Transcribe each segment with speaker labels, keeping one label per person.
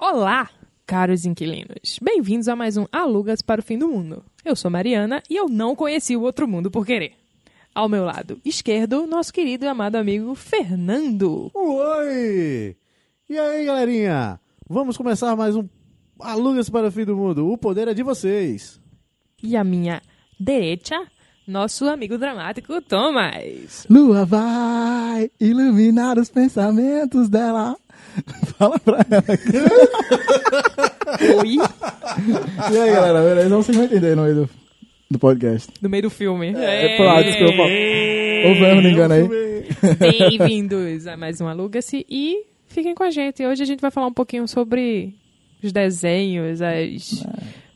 Speaker 1: Olá, caros inquilinos. Bem-vindos a mais um Alugas para o Fim do Mundo. Eu sou Mariana e eu não conheci o outro mundo por querer. Ao meu lado esquerdo, nosso querido e amado amigo Fernando.
Speaker 2: Oi! E aí, galerinha? Vamos começar mais um Alugas para o Fim do Mundo. O poder é de vocês.
Speaker 1: E à minha direita, nosso amigo dramático Thomas.
Speaker 3: Lua vai iluminar os pensamentos dela. Fala pra ela.
Speaker 1: Oi,
Speaker 3: E aí, galera, beleza? Não, vocês vão entender no meio do, do podcast.
Speaker 1: no meio do filme.
Speaker 3: É, pô, ah, desculpa.
Speaker 1: É,
Speaker 3: Houve um erro, não engano aí.
Speaker 1: Bem-vindos a mais um Aluga-se e fiquem com a gente. Hoje a gente vai falar um pouquinho sobre os desenhos, as,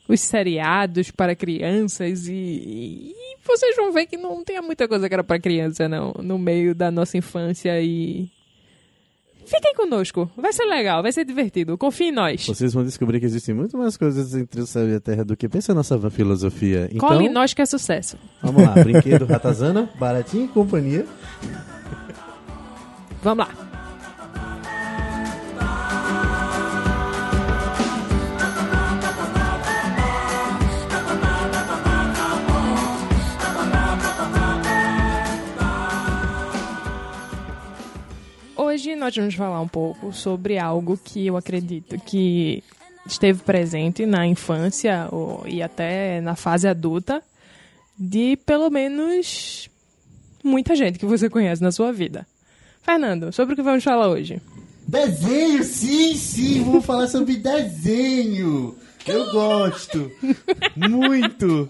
Speaker 1: os seriados para crianças e, e vocês vão ver que não tem muita coisa que era para criança, não, no meio da nossa infância e... Fiquem conosco, vai ser legal, vai ser divertido, confie em nós.
Speaker 2: Vocês vão descobrir que existem muito mais coisas entre o céu e a terra do que pensa a nossa filosofia. Então,
Speaker 1: Cola em nós que é sucesso.
Speaker 2: vamos lá. Brinquedo Ratazana, Baratinho e Companhia.
Speaker 1: Vamos lá. Hoje nós vamos falar um pouco sobre algo que eu acredito que esteve presente na infância ou- e até na fase adulta de pelo menos muita gente que você conhece na sua vida. Fernando, sobre o que vamos falar hoje?
Speaker 4: Desenho, sim, sim, vamos falar sobre desenho. Eu gosto. Muito.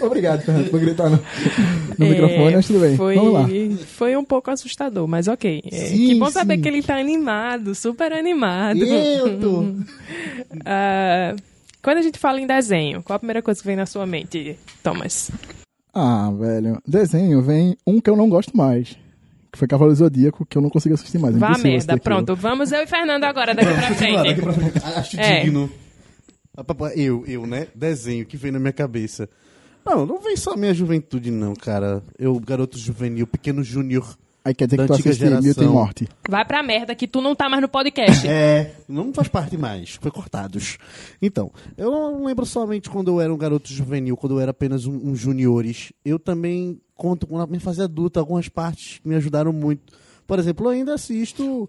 Speaker 3: Obrigado, Fernando, por gritar no, no microfone, mas tudo bem.
Speaker 1: É, Foi,
Speaker 3: Vamos lá.
Speaker 1: foi um pouco assustador, mas ok. É,
Speaker 4: Sim,
Speaker 1: que bom saber
Speaker 4: sim.
Speaker 1: que ele tá animado, super animado.
Speaker 4: Eu tô.
Speaker 1: Ah, quando a gente fala em desenho, qual a primeira coisa que vem na sua mente, Thomas?
Speaker 3: Ah, velho. Desenho vem um que eu não gosto mais. Que foi Cavalo Zodíaco, que eu não consigo assistir mais. É
Speaker 1: Vá à
Speaker 3: impossível assistir
Speaker 1: merda.
Speaker 3: aquilo.
Speaker 1: Pronto, vamos eu e Fernando agora daqui pra frente.
Speaker 4: Acho
Speaker 1: É.
Speaker 4: digno.
Speaker 2: Ah, papai, Eu, eu, né? Desenho que vem na minha cabeça. Não, não vem só minha juventude, não, cara. Eu, garoto juvenil, pequeno júnior.
Speaker 3: Aí quer dizer
Speaker 2: Da
Speaker 3: que tu
Speaker 2: antiga
Speaker 3: assiste Milton e
Speaker 2: geração.
Speaker 3: Morte.
Speaker 1: Vai pra merda que tu não tá mais no podcast.
Speaker 2: É, não faz parte mais, foi cortados. Então, eu não lembro somente quando eu era um garoto juvenil, quando eu era apenas um, um juniores. Eu também conto com a minha fase adulta algumas partes que me ajudaram muito. Por exemplo, eu ainda assisto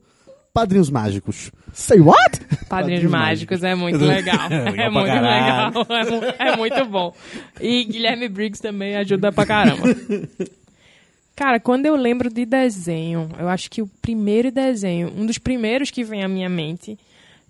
Speaker 2: Padrinhos Mágicos.
Speaker 3: Say what?
Speaker 1: Padrinhos
Speaker 2: Padrinhos
Speaker 1: Mágicos é muito legal.
Speaker 2: É legal
Speaker 1: É
Speaker 2: pra
Speaker 1: muito legal.
Speaker 2: caralho.
Speaker 1: É mu- É muito bom. E Guilherme Briggs também ajuda pra caramba. Cara, quando eu lembro de desenho, eu acho que o primeiro desenho, um dos primeiros que vem à minha mente,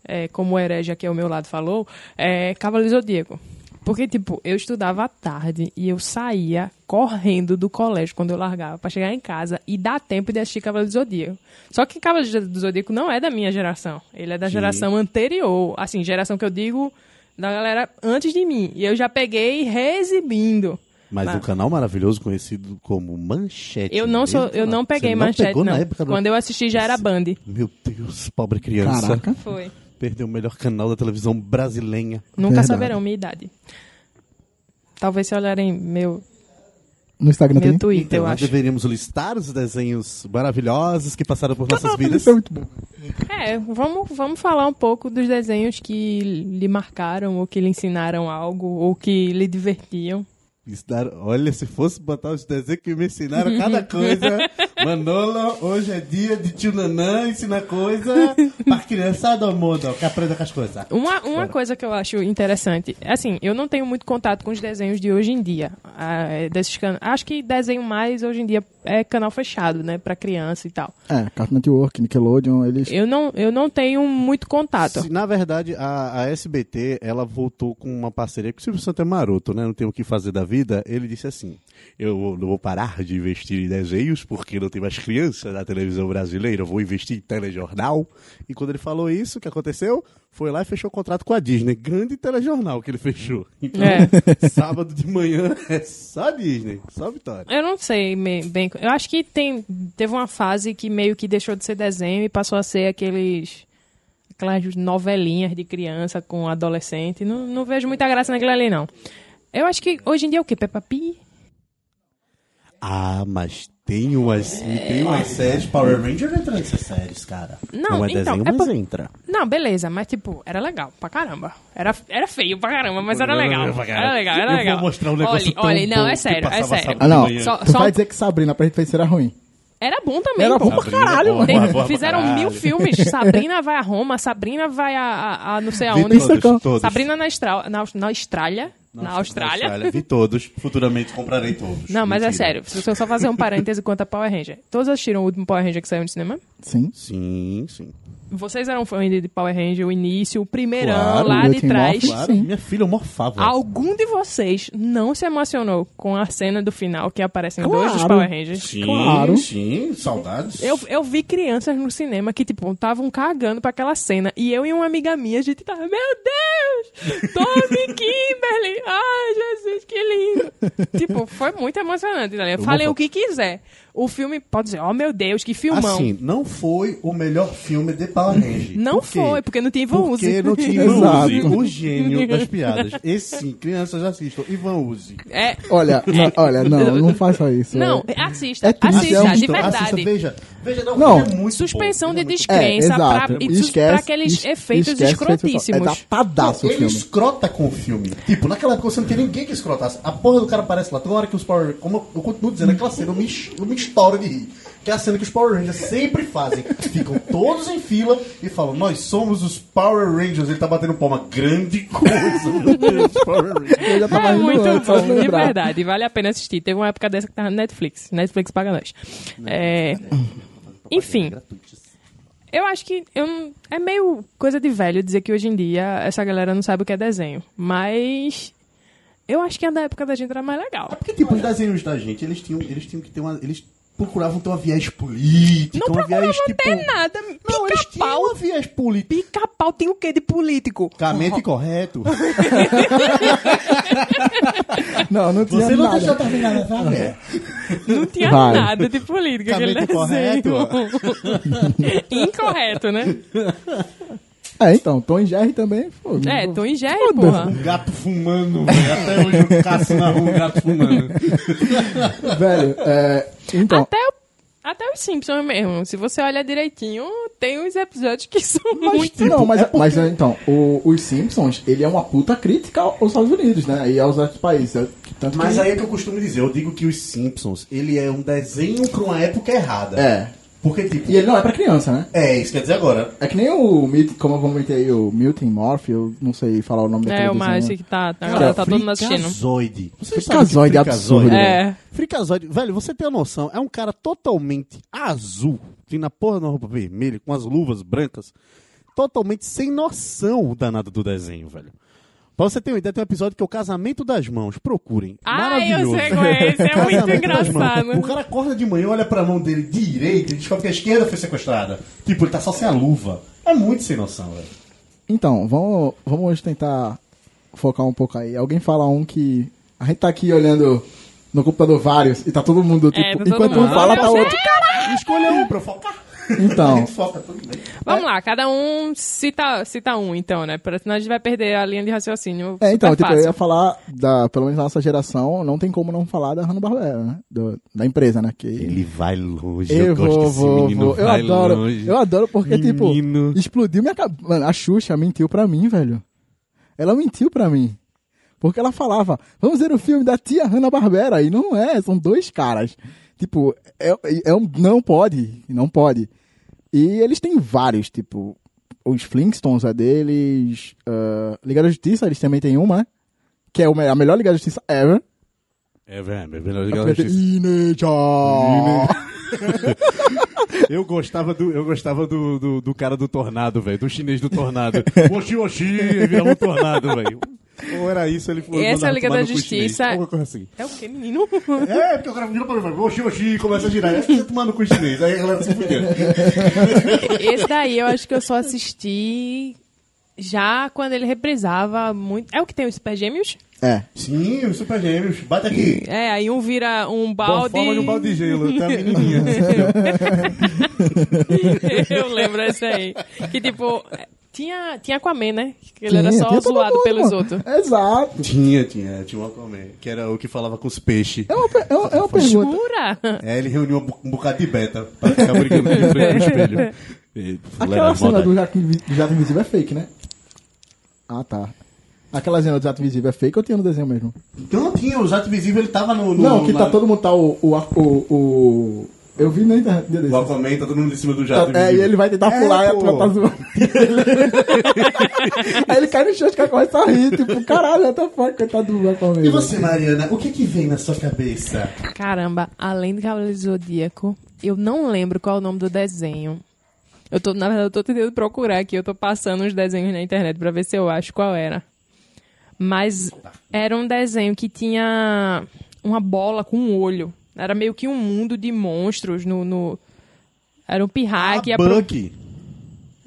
Speaker 1: é, como o herege aqui ao meu lado falou, é Cavaleiro Zodíaco. Porque, tipo, eu estudava à tarde e eu saía correndo do colégio quando eu largava pra chegar em casa e dar tempo de assistir Cavaleiro Zodíaco. Só que Cavaleiro do Zodíaco não é da minha geração. Ele é da geração anterior. Assim, geração que eu digo da galera antes de mim. E eu já peguei reexibindo.
Speaker 2: Mas
Speaker 1: Mas-
Speaker 2: um canal maravilhoso conhecido como Manchete.
Speaker 1: Ah. Eu não sou,
Speaker 2: mesmo,
Speaker 1: eu
Speaker 2: cara?
Speaker 1: não peguei
Speaker 2: Você
Speaker 1: manchete,
Speaker 2: pegou
Speaker 1: não.
Speaker 2: Na época do-
Speaker 1: Quando eu assisti já era Band.
Speaker 2: Meu Deus, pobre criança.
Speaker 3: Caraca.
Speaker 1: Foi.
Speaker 2: Perdeu o melhor canal da televisão brasileira.
Speaker 1: Nunca
Speaker 3: Verdade.
Speaker 1: saberão minha idade. Talvez se olharem meu,
Speaker 3: No Instagram
Speaker 1: meu
Speaker 3: tem?
Speaker 1: Twitter,
Speaker 2: Então,
Speaker 1: eu
Speaker 2: nós
Speaker 1: acho.
Speaker 2: deveríamos listar os desenhos maravilhosos que passaram por nossas vidas.
Speaker 3: Isso é muito bom.
Speaker 1: É, vamos, vamos falar um pouco dos desenhos que lhe marcaram, ou que lhe ensinaram algo, ou que lhe divertiam.
Speaker 2: Estar- Olha, se fosse botar os desenhos que me ensinaram cada coisa. Manolo, hoje é dia de tio Nanã ensina coisa pra criançada ao mundo, que aprenda com as coisas.
Speaker 1: Uma, uma coisa que eu acho interessante, assim, eu não tenho muito contato com os desenhos de hoje em dia. ah, é, desses can... Acho que desenho mais hoje em dia é canal fechado, né? Pra criança e tal.
Speaker 3: É, Cartoon Network, Nickelodeon, eles...
Speaker 1: Eu não, eu não tenho muito contato.
Speaker 2: Se, na verdade, a, a SBT, ela voltou com uma parceria, porque o Silvio Santos é maroto, né? Não tem o que fazer da vida. Ele disse assim, eu vou- não vou parar de investir em desenhos, porque não tem mais criança na televisão brasileira, eu vou investir em telejornal. E quando ele falou isso, o que aconteceu? Foi lá e fechou o contrato com a Disney. Grande telejornal que ele fechou. Então,
Speaker 1: É.
Speaker 2: sábado de manhã é só Disney, só vitória.
Speaker 1: Eu não sei me- bem. Eu acho que tem, teve uma fase que meio que deixou de ser desenho e passou a ser aqueles. aquelas novelinhas de criança com adolescente. Não, não vejo muita graça naquilo ali, não. Eu acho que hoje em dia é o quê? Peppa Pig?
Speaker 5: Ah, mas tem umas. Tem
Speaker 2: Mas
Speaker 5: umas
Speaker 2: séries, É. Power Ranger entra nessas séries, cara.
Speaker 1: Não,
Speaker 5: é
Speaker 1: então,
Speaker 5: desenho,
Speaker 1: é
Speaker 5: mas
Speaker 1: por-
Speaker 5: entra.
Speaker 1: Não, beleza, mas tipo, era legal pra caramba. Era, era feio pra caramba, mas era legal. Era legal, era
Speaker 5: Eu
Speaker 1: legal.
Speaker 5: vou mostrar um negócio
Speaker 1: Olha,
Speaker 5: tão
Speaker 1: olha, não,
Speaker 5: bom
Speaker 1: é
Speaker 5: que
Speaker 1: sério, é
Speaker 5: passava
Speaker 1: sério.
Speaker 5: sábado
Speaker 3: Ah, não.
Speaker 1: Só-
Speaker 3: tu
Speaker 1: só- um-
Speaker 3: vai dizer que Sabrina pra gente era ruim.
Speaker 1: Era bom também,
Speaker 3: Era
Speaker 1: pô.
Speaker 3: bom pra
Speaker 5: Sabrina,
Speaker 3: caralho,
Speaker 5: boa,
Speaker 1: Tem-
Speaker 5: boa, boa pra
Speaker 1: fizeram
Speaker 5: caralho.
Speaker 1: mil filmes. Sabrina vai a Roma, Sabrina vai a, a- a não sei
Speaker 5: Vi
Speaker 1: aonde.
Speaker 5: todos,
Speaker 3: Isso é que-
Speaker 5: todos.
Speaker 1: Sabrina na, Estra- na, Aus- na Austrália. Na Austrália.
Speaker 5: Vi
Speaker 2: Todos, futuramente comprarei todos.
Speaker 1: Não, mas é
Speaker 2: Mentira.
Speaker 1: sério. Se eu só fazer um parêntese quanto a Power Ranger. Todos assistiram o último Power Ranger que saiu no cinema?
Speaker 3: Sim.
Speaker 5: Sim, sim.
Speaker 1: Vocês eram fãs de Power Ranger, o início, o primeirão
Speaker 5: Claro,
Speaker 1: lá
Speaker 3: eu
Speaker 1: de
Speaker 3: tinha
Speaker 1: trás.
Speaker 3: mó
Speaker 5: Claro,
Speaker 3: Sim.
Speaker 5: minha filha
Speaker 2: é
Speaker 5: eu morfava.
Speaker 1: Algum de vocês não se emocionou com a cena do final que aparecem dois dos
Speaker 3: Claro.
Speaker 1: Power Rangers?
Speaker 5: Sim,
Speaker 3: Claro.
Speaker 2: Sim, saudades.
Speaker 1: Eu, eu vi crianças no cinema que, tipo, estavam cagando pra aquela cena. E eu e uma amiga minha, a gente tava, meu Deus! Tommy Kimberly! Ai, Jesus, que lindo! tipo, foi muito emocionante, né? Eu falei
Speaker 5: vou-
Speaker 1: o que quiser. O filme, pode dizer, oh meu Deus, que filmão.
Speaker 5: Assim,
Speaker 2: Não foi o melhor filme de Power Ranger.
Speaker 1: não
Speaker 5: por quê?
Speaker 1: foi, porque não tinha Ivan
Speaker 5: Porque
Speaker 1: Uzi.
Speaker 5: não tinha Ivan
Speaker 3: Exato.
Speaker 5: Uzi, o gênio das piadas. Esse sim, crianças assistam. Ivan Uzi.
Speaker 1: É,
Speaker 3: Olha, não, olha, não, não faça isso.
Speaker 1: não,
Speaker 3: É.
Speaker 1: assista,
Speaker 3: É triste,
Speaker 1: assista,
Speaker 3: é um-
Speaker 1: de
Speaker 2: Então,
Speaker 1: verdade.
Speaker 2: assista, veja. Veja, não,
Speaker 3: Não.
Speaker 2: é muito
Speaker 1: Suspensão
Speaker 2: bom.
Speaker 1: de descrença
Speaker 3: É, exato.
Speaker 1: é pra, e sus- pra aqueles
Speaker 3: es-
Speaker 1: efeitos
Speaker 3: esquece efeito
Speaker 1: escrotíssimos.
Speaker 3: visual. É tapadaço o
Speaker 2: Ele
Speaker 3: filme.
Speaker 2: escrota com o filme. Tipo, naquela época você não tinha ninguém que escrotasse. A porra do cara aparece lá toda hora que os Power Rangers. Como eu, eu continuo dizendo, aquela cena eu me, es- eu me estouro de rir. Que é a cena que os Power Rangers sempre fazem. Ficam todos em fila e falam: Nós somos os Power Rangers. Ele tá batendo palma. Grande coisa. Os Power Rangers.
Speaker 3: Eu já tava
Speaker 1: É
Speaker 3: rindo
Speaker 1: muito
Speaker 3: antes, só de
Speaker 1: bom, é de
Speaker 3: lembrar.
Speaker 1: verdade. Vale a pena assistir. Teve uma época dessa que tava no Netflix. Netflix paga nós. É, Enfim. Eu acho que eu não- é meio coisa de velho dizer que hoje em dia essa galera não sabe o que é desenho. Mas eu acho que a da época da gente era mais legal.
Speaker 2: É porque, tipo, os desenhos da gente, eles tinham, eles tinham que ter uma. Eles procuravam ter uma viés política,
Speaker 1: Não
Speaker 2: uma
Speaker 1: procurava
Speaker 2: viés
Speaker 1: até
Speaker 2: tipo.
Speaker 1: nada.
Speaker 2: Não, eles tinham
Speaker 1: Pica-pau.
Speaker 2: uma viés política.
Speaker 1: Pica-pau tem o quê de político?
Speaker 2: Politicamente correto.
Speaker 3: Não, não tinha
Speaker 2: Você não
Speaker 3: nada.
Speaker 2: deixou né? também nada, É. sabe?
Speaker 1: Não tinha
Speaker 3: Vai.
Speaker 1: nada de política. aquele
Speaker 5: Politicamente
Speaker 1: desenho. Incorreto, né?
Speaker 3: É, então, Tom e Jerry também. Pô,
Speaker 1: É,
Speaker 3: não-
Speaker 1: Tom e Jerry, porra.
Speaker 5: Gato fumando, velho. Até hoje eu caço na rua um gato fumando.
Speaker 3: Velho, é, então,
Speaker 1: Até, o- até os Simpsons mesmo. Se você olhar direitinho, tem uns episódios que são
Speaker 3: Mas,
Speaker 1: muito.
Speaker 3: não, mas, mas então, o- os Simpsons, ele é uma puta crítica aos Estados Unidos, né? E aos outros países. é, que Tanto
Speaker 2: Mas
Speaker 3: que,
Speaker 2: aí é que eu costumo dizer, eu digo que os Simpsons, ele é um desenho pra uma época errada.
Speaker 3: É.
Speaker 2: Porque, tipo,
Speaker 3: E ele não é pra criança, né?
Speaker 2: é, isso quer dizer agora.
Speaker 3: É que nem o, Mil- como eu comentei, aí, o Milton Morph, eu não sei falar o nome daquele
Speaker 1: É, o Márcio
Speaker 3: desenho.
Speaker 1: que tá. A
Speaker 3: é
Speaker 1: galera tá todo mundo assistindo.
Speaker 5: Fricazoide. Vocês
Speaker 3: Fricazoide
Speaker 5: sabem que
Speaker 3: absurdo.
Speaker 1: É.
Speaker 5: Fricazoide, velho, você tem a noção, é um cara totalmente azul, tem na porra da roupa vermelha, com as luvas brancas, totalmente sem noção o danado do desenho, velho. Pra você ter uma ideia, tem um episódio que é o Casamento das Mãos, procurem.
Speaker 1: Ai, Ah, eu
Speaker 5: Maravilhoso.
Speaker 1: sei qual é esse. É muito
Speaker 5: Casamento das
Speaker 1: engraçado.
Speaker 2: O cara acorda de manhã, olha pra mão dele direita e descobre que a esquerda foi sequestrada. Tipo, ele tá só sem a luva. É muito sem noção, velho.
Speaker 3: Então, vamos, vamos tentar focar um pouco aí. Alguém fala um que... A gente tá aqui olhando no computador vários e tá todo mundo, tipo,
Speaker 1: É, tá todo
Speaker 3: enquanto
Speaker 1: mundo, É.
Speaker 3: um fala,
Speaker 1: "Meu
Speaker 3: tá
Speaker 1: Deus,
Speaker 3: outro.
Speaker 2: Escolha um pra eu focar. A
Speaker 3: Então,
Speaker 2: gente foca tudo bem.
Speaker 1: Vamos lá, cada um cita, cita um, então, né? Pra- Senão a gente vai perder a linha de raciocínio.
Speaker 3: É, então,
Speaker 1: super
Speaker 3: tipo, eu
Speaker 1: fácil.
Speaker 3: ia falar, da, pelo menos da nossa geração, não tem como não falar da Hanna-Barbera, né? Do- da empresa, né? Que
Speaker 5: Ele vai longe, eu,
Speaker 3: eu
Speaker 5: gosto
Speaker 3: vou,
Speaker 5: desse
Speaker 3: vou,
Speaker 5: menino,
Speaker 3: vou. Eu
Speaker 5: vai
Speaker 3: adoro,
Speaker 5: longe.
Speaker 3: eu adoro porque,
Speaker 5: Menino.
Speaker 3: tipo, explodiu minha cabeça. Mano, a Xuxa mentiu pra mim, velho. Ela mentiu pra mim. Porque ela falava, vamos ver o filme da tia Hanna-Barbera. E não é, são dois caras. Tipo, é, é um, não pode, não pode. E eles têm vários, tipo, os Flintstones é deles, ah, Liga da Justiça, eles também têm uma, né? que é o me- a melhor Liga da Justiça ever.
Speaker 5: É, velho, é melhor
Speaker 3: A
Speaker 5: ligar
Speaker 3: primeira- Ineja!
Speaker 5: Eu gostava do, eu gostava do, do, do cara do tornado, velho. Do chinês do tornado. Oxi, oxi, ele virava um tornado, velho. Ou era isso, ele foi.
Speaker 1: Essa é a
Speaker 5: mandava
Speaker 1: Liga
Speaker 5: tomar
Speaker 1: da
Speaker 5: no cu
Speaker 1: Justiça.
Speaker 5: chinês, alguma coisa assim.
Speaker 1: É o quê, menino?
Speaker 2: É, porque o cara vira pra mim e fala, oxi, oxi, começa a girar. É que você tomar no cu chinês. Aí a galera se fudeu.
Speaker 1: Esse daí eu acho que eu só assisti já quando ele reprisava muito. É o que tem os Super Gêmeos?
Speaker 3: É.
Speaker 2: Sim, os super gêmeos. Bate aqui.
Speaker 1: É, aí um vira um
Speaker 5: Uma
Speaker 1: balde.
Speaker 5: forma de um balde de gelo, tá, menininha?
Speaker 1: Eu lembro essa aí. Que tipo, Tinha, tinha Aquaman, né? Que ele era
Speaker 3: Tinha,
Speaker 1: só
Speaker 3: tinha é todo
Speaker 1: zoado
Speaker 3: mundo,
Speaker 1: pelos
Speaker 3: mano.
Speaker 1: outros.
Speaker 3: Exato.
Speaker 2: Tinha, tinha, tinha um Aquaman, que era o que falava com os peixes.
Speaker 3: É uma, pe- é uma, é uma pergunta.
Speaker 1: Jura?
Speaker 2: É, ele reuniu um bo- um bocado de beta pra ficar brincando de frente no espelho. E,
Speaker 3: Aquela
Speaker 2: fuleiragem,
Speaker 3: cena
Speaker 2: maldade.
Speaker 3: do Jato Invi- do Jato Invisível é fake, né? Ah, tá. Aquela cena do Jato Invisível é fake ou tinha no desenho mesmo?
Speaker 2: Então não tinha, o jato invisível ele tava no. no-
Speaker 3: Não, que
Speaker 2: na-
Speaker 3: tá todo mundo tá o. o, o, o- eu vi na internet desse.
Speaker 2: O Aquaman tá todo mundo em cima do jato
Speaker 3: Tá- É, e ele vai tentar
Speaker 2: É,
Speaker 3: pular e a
Speaker 2: pô.
Speaker 3: turma tá zoando. ele. Aí ele cai no chão, os caras começam a rir, tipo, caralho, what the fuck, coitado do Aquaman.
Speaker 6: E você, Mariana, o que que vem na sua cabeça?
Speaker 1: Caramba, além do Cavaleiro do Zodíaco, eu não lembro qual é o nome do desenho. Eu tô, na verdade, eu tô tentando procurar aqui, eu tô passando os desenhos na internet pra ver se eu acho qual era. Mas era um desenho que tinha uma bola com um olho. Era meio que um mundo de monstros no. no- Era um
Speaker 3: Ah,
Speaker 1: pirraia que ia pro-
Speaker 2: Bucky.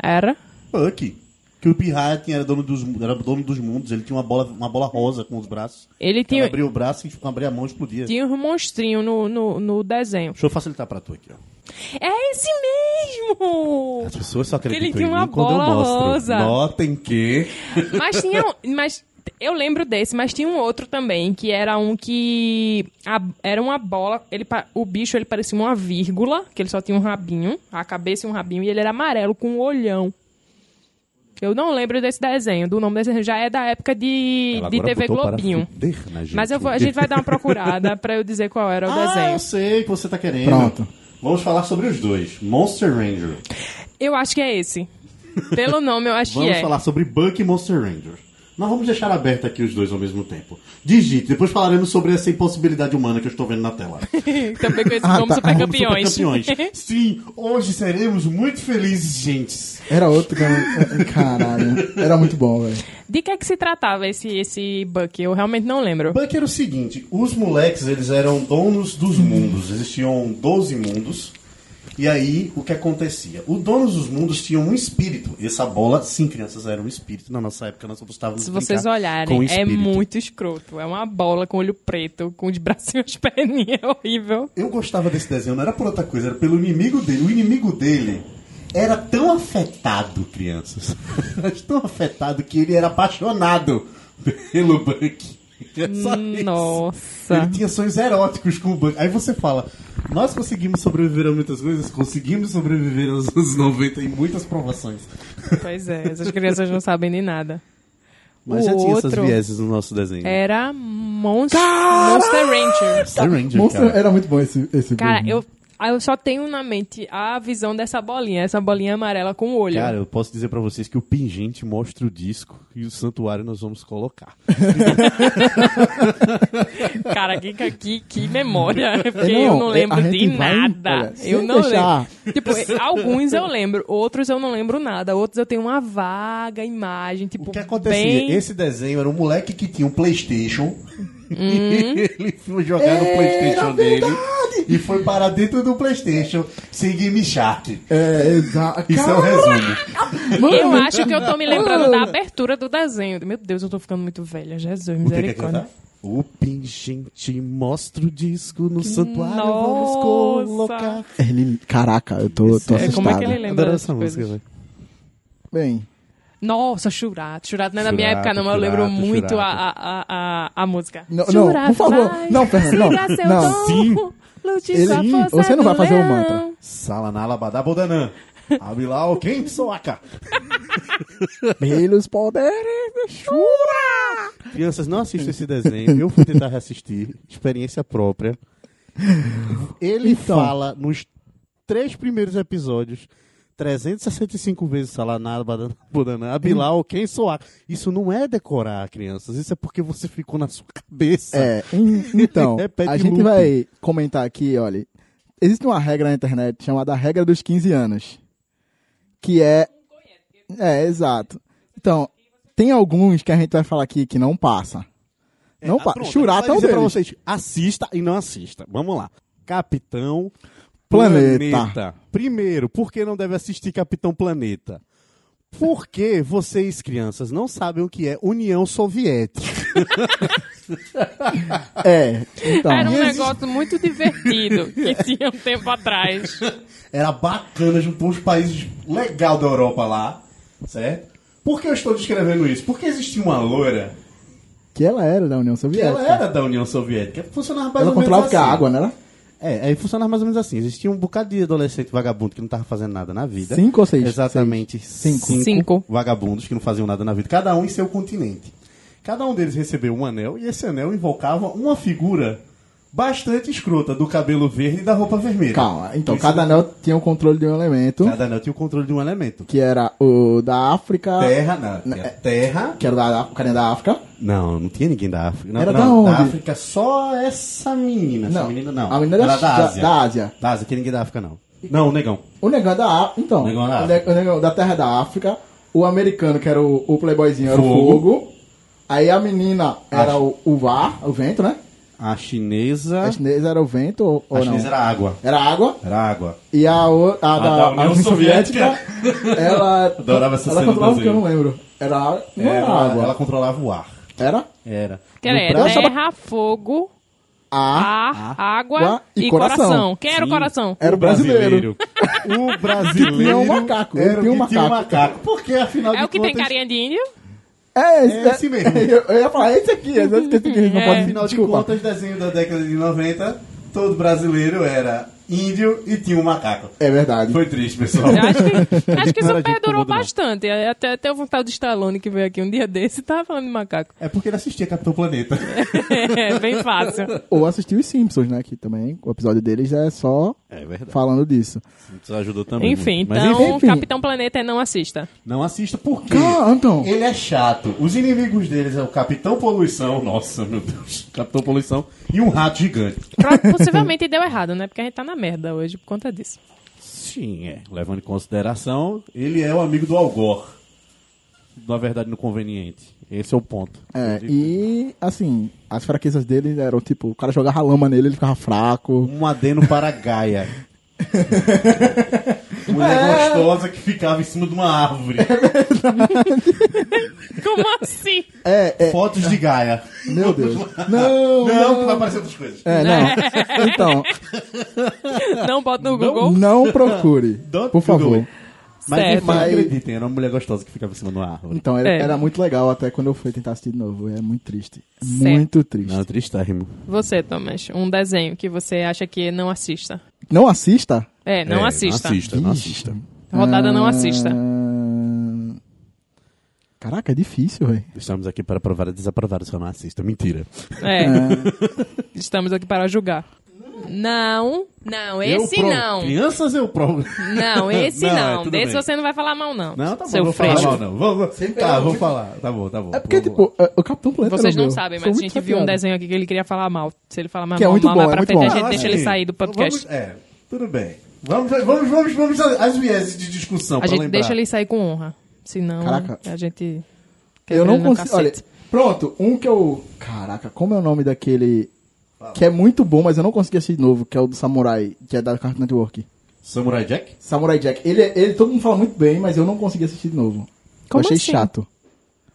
Speaker 1: Era?
Speaker 2: Bucky. Que o Pirraia tinha- era dono, dos, era dono dos mundos, ele tinha uma bola, uma bola rosa com os braços.
Speaker 1: Ele
Speaker 2: Ela
Speaker 1: tinha,
Speaker 2: abria o braço e tipo, abria a mão e explodia.
Speaker 1: tinha um monstrinho no, no, no desenho.
Speaker 2: Deixa eu facilitar pra tu aqui, ó.
Speaker 1: É esse mesmo!
Speaker 2: As pessoas só
Speaker 1: ele
Speaker 2: acreditam
Speaker 1: tinha
Speaker 2: em
Speaker 1: uma
Speaker 2: mim quando eu
Speaker 1: bola
Speaker 2: mostro.
Speaker 1: rosa.
Speaker 2: Notem que...
Speaker 1: Mas tinha um. Mas eu lembro desse, mas tinha um outro também, que era um que. a- era uma bola. Ele, pa- o bicho ele parecia uma vírgula, que ele só tinha um rabinho, a cabeça e um rabinho, e ele era amarelo com um olhão. Eu não lembro desse desenho, do nome desse desenho. Já é da época de,
Speaker 2: Ela
Speaker 1: de
Speaker 2: agora
Speaker 1: TV
Speaker 2: botou para
Speaker 1: Globinho.
Speaker 2: fuder na gente.
Speaker 1: Mas eu vou- a gente vai dar uma procurada pra eu dizer qual era o
Speaker 2: Ah, eu
Speaker 1: desenho.
Speaker 2: sei o que você tá querendo.
Speaker 3: Pronto.
Speaker 2: Vamos falar sobre os dois. Monster Ranger.
Speaker 1: Eu acho que é esse. Pelo nome, eu acho
Speaker 2: Vamos
Speaker 1: que é.
Speaker 2: falar sobre Buck e Monster Ranger. Nós vamos deixar aberto aqui os dois ao mesmo tempo. Digite, depois falaremos sobre essa impossibilidade humana que eu estou vendo na tela.
Speaker 1: Também conhecido como
Speaker 3: tá.
Speaker 1: super
Speaker 2: Como
Speaker 1: campeões.
Speaker 2: Ah, supercampeões. Sim, hoje seremos muito felizes, gente.
Speaker 3: Era outro que. Caralho. Era muito bom, velho.
Speaker 1: De que é que se tratava esse, esse Buck? Eu realmente não lembro.
Speaker 2: Buck era o seguinte, os moleques, eles eram donos dos mundos. Existiam 12 mundos. E aí, o que acontecia? O dono dos mundos tinha um espírito. Essa bola, sim, crianças, era um espírito. Na nossa época, nós gostávamos
Speaker 1: Se
Speaker 2: de
Speaker 1: vocês
Speaker 2: brincar
Speaker 1: olharem,
Speaker 2: com
Speaker 1: é
Speaker 2: espírito.
Speaker 1: muito escroto. É uma bola com olho preto, com os braços e as perninhas. É horrível.
Speaker 2: Eu gostava desse desenho, não era por outra coisa, era pelo inimigo dele. O inimigo dele era tão afetado, crianças. Era tão afetado que ele era apaixonado pelo Buck. É só isso. Ele
Speaker 1: Hum, Nossa.
Speaker 2: tinha sonhos eróticos com o Buck. Aí você fala, nós conseguimos sobreviver a muitas coisas, conseguimos sobreviver aos anos 90 e muitas provações.
Speaker 1: Pois é, essas crianças não sabem de nada.
Speaker 2: Mas
Speaker 1: O
Speaker 2: já tinha essas
Speaker 1: outro É.
Speaker 2: vieses no nosso desenho.
Speaker 1: Era Monst Monster Ranger.
Speaker 2: Monster Ranger,
Speaker 3: Monster-
Speaker 2: cara.
Speaker 3: Era muito bom esse. esse
Speaker 1: Cara,
Speaker 2: Uhum.
Speaker 3: filme.
Speaker 1: eu, eu só tenho na mente a visão dessa bolinha. Essa bolinha amarela com o olho.
Speaker 2: Cara, eu posso dizer pra vocês que o pingente mostra o disco e o santuário nós vamos colocar.
Speaker 1: Cara, que, que, que memória. Porque
Speaker 3: Não,
Speaker 1: eu não
Speaker 3: é,
Speaker 1: lembro
Speaker 3: a
Speaker 1: de
Speaker 3: gente vai-
Speaker 1: nada.
Speaker 3: olha, se
Speaker 1: eu não
Speaker 3: deixar-
Speaker 1: lembro. Tipo, eh, alguns eu lembro, outros eu não lembro nada. Outros eu tenho uma vaga imagem. Tipo,
Speaker 2: O que acontecia?
Speaker 1: bem-
Speaker 2: Esse desenho era um moleque que tinha um Playstation. Uhum. E ele foi jogar no Playstation dele. E foi parar dentro do Playstation sem Game Shark.
Speaker 3: É, exato.
Speaker 2: Isso é o resumo.
Speaker 1: Eu acho que eu tô me lembrando da abertura do desenho. Meu Deus, eu tô ficando muito velha. Jesus,
Speaker 2: O que que é que
Speaker 1: misericórdia.
Speaker 2: tá? O pingente mostra o disco no santuário. Vamos
Speaker 1: Nossa.
Speaker 2: colocar.
Speaker 3: Ele... Caraca, eu tô, tô
Speaker 1: É,
Speaker 3: assustado.
Speaker 1: como é que ele lembra
Speaker 2: Adoro
Speaker 1: dessas
Speaker 2: essa música,
Speaker 1: coisas?
Speaker 2: velho.
Speaker 3: Bem,
Speaker 1: Nossa, Churato. Churato não é da minha
Speaker 2: Churato,
Speaker 1: época, não, mas eu lembro
Speaker 2: Churato,
Speaker 1: muito a, a,
Speaker 2: Churato.
Speaker 1: a, a, a música.
Speaker 3: Não, não, por favor,
Speaker 1: vai,
Speaker 3: não, Fernando, não,
Speaker 1: siga seu
Speaker 3: não.
Speaker 1: dom,
Speaker 2: Sim.
Speaker 1: lute
Speaker 3: Ele-
Speaker 1: sua
Speaker 3: Sim,
Speaker 1: força
Speaker 3: você
Speaker 1: do
Speaker 3: não vai fazer o
Speaker 1: leão.
Speaker 3: mantra.
Speaker 2: Salanalabadabodanã. Abre lá o quem soaca.
Speaker 3: pelos poderes da Shura!
Speaker 2: Crianças, não assistam esse desenho. Eu fui tentar reassistir. Experiência própria. Ele
Speaker 3: Então.
Speaker 2: fala nos três primeiros episódios. 365 vezes Salaná, Badana, Budanã, Abilau, quem soar. Isso não é decorar, crianças. Isso é porque você ficou na sua cabeça.
Speaker 3: É, em- então,
Speaker 2: Repete
Speaker 3: a gente
Speaker 2: loop.
Speaker 3: vai comentar aqui, olha. Existe uma regra na internet chamada regra dos 15 anos. Que é. É, exato. Então, tem alguns que a gente vai falar aqui que não passa. Não
Speaker 2: Ah,
Speaker 3: passa.
Speaker 2: pronto,
Speaker 3: Churato
Speaker 2: eu
Speaker 3: é um
Speaker 2: vou dizer pra
Speaker 3: deles.
Speaker 2: vocês, assista e não assista. Vamos lá. Capitão
Speaker 3: Planeta.
Speaker 2: Primeiro, por que não deve assistir Capitão Planeta? Porque vocês, crianças, não sabem o que é União Soviética.
Speaker 3: É, então.
Speaker 1: Era um
Speaker 2: existe-
Speaker 1: negócio muito divertido que tinha um tempo atrás.
Speaker 7: um
Speaker 2: Era bacana, juntou os países legal da Europa lá, certo?
Speaker 7: Por que eu estou descrevendo isso? Porque existia uma loira
Speaker 3: Que ela era da União
Speaker 7: que
Speaker 3: Soviética.
Speaker 7: ela era da União Soviética. Funcionava mais
Speaker 3: Ela
Speaker 7: ou menos
Speaker 3: controlava o que a
Speaker 7: assim.
Speaker 3: água, né?
Speaker 2: É, aí funcionava mais ou menos assim. Existia um bocado de adolescente vagabundo que não tava fazendo nada na vida.
Speaker 3: Cinco ou seis?
Speaker 2: Exatamente.
Speaker 3: Cinco.
Speaker 1: Cinco.
Speaker 2: vagabundos que não faziam nada na vida. Cada um em seu continente.
Speaker 7: Cada um deles recebeu um anel e esse anel invocava uma figura bastante escrota do cabelo verde e da roupa vermelha.
Speaker 3: Calma. Então,
Speaker 7: Isso-
Speaker 3: cada anel tinha o controle de um elemento,
Speaker 2: Cada anel tinha o controle de um elemento.
Speaker 3: que era o da África.
Speaker 7: Terra,
Speaker 3: né,
Speaker 7: não.
Speaker 3: é-
Speaker 7: tinha Terra.
Speaker 3: Que era da, o carinha da África.
Speaker 2: Não, não tinha ninguém da África. Não,
Speaker 3: Era
Speaker 2: não,
Speaker 3: da onde?
Speaker 2: Da África.
Speaker 7: África, só essa menina. Essa
Speaker 3: Não.
Speaker 7: menina não.
Speaker 3: A menina
Speaker 2: Era
Speaker 3: da,
Speaker 2: da
Speaker 3: da-
Speaker 2: Ásia.
Speaker 3: da Ásia.
Speaker 2: Da Ásia, que ninguém da África, não. Não, o negão.
Speaker 3: O negão é da África. Então,
Speaker 7: O negão é da
Speaker 3: o
Speaker 7: África.
Speaker 3: ne- o negão da terra da África. O americano, que era o, o playboyzinho, era o
Speaker 2: Fogo.
Speaker 3: fogo. Aí a menina era
Speaker 2: Acho.
Speaker 3: o, o VAR, o vento, né?
Speaker 2: A
Speaker 7: É.
Speaker 2: chinesa.
Speaker 3: A chinesa era o vento ou, ou
Speaker 2: A
Speaker 3: não?
Speaker 2: chinesa era água.
Speaker 3: Era água.
Speaker 2: Era água.
Speaker 3: E a, o- a, da,
Speaker 7: Ah, da União
Speaker 3: a Soviética,
Speaker 7: Soviética.
Speaker 3: ela.
Speaker 7: Adorava essa cena
Speaker 3: ela
Speaker 7: do
Speaker 3: controlava o que eu
Speaker 7: desenho.
Speaker 3: não lembro. Era água. Não era,
Speaker 2: Ela,
Speaker 3: água.
Speaker 2: ela controlava o ar.
Speaker 3: Era
Speaker 2: Era.
Speaker 1: Que era
Speaker 3: No braço-
Speaker 1: terra, fogo,
Speaker 3: a.
Speaker 1: ar, água
Speaker 3: Ah, água
Speaker 1: e,
Speaker 3: e
Speaker 1: coração.
Speaker 3: coração.
Speaker 1: Quem era o coração?
Speaker 2: É
Speaker 3: Era o brasileiro.
Speaker 2: O brasileiro.
Speaker 3: Tinha um macaco, ele
Speaker 2: Era o
Speaker 3: tinha um
Speaker 2: que tinha um
Speaker 3: macaco.
Speaker 2: macaco. Porque afinal
Speaker 1: É
Speaker 2: de
Speaker 1: o que
Speaker 2: contas.
Speaker 1: tem carinha de índio?
Speaker 3: É esse,
Speaker 2: É esse mesmo.
Speaker 3: Eu, eu ia falar, é esse aqui. Eu esqueci que a gente não
Speaker 1: É.
Speaker 3: pode.
Speaker 7: Afinal de
Speaker 3: Desculpa.
Speaker 7: contas, desenho da década de 90, todo brasileiro era índio e tinha um macaco.
Speaker 3: É verdade.
Speaker 7: Foi triste, pessoal.
Speaker 1: Eu acho que, acho que
Speaker 2: Não
Speaker 1: isso
Speaker 2: era de
Speaker 1: perdurou
Speaker 2: cômodo, não.
Speaker 1: bastante. É, Até, até o vontade do Stallone que veio aqui um dia desse tava falando de macaco.
Speaker 7: É porque ele assistia Capitão Planeta.
Speaker 1: É, bem fácil.
Speaker 3: Ou assistir os Simpsons, né? Que também o episódio deles é só
Speaker 2: É verdade.
Speaker 3: falando disso.
Speaker 2: Isso ajudou também. né?
Speaker 1: Enfim,
Speaker 2: muito. Mas
Speaker 1: então,
Speaker 3: enfim.
Speaker 1: Capitão Planeta é não assista.
Speaker 2: Não assista porque
Speaker 3: Cara, então.
Speaker 7: Ele é chato. Os inimigos deles é o Capitão Poluição. Nossa, meu Deus. Capitão Poluição. E um rato gigante.
Speaker 1: Pro- Possivelmente deu errado, né? Porque a gente tá na merda hoje por conta disso.
Speaker 2: Sim, é. Levando em consideração, ele é o amigo do Algor. Na verdade, no conveniente. Esse é o ponto.
Speaker 3: É, e assim, as fraquezas dele eram tipo, o cara jogava lama nele, ele ficava fraco.
Speaker 2: Um adeno para a Gaia.
Speaker 7: Mulher
Speaker 3: É.
Speaker 7: gostosa que ficava em cima de uma árvore.
Speaker 1: Como assim?
Speaker 3: É, é,
Speaker 2: Fotos de Gaia.
Speaker 3: meu Deus. Não,
Speaker 7: Não, que vai aparecer outras coisas.
Speaker 3: É, não. Então,
Speaker 1: Não bota no Google?
Speaker 3: não procure.
Speaker 2: Don't
Speaker 3: Por favor.
Speaker 2: Google. Mas
Speaker 1: Certo.
Speaker 2: enfim,
Speaker 3: Mas-
Speaker 2: acreditem, era uma mulher gostosa que ficava em cima de uma árvore.
Speaker 3: Então, era,
Speaker 1: É.
Speaker 3: era muito legal até quando eu fui tentar assistir de novo. É muito triste.
Speaker 1: Certo.
Speaker 3: Muito triste.
Speaker 2: Não,
Speaker 3: Não,
Speaker 2: tristérrimo.
Speaker 1: Você, Thomas, um desenho que você acha que não assista.
Speaker 3: assista?
Speaker 1: É, não
Speaker 2: É,
Speaker 1: assista.
Speaker 2: Não assista, não
Speaker 3: Ixi.
Speaker 2: assista.
Speaker 1: Rodada não assista.
Speaker 3: Ah, Caraca, é difícil, velho.
Speaker 2: Estamos aqui para provar e desaprovar, só não assista. Mentira.
Speaker 1: É. Estamos aqui para julgar. Não, não, esse
Speaker 2: Eu provo.
Speaker 1: não.
Speaker 2: Crianças eu provo.
Speaker 1: Não, esse
Speaker 2: Não, é,
Speaker 1: não.
Speaker 2: tudo
Speaker 1: Desse
Speaker 2: bem.
Speaker 1: você não vai falar mal, não.
Speaker 2: Não, tá bom,
Speaker 1: Seu
Speaker 2: vou
Speaker 1: fresco.
Speaker 2: falar. Não, não. Vamos, tá,
Speaker 7: eu-
Speaker 2: vou falar. Tá bom, tá bom.
Speaker 3: É porque,
Speaker 2: Vamos lá.
Speaker 3: tipo, é, o Capitão Planeta.
Speaker 1: Vocês
Speaker 3: era
Speaker 1: não
Speaker 3: meu.
Speaker 1: sabem,
Speaker 3: Sou
Speaker 1: mas a
Speaker 3: muito
Speaker 1: gente viu um
Speaker 3: chateado.
Speaker 1: desenho aqui que ele queria falar mal. Se ele falar mal,
Speaker 3: Que é
Speaker 1: mal,
Speaker 3: muito
Speaker 1: mal,
Speaker 3: bom,
Speaker 1: vai
Speaker 3: é
Speaker 1: pra
Speaker 3: muito
Speaker 1: frente, a
Speaker 3: bom.
Speaker 1: gente
Speaker 2: Ah,
Speaker 1: deixa
Speaker 2: sim.
Speaker 1: ele sair do podcast.
Speaker 7: Vamos, é, tudo bem. Vamos, vamos, vamos, vamos às vieses de discussão
Speaker 1: a
Speaker 7: pra
Speaker 1: gente
Speaker 7: lembrar.
Speaker 1: deixa ele sair com honra. Senão,
Speaker 3: Caraca.
Speaker 1: a gente...
Speaker 3: Eu
Speaker 1: quebra
Speaker 3: não
Speaker 1: ele no
Speaker 3: consigo. Olha,
Speaker 1: cacete.
Speaker 3: pronto, um que eu. Caraca, como é o nome daquele. Que é muito bom, mas eu não consegui assistir de novo, que é o do Samurai, que é da Cartoon Network.
Speaker 7: Samurai Jack?
Speaker 3: Samurai Jack. Ele, é- ele todo mundo fala muito bem, mas eu não consegui assistir de novo.
Speaker 1: Como
Speaker 3: eu achei
Speaker 1: assim?
Speaker 3: chato.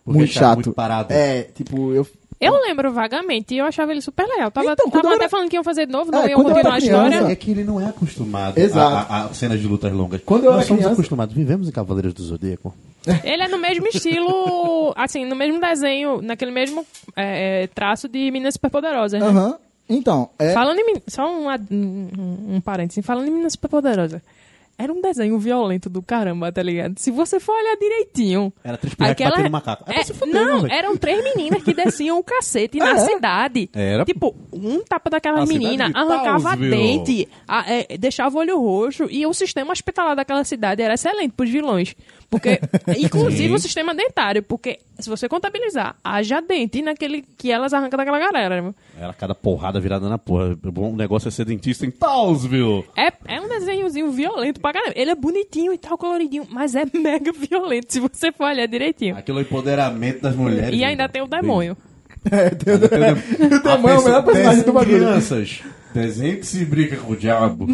Speaker 2: Porque
Speaker 3: muito
Speaker 2: é chato,
Speaker 3: chato.
Speaker 2: muito parado.
Speaker 3: É, tipo, eu.
Speaker 1: Eu lembro vagamente e eu achava ele super legal. Tava,
Speaker 3: Então, quando
Speaker 1: tava
Speaker 3: eu
Speaker 1: até
Speaker 3: era-
Speaker 1: falando que iam fazer de novo, não
Speaker 3: É,
Speaker 1: iam
Speaker 3: quando eu era
Speaker 1: continuar a história.
Speaker 3: criança-
Speaker 2: É que ele não é acostumado
Speaker 3: Exato.
Speaker 2: a, a- a cenas de lutas longas.
Speaker 3: Quando eu
Speaker 2: Nós
Speaker 3: era
Speaker 2: somos
Speaker 3: criança-
Speaker 2: acostumados, vivemos em Cavaleiros do Zodíaco.
Speaker 1: Ele é no mesmo estilo, assim, no mesmo desenho, naquele mesmo é, é, traço de Meninas Superpoderosas, né?
Speaker 3: Aham. Então, é.
Speaker 1: Falando em. men- Só um, ad- um, um- um parênteses. Falando em Meninas Superpoderosas. Era um desenho violento do caramba, tá ligado? Se você for olhar direitinho.
Speaker 2: Era três pirracas batendo macaco. É pra
Speaker 1: É,
Speaker 2: se fuder, né,
Speaker 1: não,
Speaker 2: velho? É,
Speaker 1: eram três meninas que desciam o cacete na cidade.
Speaker 2: Era.
Speaker 1: Tipo, um tapa daquela
Speaker 2: A cidade
Speaker 1: menina,
Speaker 2: de
Speaker 1: arrancava
Speaker 2: Townsville.
Speaker 1: dente, a- é, deixava o olho roxo. E o sistema hospitalar daquela cidade era excelente pros vilões. Porque, inclusive, o sistema dentário. Porque, se você contabilizar, haja dente naquele que elas arrancam daquela galera. né?
Speaker 2: Era cada porrada virada na porra. O bom negócio é ser dentista em Townsville.
Speaker 1: É, é um desenhozinho violento pra caramba. Ele é bonitinho e tal, coloridinho, mas é mega violento se você for olhar direitinho.
Speaker 7: Aquilo é o empoderamento das mulheres.
Speaker 1: E ainda tem o demônio.
Speaker 3: o demônio é o melhor personagem do bagulho.
Speaker 7: Crianças. Desenho que se brinca com o diabo.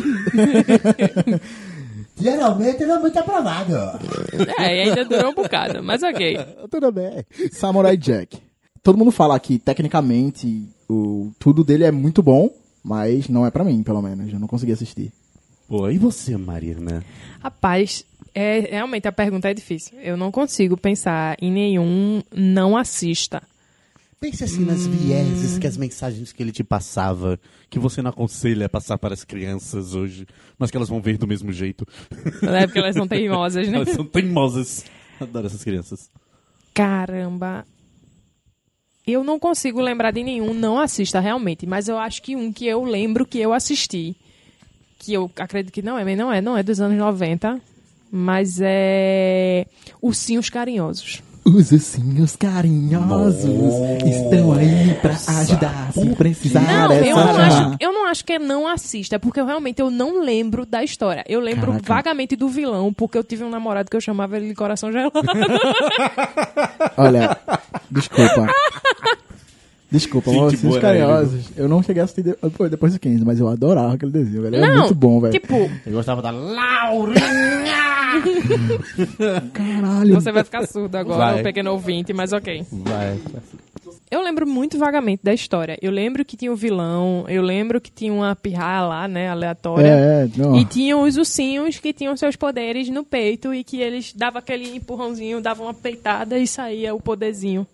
Speaker 7: Geralmente ele é muito aprovado.
Speaker 1: É, e ainda durou um bocado, mas ok.
Speaker 3: Tudo bem. Samurai Jack. Todo mundo fala que, tecnicamente, o, tudo dele é muito bom, mas não é pra mim, pelo menos. Eu não consegui assistir.
Speaker 2: Pô, e você, Marina?
Speaker 1: Rapaz, É, realmente, a pergunta é difícil. Eu não consigo pensar em nenhum não assista.
Speaker 2: Pense assim nas vieses que as mensagens que ele te passava, que você não aconselha a passar para as crianças hoje, mas que elas vão ver do mesmo jeito.
Speaker 1: Né? Porque elas são teimosas, né?
Speaker 2: Elas são teimosas. Adoro essas crianças.
Speaker 1: Caramba. Eu não consigo lembrar de nenhum, não assista realmente, mas eu acho que um que eu lembro que eu assisti, que eu acredito que não é, mas não é, não é dos anos 90, mas é Ursinhos Carinhosos.
Speaker 3: Os ursinhos carinhosos estão aí pra ajudar se precisar.
Speaker 1: Não, eu
Speaker 3: essa
Speaker 1: não,
Speaker 3: já.
Speaker 1: acho, eu não acho que é não assista, porque eu realmente eu não lembro da história. Eu lembro
Speaker 3: Caraca.
Speaker 1: vagamente do vilão, porque eu tive um namorado que eu chamava ele de coração gelado.
Speaker 3: Olha, desculpa. Desculpa,
Speaker 2: Gente
Speaker 3: mas os
Speaker 2: boa, né,
Speaker 3: carinhosos. Eu não cheguei a assistir de- pô, depois do 15, mas eu adorava aquele desenho, velho. Era
Speaker 1: não,
Speaker 3: É muito bom, velho.
Speaker 1: Tipo,
Speaker 8: Eu gostava da Laurinha!
Speaker 3: Caralho.
Speaker 1: você vai ficar surdo agora,
Speaker 2: Vai.
Speaker 1: o pequeno ouvinte, mas ok.
Speaker 2: Vai.
Speaker 1: Eu lembro muito vagamente da história. Eu lembro que tinha o vilão, eu lembro que tinha uma pirra lá, né, aleatória.
Speaker 3: É, é, não.
Speaker 1: E tinham os ursinhos que tinham seus poderes no peito e que eles davam aquele empurrãozinho, davam uma peitada e saía o poderzinho.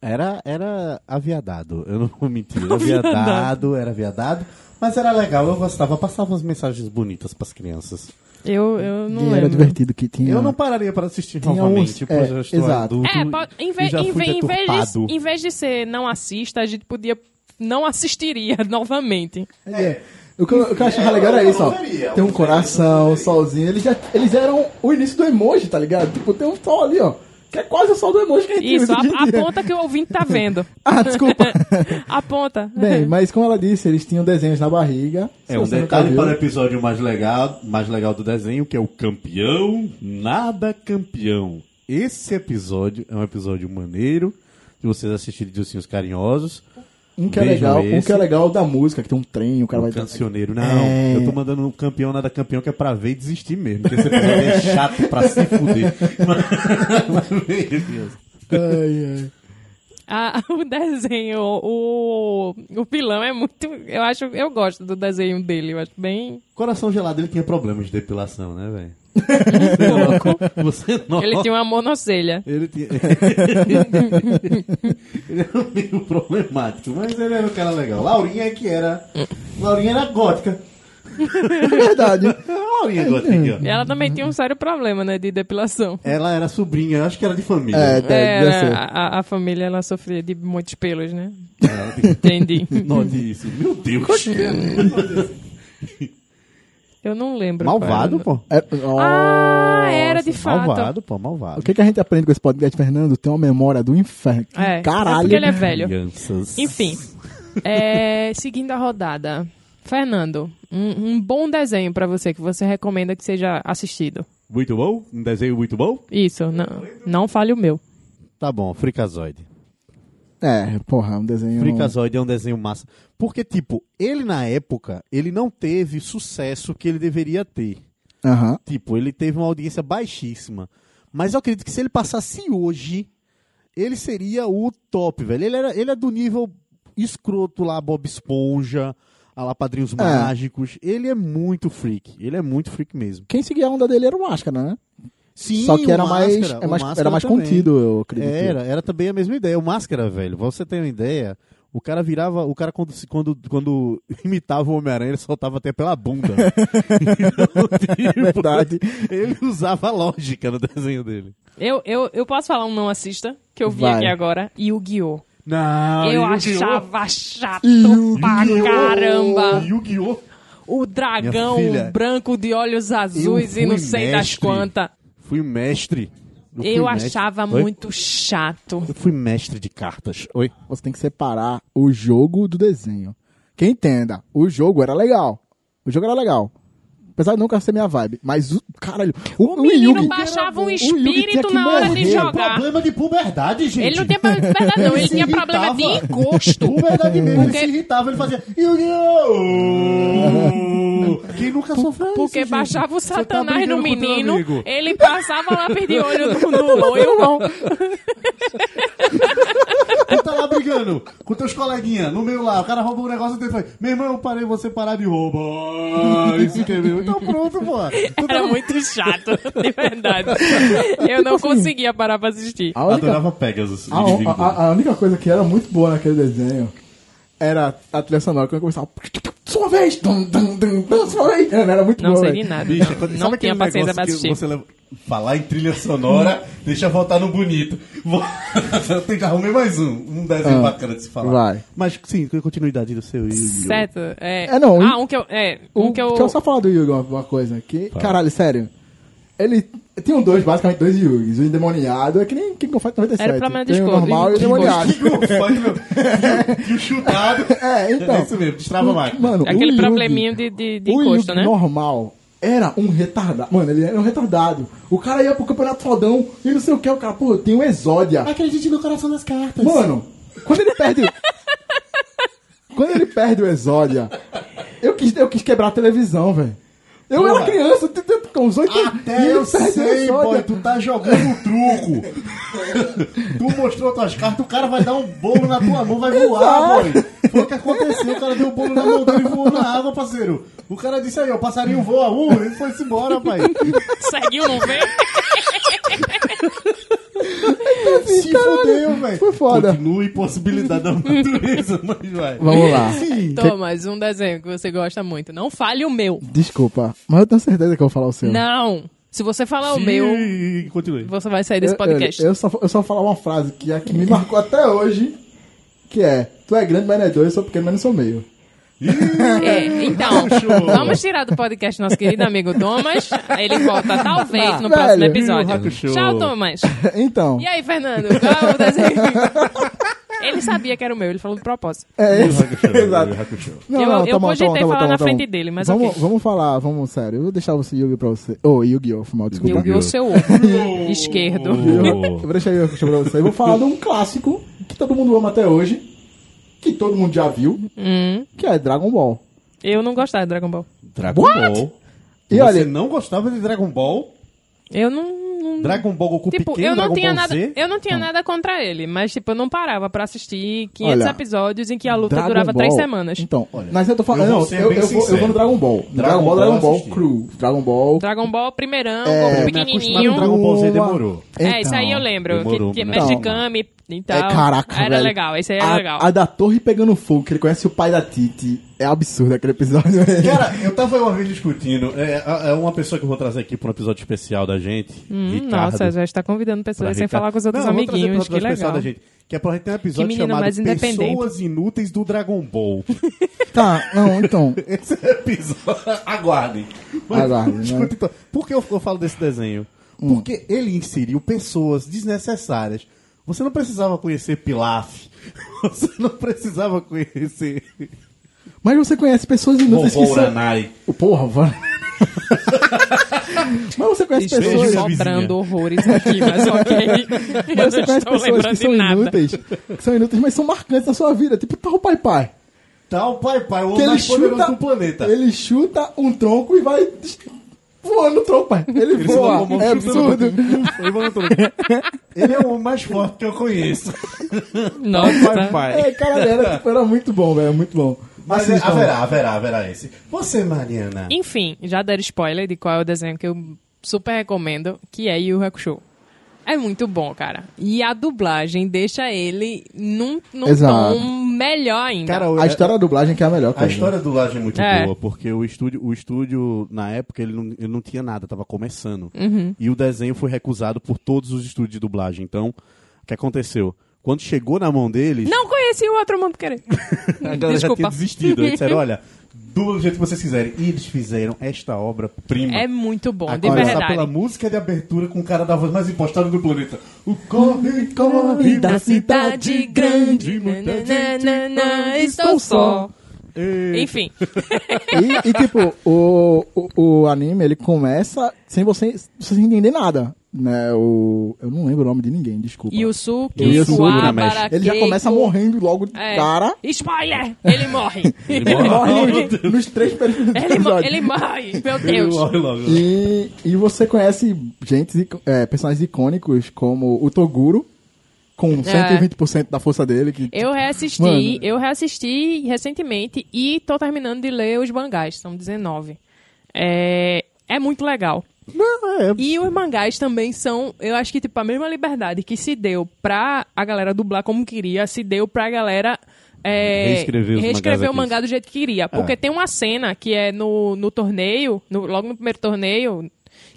Speaker 2: Era, era aviadado. Eu não vou mentir. Era
Speaker 1: Aviadado.
Speaker 2: aviadado, era aviadado. Mas era legal, eu gostava. Passava umas mensagens bonitas pras crianças.
Speaker 1: Eu, eu
Speaker 3: E
Speaker 1: não
Speaker 3: era
Speaker 1: lembro.
Speaker 3: divertido que tinha.
Speaker 2: Eu não pararia para assistir
Speaker 3: Tinha
Speaker 2: novamente,
Speaker 3: uns-
Speaker 2: pois
Speaker 3: é,
Speaker 2: eu estou
Speaker 3: exato.
Speaker 2: adulto
Speaker 1: É, po- em,
Speaker 2: e
Speaker 1: vez,
Speaker 2: já
Speaker 1: em,
Speaker 2: fui
Speaker 1: ve- em vez
Speaker 2: deturpado.
Speaker 1: de, em vez de ser não assista, a gente podia não assistiria novamente.
Speaker 3: É. O que, eu- o que eu achava legal era isso, ó. Tem um coração, solzinho. Eles, já, eles eram o início do emoji, tá ligado? Tipo, tem um sol ali, ó. Que é quase o sol do emoji que a gente
Speaker 1: Isso,
Speaker 3: usa hoje em
Speaker 1: a, a
Speaker 3: dia.
Speaker 1: ponta que o ouvinte tá vendo.
Speaker 3: Ah, desculpa.
Speaker 1: Aponta.
Speaker 3: Bem, mas como ela disse, eles tinham desenhos na barriga. Se
Speaker 2: É um
Speaker 3: você nunca
Speaker 2: detalhe
Speaker 3: viu.
Speaker 2: para o episódio mais legal, mais legal do desenho, que é o campeão, nada campeão. Esse episódio é um episódio maneiro, de vocês assistirem de Ursinhos Carinhosos.
Speaker 3: Um que é
Speaker 2: Vejam
Speaker 3: legal, um
Speaker 2: esse.
Speaker 3: que é legal da música, que tem um trem, o cara vai
Speaker 2: O cancioneiro, não, eu tô mandando um campeão, nada campeão, que é pra ver e desistir mesmo, porque esse episódio é chato pra se fuder. Mas, meu Deus.
Speaker 3: Ai, ai.
Speaker 1: Ah, o desenho, o, o vilão é muito. Eu acho, eu gosto do desenho dele, eu acho bem.
Speaker 2: Coração gelado, ele tinha problemas de depilação, né, velho? Você nota- Você não.
Speaker 1: é Ele tinha um- uma monocelha.
Speaker 2: Ele tinha. ele era um meio problemático, mas ele era um cara legal. Laurinha é que era. Laurinha era gótica.
Speaker 3: É verdade.
Speaker 2: Laurinha é gótica.
Speaker 1: E Ela também tinha um sério problema, né, de depilação.
Speaker 2: Ela era sobrinha, acho que era de família.
Speaker 3: É, deve, deve
Speaker 1: É,
Speaker 3: ser.
Speaker 1: a, a- a família ela sofria de muitos pelos, né?
Speaker 2: Ela tem-
Speaker 1: Entendi.
Speaker 2: Note isso. Meu Deus. um
Speaker 1: Eu não lembro. qual era
Speaker 2: malvado,
Speaker 1: o
Speaker 2: pô.
Speaker 3: É- ó.
Speaker 1: Ah, era de fato.
Speaker 2: Malvado, pô,
Speaker 3: O
Speaker 2: malvado.
Speaker 3: que, que a gente aprende com esse podcast, Fernando? Tem uma memória do inferno.
Speaker 1: É, é
Speaker 3: Caralho.
Speaker 1: porque ele é velho.
Speaker 2: Crianças.
Speaker 1: Enfim, é, seguindo a rodada. Fernando, um, um bom desenho pra você que você recomenda que seja assistido.
Speaker 2: Muito bom? Um desenho muito bom?
Speaker 1: Isso, não, não fale o meu.
Speaker 2: Tá bom, Fricazoide.
Speaker 3: É, porra, um desenho.
Speaker 2: Freakazoid é um desenho massa. Porque, tipo, ele na época, ele não teve sucesso que ele deveria ter.
Speaker 3: Aham.
Speaker 2: Tipo, ele teve uma audiência baixíssima. Mas eu acredito que se ele passasse hoje, ele seria o top, velho. Ele, era, ele é do nível escroto lá, Bob Esponja, a lá Padrinhos Mágicos. Ele é muito freak. Ele é muito freak mesmo.
Speaker 3: Quem seguia a onda dele era o Máscara, né?
Speaker 2: Sim,
Speaker 3: Só que
Speaker 2: o
Speaker 3: era mais,
Speaker 2: Máscara,
Speaker 3: é
Speaker 2: o
Speaker 3: mais-
Speaker 2: Máscara
Speaker 3: era mais
Speaker 2: também.
Speaker 3: contido, eu acredito.
Speaker 2: Era, era também a mesma ideia. O Máscara, velho, pra você ter uma ideia, o cara virava, o cara quando, se- quando, quando imitava o Homem-Aranha, ele soltava até pela bunda. então, tipo,
Speaker 3: Verdade.
Speaker 2: Ele usava a lógica no desenho dele.
Speaker 1: Eu, eu, eu posso falar um não assista, que eu vi
Speaker 3: Vai.
Speaker 1: aqui agora, Yu-Gi-Oh!
Speaker 2: Não,
Speaker 1: eu achava chato pra caramba!
Speaker 2: Yu-Gi-Oh!
Speaker 1: O dragão
Speaker 2: Minha filha,
Speaker 1: branco de olhos azuis
Speaker 2: eu
Speaker 1: e não
Speaker 2: fui
Speaker 1: sei das
Speaker 2: mestre.
Speaker 1: quantas.
Speaker 2: Fui mestre. fui
Speaker 1: Eu
Speaker 2: mestre.
Speaker 1: achava
Speaker 2: Oi?
Speaker 1: muito chato.
Speaker 2: Eu fui mestre de cartas. Oi?
Speaker 3: Você tem que separar o jogo do desenho. Quem entenda, o jogo era legal. O jogo era legal. Apesar de nunca ser minha vibe. Mas, o, caralho, o,
Speaker 1: O menino
Speaker 3: Yugi-
Speaker 1: baixava um
Speaker 3: o Yugi tinha
Speaker 1: espírito
Speaker 3: que
Speaker 1: na hora de
Speaker 3: morrer.
Speaker 1: jogar.
Speaker 8: Problema de puberdade, gente.
Speaker 1: Ele não tinha problema de verdade, não. Ele
Speaker 8: se
Speaker 1: tinha problema de
Speaker 8: irritava.
Speaker 1: encosto.
Speaker 8: Puberdade mesmo,
Speaker 1: Porque-
Speaker 8: ele se irritava, ele fazia Yu-Gi-Oh! Quem nunca sofreu
Speaker 3: assim,
Speaker 8: isso,
Speaker 1: Porque
Speaker 8: gente?
Speaker 1: baixava o
Speaker 2: Você tá
Speaker 1: satanás
Speaker 2: brigando
Speaker 1: no
Speaker 2: com teu
Speaker 1: menino,
Speaker 2: amigo.
Speaker 1: ele passava lá perto de olho no, no loiro.
Speaker 8: Tu tá lá brigando,
Speaker 2: brincando com teus coleguinhas no meio lá. O cara roubou um negócio e ele foi, meu irmão, eu parei você parar de roubar. E se inscreveu. Então pronto, pô. Tu tá-
Speaker 1: Era muito chato, de verdade. Eu não
Speaker 3: Tipo assim,
Speaker 1: conseguia parar pra assistir.
Speaker 3: A única,
Speaker 2: Adorava Pegasus.
Speaker 3: a,
Speaker 2: Indivíduo.
Speaker 3: a- a única coisa que era muito boa naquele desenho era a trilha sonora, quando começava. Sua vez! Dum, dum, dum, dum, sua vez! Era muito
Speaker 1: Não
Speaker 3: boa,
Speaker 1: sei
Speaker 3: velho.
Speaker 1: de nada.
Speaker 2: Bicho,
Speaker 1: não
Speaker 2: quando-
Speaker 1: não
Speaker 2: sabe aquele
Speaker 1: tinha paciência pra
Speaker 2: negócio que
Speaker 1: assistir.
Speaker 2: Você leva- Falar em trilha sonora, deixa eu voltar no bonito. Vou- Tem que arrumar mais um. Um desenho
Speaker 3: Ah,
Speaker 2: bacana de se falar.
Speaker 3: vai.
Speaker 2: Mas sim, com a continuidade do seu Yu-Gi-Oh!
Speaker 1: Certo. É,
Speaker 3: É, não,
Speaker 1: Ah,
Speaker 3: um-
Speaker 1: um que eu. É, um
Speaker 3: O,
Speaker 1: que eu.
Speaker 3: Deixa eu só falar do Yugi uma, uma coisa. Que, Caralho, sério. Ele. Tinham dois, basicamente, dois Yugis. O endemoniado é que nem King of Fight 97.
Speaker 1: Era pra minha
Speaker 3: Tem o
Speaker 1: Discord.
Speaker 3: normal e o
Speaker 1: King
Speaker 3: endemoniado.
Speaker 2: Que foi, meu? E o chutado.
Speaker 3: É, então.
Speaker 2: É isso mesmo, destrava mais.
Speaker 3: Mano,
Speaker 1: Aquele
Speaker 3: o
Speaker 1: probleminha de-
Speaker 3: Yugi,
Speaker 1: de- de
Speaker 3: o
Speaker 1: encosto,
Speaker 3: Yugi
Speaker 1: né?
Speaker 3: normal era um retardado. Mano, ele era um retardado. O cara ia pro campeonato fodão e não sei o que. O cara, pô, eu tenho exódia.
Speaker 8: Acredite no coração das cartas.
Speaker 3: Mano, quando ele perde. quando ele perde o Exódia, eu quis, eu quis quebrar a televisão, velho. Eu era
Speaker 8: Porra.
Speaker 3: criança, eu tinha- tinha com uns 8
Speaker 8: Até eu
Speaker 3: é
Speaker 8: sei, boy, tu tá jogando um truco. tu mostrou tuas cartas, o cara vai dar um bolo na tua mão, vai voar, boy. Foi o que aconteceu, o cara deu o bolo na mão dele e voou na água, parceiro. O cara disse aí, ó, passarinho voa, uh, ele foi-se embora, pai.
Speaker 1: Seguiu, não veio?
Speaker 8: Se fudeu, velho.
Speaker 3: Foi foda.
Speaker 2: Continua impossibilidade da natureza, mas vai.
Speaker 3: Vamos lá.
Speaker 1: Thomas, um desenho que você gosta muito. Não fale o meu.
Speaker 3: Desculpa, mas eu tenho certeza que eu vou falar o seu.
Speaker 1: Não. Se você falar o meu,
Speaker 2: E continue.
Speaker 1: você vai sair
Speaker 3: Eu-
Speaker 1: desse podcast.
Speaker 3: Eu, eu só, eu só vou falar uma frase que, é a que me marcou até hoje, que é Tu é grande, mas não é dois, eu sou pequeno, mas não sou meio.
Speaker 1: É, então, vamos tirar do podcast nosso querido amigo Thomas. Ele volta, talvez, no
Speaker 3: Ah, Velho,
Speaker 1: próximo
Speaker 2: Yu
Speaker 1: episódio.
Speaker 2: Hakusho.
Speaker 1: Tchau, Thomas.
Speaker 3: Então,
Speaker 1: E aí, Fernando? Qual é o desenho? Ele sabia que era o meu, ele falou de propósito.
Speaker 3: é isso. Exato.
Speaker 2: Exato.
Speaker 3: Não,
Speaker 1: Eu-
Speaker 3: não,
Speaker 1: eu
Speaker 3: tá bom,
Speaker 1: cogitei
Speaker 3: tá bom, tá bom,
Speaker 1: falar
Speaker 3: tá bom,
Speaker 1: na
Speaker 3: tá
Speaker 1: frente
Speaker 3: bom.
Speaker 1: dele, mas
Speaker 3: vamos,
Speaker 1: ok.
Speaker 3: Vamos falar, vamos, sério. Eu vou deixar você Yugi pra você. Ô, oh, Yu-Gi-Oh! Foi mal,
Speaker 1: Eu
Speaker 3: desculpa.
Speaker 1: vi o seu ovo esquerdo.
Speaker 3: Eu vou deixar eu pra você. Eu vou falar de um clássico que todo mundo ama até hoje, que todo mundo já viu,
Speaker 1: Hum,
Speaker 3: que é Dragon Ball.
Speaker 1: eu não gostava de Dragon Ball.
Speaker 2: Dragon Ball.
Speaker 3: E
Speaker 2: Você
Speaker 3: olha-
Speaker 2: não gostava de Dragon Ball?
Speaker 1: Eu não. não-
Speaker 2: Dragon Ball Goku
Speaker 1: Tipo,
Speaker 2: pequeno,
Speaker 1: eu não
Speaker 2: Dragon
Speaker 1: tinha
Speaker 2: Ball
Speaker 1: nada,
Speaker 2: Z? Ah.
Speaker 1: eu não tinha nada contra ele, mas tipo, eu não parava pra assistir 500
Speaker 3: Olha,
Speaker 1: episódios em que a luta
Speaker 3: Dragon
Speaker 1: durava
Speaker 3: Ball-
Speaker 1: três semanas.
Speaker 3: Então, olha. Mas eu tô falando.
Speaker 2: eu vou
Speaker 3: não,
Speaker 2: ser
Speaker 3: eu,
Speaker 2: bem
Speaker 3: eu vou, eu
Speaker 2: sincero.
Speaker 3: vou no Dragon Ball.
Speaker 2: Dragon
Speaker 3: Dragon Ball,
Speaker 2: Ball eu
Speaker 3: Dragon Ball
Speaker 2: assisti.
Speaker 3: Cru. Dragon Ball. Então,
Speaker 1: Dragon Ball primeirão,
Speaker 3: É,
Speaker 1: Goku
Speaker 2: me acostumei com
Speaker 1: pequenininho.
Speaker 2: Dragon Ball Z
Speaker 3: Boa.
Speaker 2: demorou.
Speaker 1: É, isso aí eu
Speaker 3: Então.
Speaker 1: lembro.
Speaker 2: Demorou,
Speaker 1: que que
Speaker 2: né?
Speaker 1: mestre
Speaker 3: Então.
Speaker 1: Kami e
Speaker 3: É,
Speaker 1: tal.
Speaker 3: caraca,
Speaker 1: Era
Speaker 3: velho.
Speaker 1: legal, isso aí era
Speaker 3: a,
Speaker 1: legal.
Speaker 3: A da torre pegando fogo, que ele conhece o pai da Titi. É absurdo aquele episódio.
Speaker 2: Cara, eu tava uma vez discutindo. É, é uma pessoa que eu vou trazer aqui pra um episódio especial da gente.
Speaker 1: Hum,
Speaker 2: Ricardo.
Speaker 1: nossa, já está convidando
Speaker 2: Pra
Speaker 1: pessoas sem
Speaker 2: Ricardo.
Speaker 1: falar com os outros
Speaker 2: Não, eu vou trazer
Speaker 1: amiguinhos,
Speaker 2: pra um
Speaker 1: que
Speaker 2: episódio especial
Speaker 1: legal.
Speaker 2: Da gente, que é pra gente ter um episódio
Speaker 1: menino
Speaker 2: chamado
Speaker 1: mais independente.
Speaker 2: Pessoas Inúteis do Dragon Ball.
Speaker 3: tá, não, então.
Speaker 2: Esse é episódio. Aguardem.
Speaker 3: Aguardem, né? Hum.
Speaker 2: escuta, então, por que eu, eu falo desse desenho? Porque ele inseriu pessoas desnecessárias. Você não precisava conhecer Pilaf. Você não precisava conhecer
Speaker 3: Mas você conhece pessoas inúteis que são...
Speaker 2: Ranai.
Speaker 3: Porra, mano. Mas você conhece
Speaker 1: Estou
Speaker 2: Beijo,
Speaker 3: pessoas...
Speaker 2: minha vizinha.
Speaker 1: sobrando horrores aqui, mas ok.
Speaker 3: Mas
Speaker 1: Eu
Speaker 3: você
Speaker 1: não
Speaker 3: conhece
Speaker 1: estou
Speaker 3: pessoas que
Speaker 1: lembrando de
Speaker 3: são
Speaker 1: nada.
Speaker 3: inúteis, que são inúteis, mas são marcantes na sua vida. Tipo, tá o pai pai.
Speaker 2: Tá o pai pai, o homem
Speaker 3: Que ele
Speaker 2: mais poderoso
Speaker 3: chuta,
Speaker 2: do um planeta.
Speaker 3: ele chuta um tronco e vai des- voando o tronco, pai. Ele,
Speaker 2: Ele se
Speaker 1: um
Speaker 3: voa.
Speaker 2: dá uma
Speaker 3: É
Speaker 2: mão chutando.
Speaker 3: absurdo.
Speaker 2: Ele botou tudo. Ele é o homem mais forte que eu conheço.
Speaker 1: Nossa.
Speaker 3: É, cara, era, tipo, era muito bom, velho. Muito bom. então,
Speaker 2: Mas
Speaker 8: é,
Speaker 2: então-
Speaker 3: Assistam.
Speaker 2: haverá, haverá, haverá esse. Você, Mariana.
Speaker 1: Enfim, já deram spoiler de qual é o desenho que eu super recomendo, que é Yu Yu Hakusho. É muito bom, cara. E a dublagem deixa ele num, num
Speaker 3: Exato.
Speaker 1: tom melhor ainda.
Speaker 2: Cara, eu-
Speaker 3: A história da dublagem que é a melhor,
Speaker 2: A
Speaker 3: cara.
Speaker 2: história do Laje é muito
Speaker 1: É.
Speaker 2: boa, porque o estúdio, o estúdio, na época, ele não, ele não tinha nada, tava começando.
Speaker 1: Uhum.
Speaker 2: E o desenho foi recusado por todos os estúdios de dublagem. Então, o que aconteceu? Quando chegou na mão deles,
Speaker 1: Não conheci o outro mundo querer.
Speaker 2: a galera já tinha
Speaker 1: Desculpa.
Speaker 2: desistido. Eles disseram, olha, dubla do jeito que vocês quiserem. E eles fizeram esta obra-prima.
Speaker 1: É muito bom,
Speaker 2: a
Speaker 1: de
Speaker 2: começar
Speaker 1: verdade.
Speaker 2: pela música de abertura com o cara da voz mais impostada do planeta. O corre, corre da cidade grande, muita gente
Speaker 1: Nananana,
Speaker 2: estou só.
Speaker 1: Enfim,
Speaker 3: E, e, tipo, o, o, o anime, ele começa sem você, sem entender nada. Né? O, eu não lembro o nome de ninguém, desculpa.
Speaker 1: Yusuke,
Speaker 2: Yusuke
Speaker 1: Suabara,
Speaker 3: Ele já começa
Speaker 1: Keiko.
Speaker 3: morrendo logo de
Speaker 1: É.
Speaker 3: cara.
Speaker 1: Spoiler! Ele morre. ele,
Speaker 3: Ele
Speaker 1: morre.
Speaker 3: morre nos- nos três primeiros
Speaker 1: Ele, mo-
Speaker 3: episódios.
Speaker 1: ele morre, meu
Speaker 2: Ele
Speaker 1: Deus.
Speaker 2: morre logo.
Speaker 3: E, e você conhece gente, ico- é, personagens icônicos como o Toguro, com 120% da força dele. Que,
Speaker 1: Eu reassisti,
Speaker 3: Mano.
Speaker 1: eu reassisti recentemente e tô terminando de ler os mangás, são 19. É, é muito legal.
Speaker 2: Não, é.
Speaker 1: E os mangás também são, eu acho que tipo a mesma liberdade que se deu pra a galera dublar como queria, se deu pra galera é,
Speaker 2: Reescrever os
Speaker 1: reescrever
Speaker 2: mangás É.
Speaker 1: o mangá do jeito que queria. Porque tem uma cena que é no, no torneio, no- logo no primeiro torneio,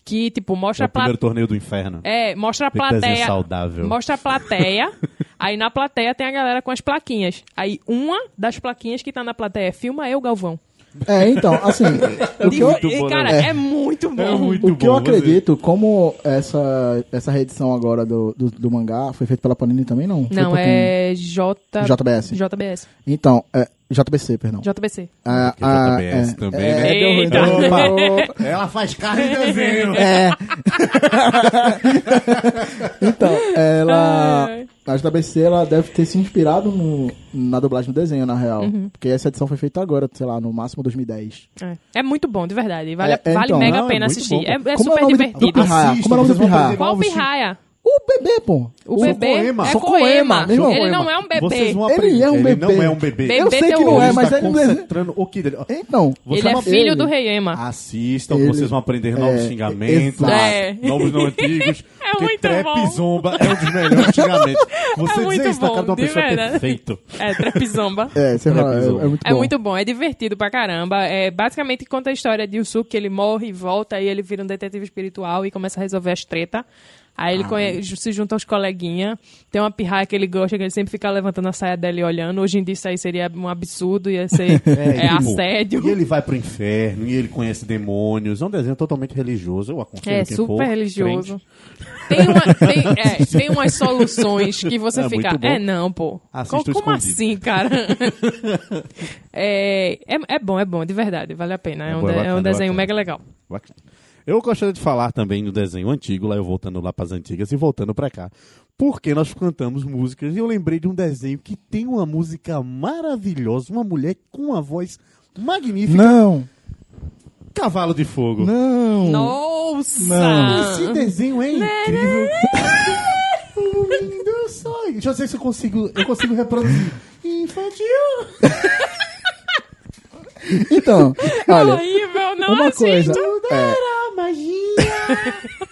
Speaker 1: que tipo
Speaker 2: É
Speaker 1: mostra
Speaker 2: o
Speaker 1: a pla-
Speaker 2: primeiro torneio do inferno.
Speaker 1: é, mostra a
Speaker 2: Tem que desenho
Speaker 1: plateia.
Speaker 2: saudável.
Speaker 1: Mostra a plateia. aí na plateia tem a galera com as plaquinhas. Aí uma das plaquinhas que tá na plateia é filma eu, Galvão.
Speaker 3: É, então, assim, o que eu,
Speaker 1: E,
Speaker 2: bom, né?
Speaker 1: cara, é. muito bom.
Speaker 2: É muito
Speaker 3: o que eu
Speaker 2: bom, mas
Speaker 3: acredito, como essa, essa reedição agora do, do, do mangá foi feita pela Panini também, não? Foi
Speaker 1: Não,
Speaker 3: por quem?
Speaker 1: é J...
Speaker 3: JBS.
Speaker 1: JBS.
Speaker 3: Então, é, JBC, perdão.
Speaker 1: JBC.
Speaker 3: Ah,
Speaker 2: Porque
Speaker 3: ah,
Speaker 2: JBS
Speaker 3: é,
Speaker 2: também,
Speaker 3: é,
Speaker 2: né?
Speaker 3: deu ruim,
Speaker 1: Eita.
Speaker 3: deu ruim.
Speaker 8: Ela faz carne de desenho.
Speaker 3: É. então, ela. A JBC ela deve ter se inspirado no- na dublagem do desenho, na real.
Speaker 1: Uhum.
Speaker 3: Porque essa edição foi feita agora, sei lá, no máximo 2010.
Speaker 1: É. É muito bom, de verdade. Vale,
Speaker 3: É, é,
Speaker 1: vale
Speaker 3: então,
Speaker 1: mega
Speaker 2: não,
Speaker 1: a
Speaker 2: é
Speaker 1: pena
Speaker 2: muito
Speaker 1: assistir.
Speaker 2: bom.
Speaker 1: É, é
Speaker 3: Como é o
Speaker 1: super
Speaker 3: nome do-
Speaker 1: divertido.
Speaker 3: do pirraia?
Speaker 8: Assistam,
Speaker 3: Como é o nome do
Speaker 8: vocês vão
Speaker 3: pirraia?
Speaker 8: perder.
Speaker 1: Qual
Speaker 8: Novos
Speaker 1: pirraia?
Speaker 3: O bebê, pô!
Speaker 1: O bebê
Speaker 8: Coema.
Speaker 1: é
Speaker 3: Só
Speaker 1: Coema.
Speaker 3: Coema, meu irmão.
Speaker 1: Ele
Speaker 3: Coema.
Speaker 1: não é um bebê.
Speaker 2: Vocês vão
Speaker 3: Ele
Speaker 2: aprender.
Speaker 3: é um bebê.
Speaker 2: não é um bebê. tá
Speaker 1: Bebê
Speaker 3: Eu sei que
Speaker 1: tem
Speaker 3: não
Speaker 1: um
Speaker 3: é,
Speaker 1: olho,
Speaker 3: mas
Speaker 2: está
Speaker 3: ele mesmo.
Speaker 2: concentrando o que dele.
Speaker 3: Então,
Speaker 2: Você
Speaker 1: Ele é
Speaker 2: vai-
Speaker 1: filho
Speaker 3: ele.
Speaker 1: do Rei Ema.
Speaker 2: Assistam,
Speaker 3: Ele-
Speaker 2: vocês vão aprender novos
Speaker 3: É,
Speaker 2: xingamentos,
Speaker 3: exato.
Speaker 1: É.
Speaker 2: novos não antigos.
Speaker 1: É
Speaker 2: porque
Speaker 1: muito
Speaker 2: trap
Speaker 1: bom. É
Speaker 2: zomba é um dos melhores xingamentos. Você
Speaker 1: muito
Speaker 2: dizer isso na
Speaker 1: bom,
Speaker 2: cara de uma
Speaker 1: de
Speaker 2: pessoa é
Speaker 1: verdade.
Speaker 2: perfeito.
Speaker 1: É, Trapizomba.
Speaker 3: É, você fala, é,
Speaker 2: Televisão.
Speaker 3: é muito bom.
Speaker 1: É muito bom, é divertido pra caramba. É, basicamente conta a história de Yusuke, que ele morre e volta, e ele vira um detetive espiritual e começa a resolver as tretas. Aí
Speaker 2: Ah.
Speaker 1: ele conhe- se junta aos coleguinha, tem uma pirraia que ele gosta, que ele sempre fica levantando a saia dela e olhando. Hoje em dia isso aí seria um absurdo, ia ser é,
Speaker 2: tipo,
Speaker 1: assédio.
Speaker 2: E ele vai pro inferno, e ele conhece demônios. É um desenho totalmente religioso, eu aconselho
Speaker 1: É,
Speaker 2: quem
Speaker 1: super
Speaker 2: for,
Speaker 1: religioso.
Speaker 2: crente.
Speaker 1: Tem, uma- tem- é, tem umas soluções que você
Speaker 2: É,
Speaker 1: fica.
Speaker 2: muito bom.
Speaker 1: É, não, pô.
Speaker 2: Assista
Speaker 1: Co- como
Speaker 2: escondido.
Speaker 1: assim, cara? é, é, é bom, é bom, de verdade, vale a pena. É,
Speaker 2: É
Speaker 1: um,
Speaker 2: bom, é
Speaker 1: de- é um
Speaker 2: bacana,
Speaker 1: desenho
Speaker 2: bacana.
Speaker 1: mega legal.
Speaker 2: Bacana. Eu gostaria de falar também do desenho antigo, lá eu voltando lá pras antigas e voltando pra cá. Porque nós cantamos músicas e eu lembrei de um desenho que tem uma música maravilhosa, uma mulher com uma voz magnífica,
Speaker 3: Não,
Speaker 2: Cavalo de Fogo.
Speaker 3: não.
Speaker 1: Nossa!
Speaker 2: Esse desenho é incrível. Um
Speaker 8: Lindo sonho. Deixa eu ver se eu consigo, eu consigo reproduzir. Infantil.
Speaker 3: Então, olha,
Speaker 1: É Horrível, não
Speaker 3: uma
Speaker 1: assisto.
Speaker 3: coisa. é,
Speaker 8: Era magia.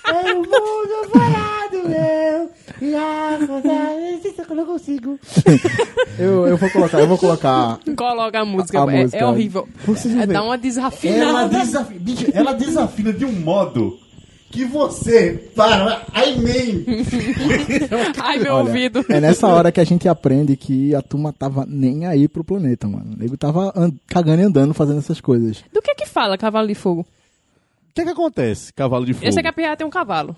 Speaker 8: Era o mundo parado meu. E a fantasia que eu não consigo.
Speaker 3: eu, eu vou colocar, eu vou colocar.
Speaker 1: Coloca a música,
Speaker 3: A
Speaker 1: é, é
Speaker 3: música.
Speaker 1: horrível.
Speaker 8: Vocês vão
Speaker 1: É,
Speaker 8: ver.
Speaker 1: dá uma
Speaker 8: Ela,
Speaker 1: desafinada.
Speaker 8: desafi... bicho, ela desafina de um modo que você para. Ai, nem.
Speaker 1: Ai, meu
Speaker 3: Olha,
Speaker 1: ouvido.
Speaker 3: É nessa hora que a gente aprende que a turma tava nem aí pro planeta, mano. O nego tava an- cagando e andando fazendo essas coisas.
Speaker 1: Do que é que fala Cavalo de Fogo?
Speaker 2: O que é que acontece, Cavalo de Fogo?
Speaker 1: Eu sei que a pirraia tem um cavalo.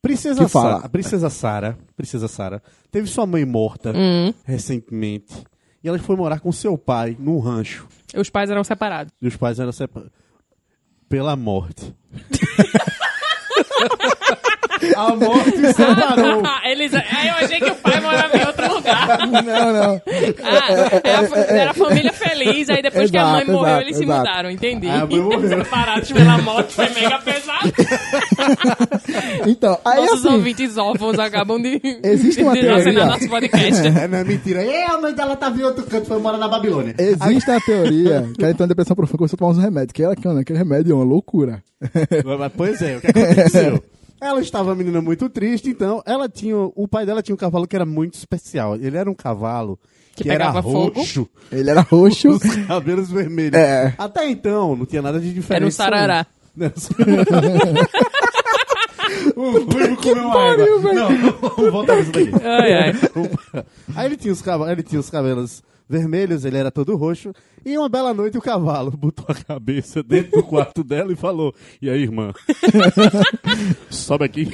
Speaker 2: Princesa
Speaker 3: Que fala.
Speaker 2: Sara, a Princesa Sara, Princesa Sara, teve sua mãe morta
Speaker 1: Hum.
Speaker 2: recentemente. E ela foi morar com seu pai num rancho.
Speaker 1: Os pais eram separados.
Speaker 2: E os pais eram separados pela morte. a morte separou.
Speaker 1: Eles, aí eu achei que o pai morava em outro lugar.
Speaker 3: Não, não.
Speaker 1: Ah, era, fa- era a família feliz, aí depois que a mãe
Speaker 3: Exato,
Speaker 1: morreu,
Speaker 3: exato,
Speaker 1: eles se
Speaker 3: exato.
Speaker 1: mudaram, entendi.
Speaker 2: Ah, a mãe morreu.
Speaker 1: Separados pela morte, tipo, foi mega pesado.
Speaker 3: Então, aí
Speaker 1: Nossos
Speaker 3: assim,
Speaker 1: ouvintes órfãos acabam de,
Speaker 3: Existe uma
Speaker 1: de assinar
Speaker 3: teoria.
Speaker 1: nosso podcast.
Speaker 8: É, não é mentira. É, a mãe dela tava em outro canto, foi morar na Babilônia.
Speaker 3: existe a teoria que ela entrou em depressão profunda começou a tomar uns remédios. Que ela, que, mano, aquele remédio é uma loucura.
Speaker 2: Mas, Pois é, o que aconteceu? Ela estava uma menina muito triste, então ela tinha. O pai dela tinha um cavalo que era muito especial. Ele era um cavalo
Speaker 1: Que
Speaker 2: que, era
Speaker 1: pegava fogo?
Speaker 2: roxo.
Speaker 3: Ele era roxo.
Speaker 2: os cabelos vermelhos.
Speaker 3: É.
Speaker 2: Até então, não tinha nada de diferente.
Speaker 1: Era um sarará.
Speaker 2: Não, era um sarará. O ruivo comeu água. Não, vamos voltar pra isso daqui.
Speaker 1: Ai, ai.
Speaker 2: Opa. Aí ele tinha, os cava- ele tinha os cabelos vermelhos, ele era todo roxo. E uma bela noite o cavalo botou a cabeça dentro do quarto dela e falou: E aí, irmã? Sobe aqui.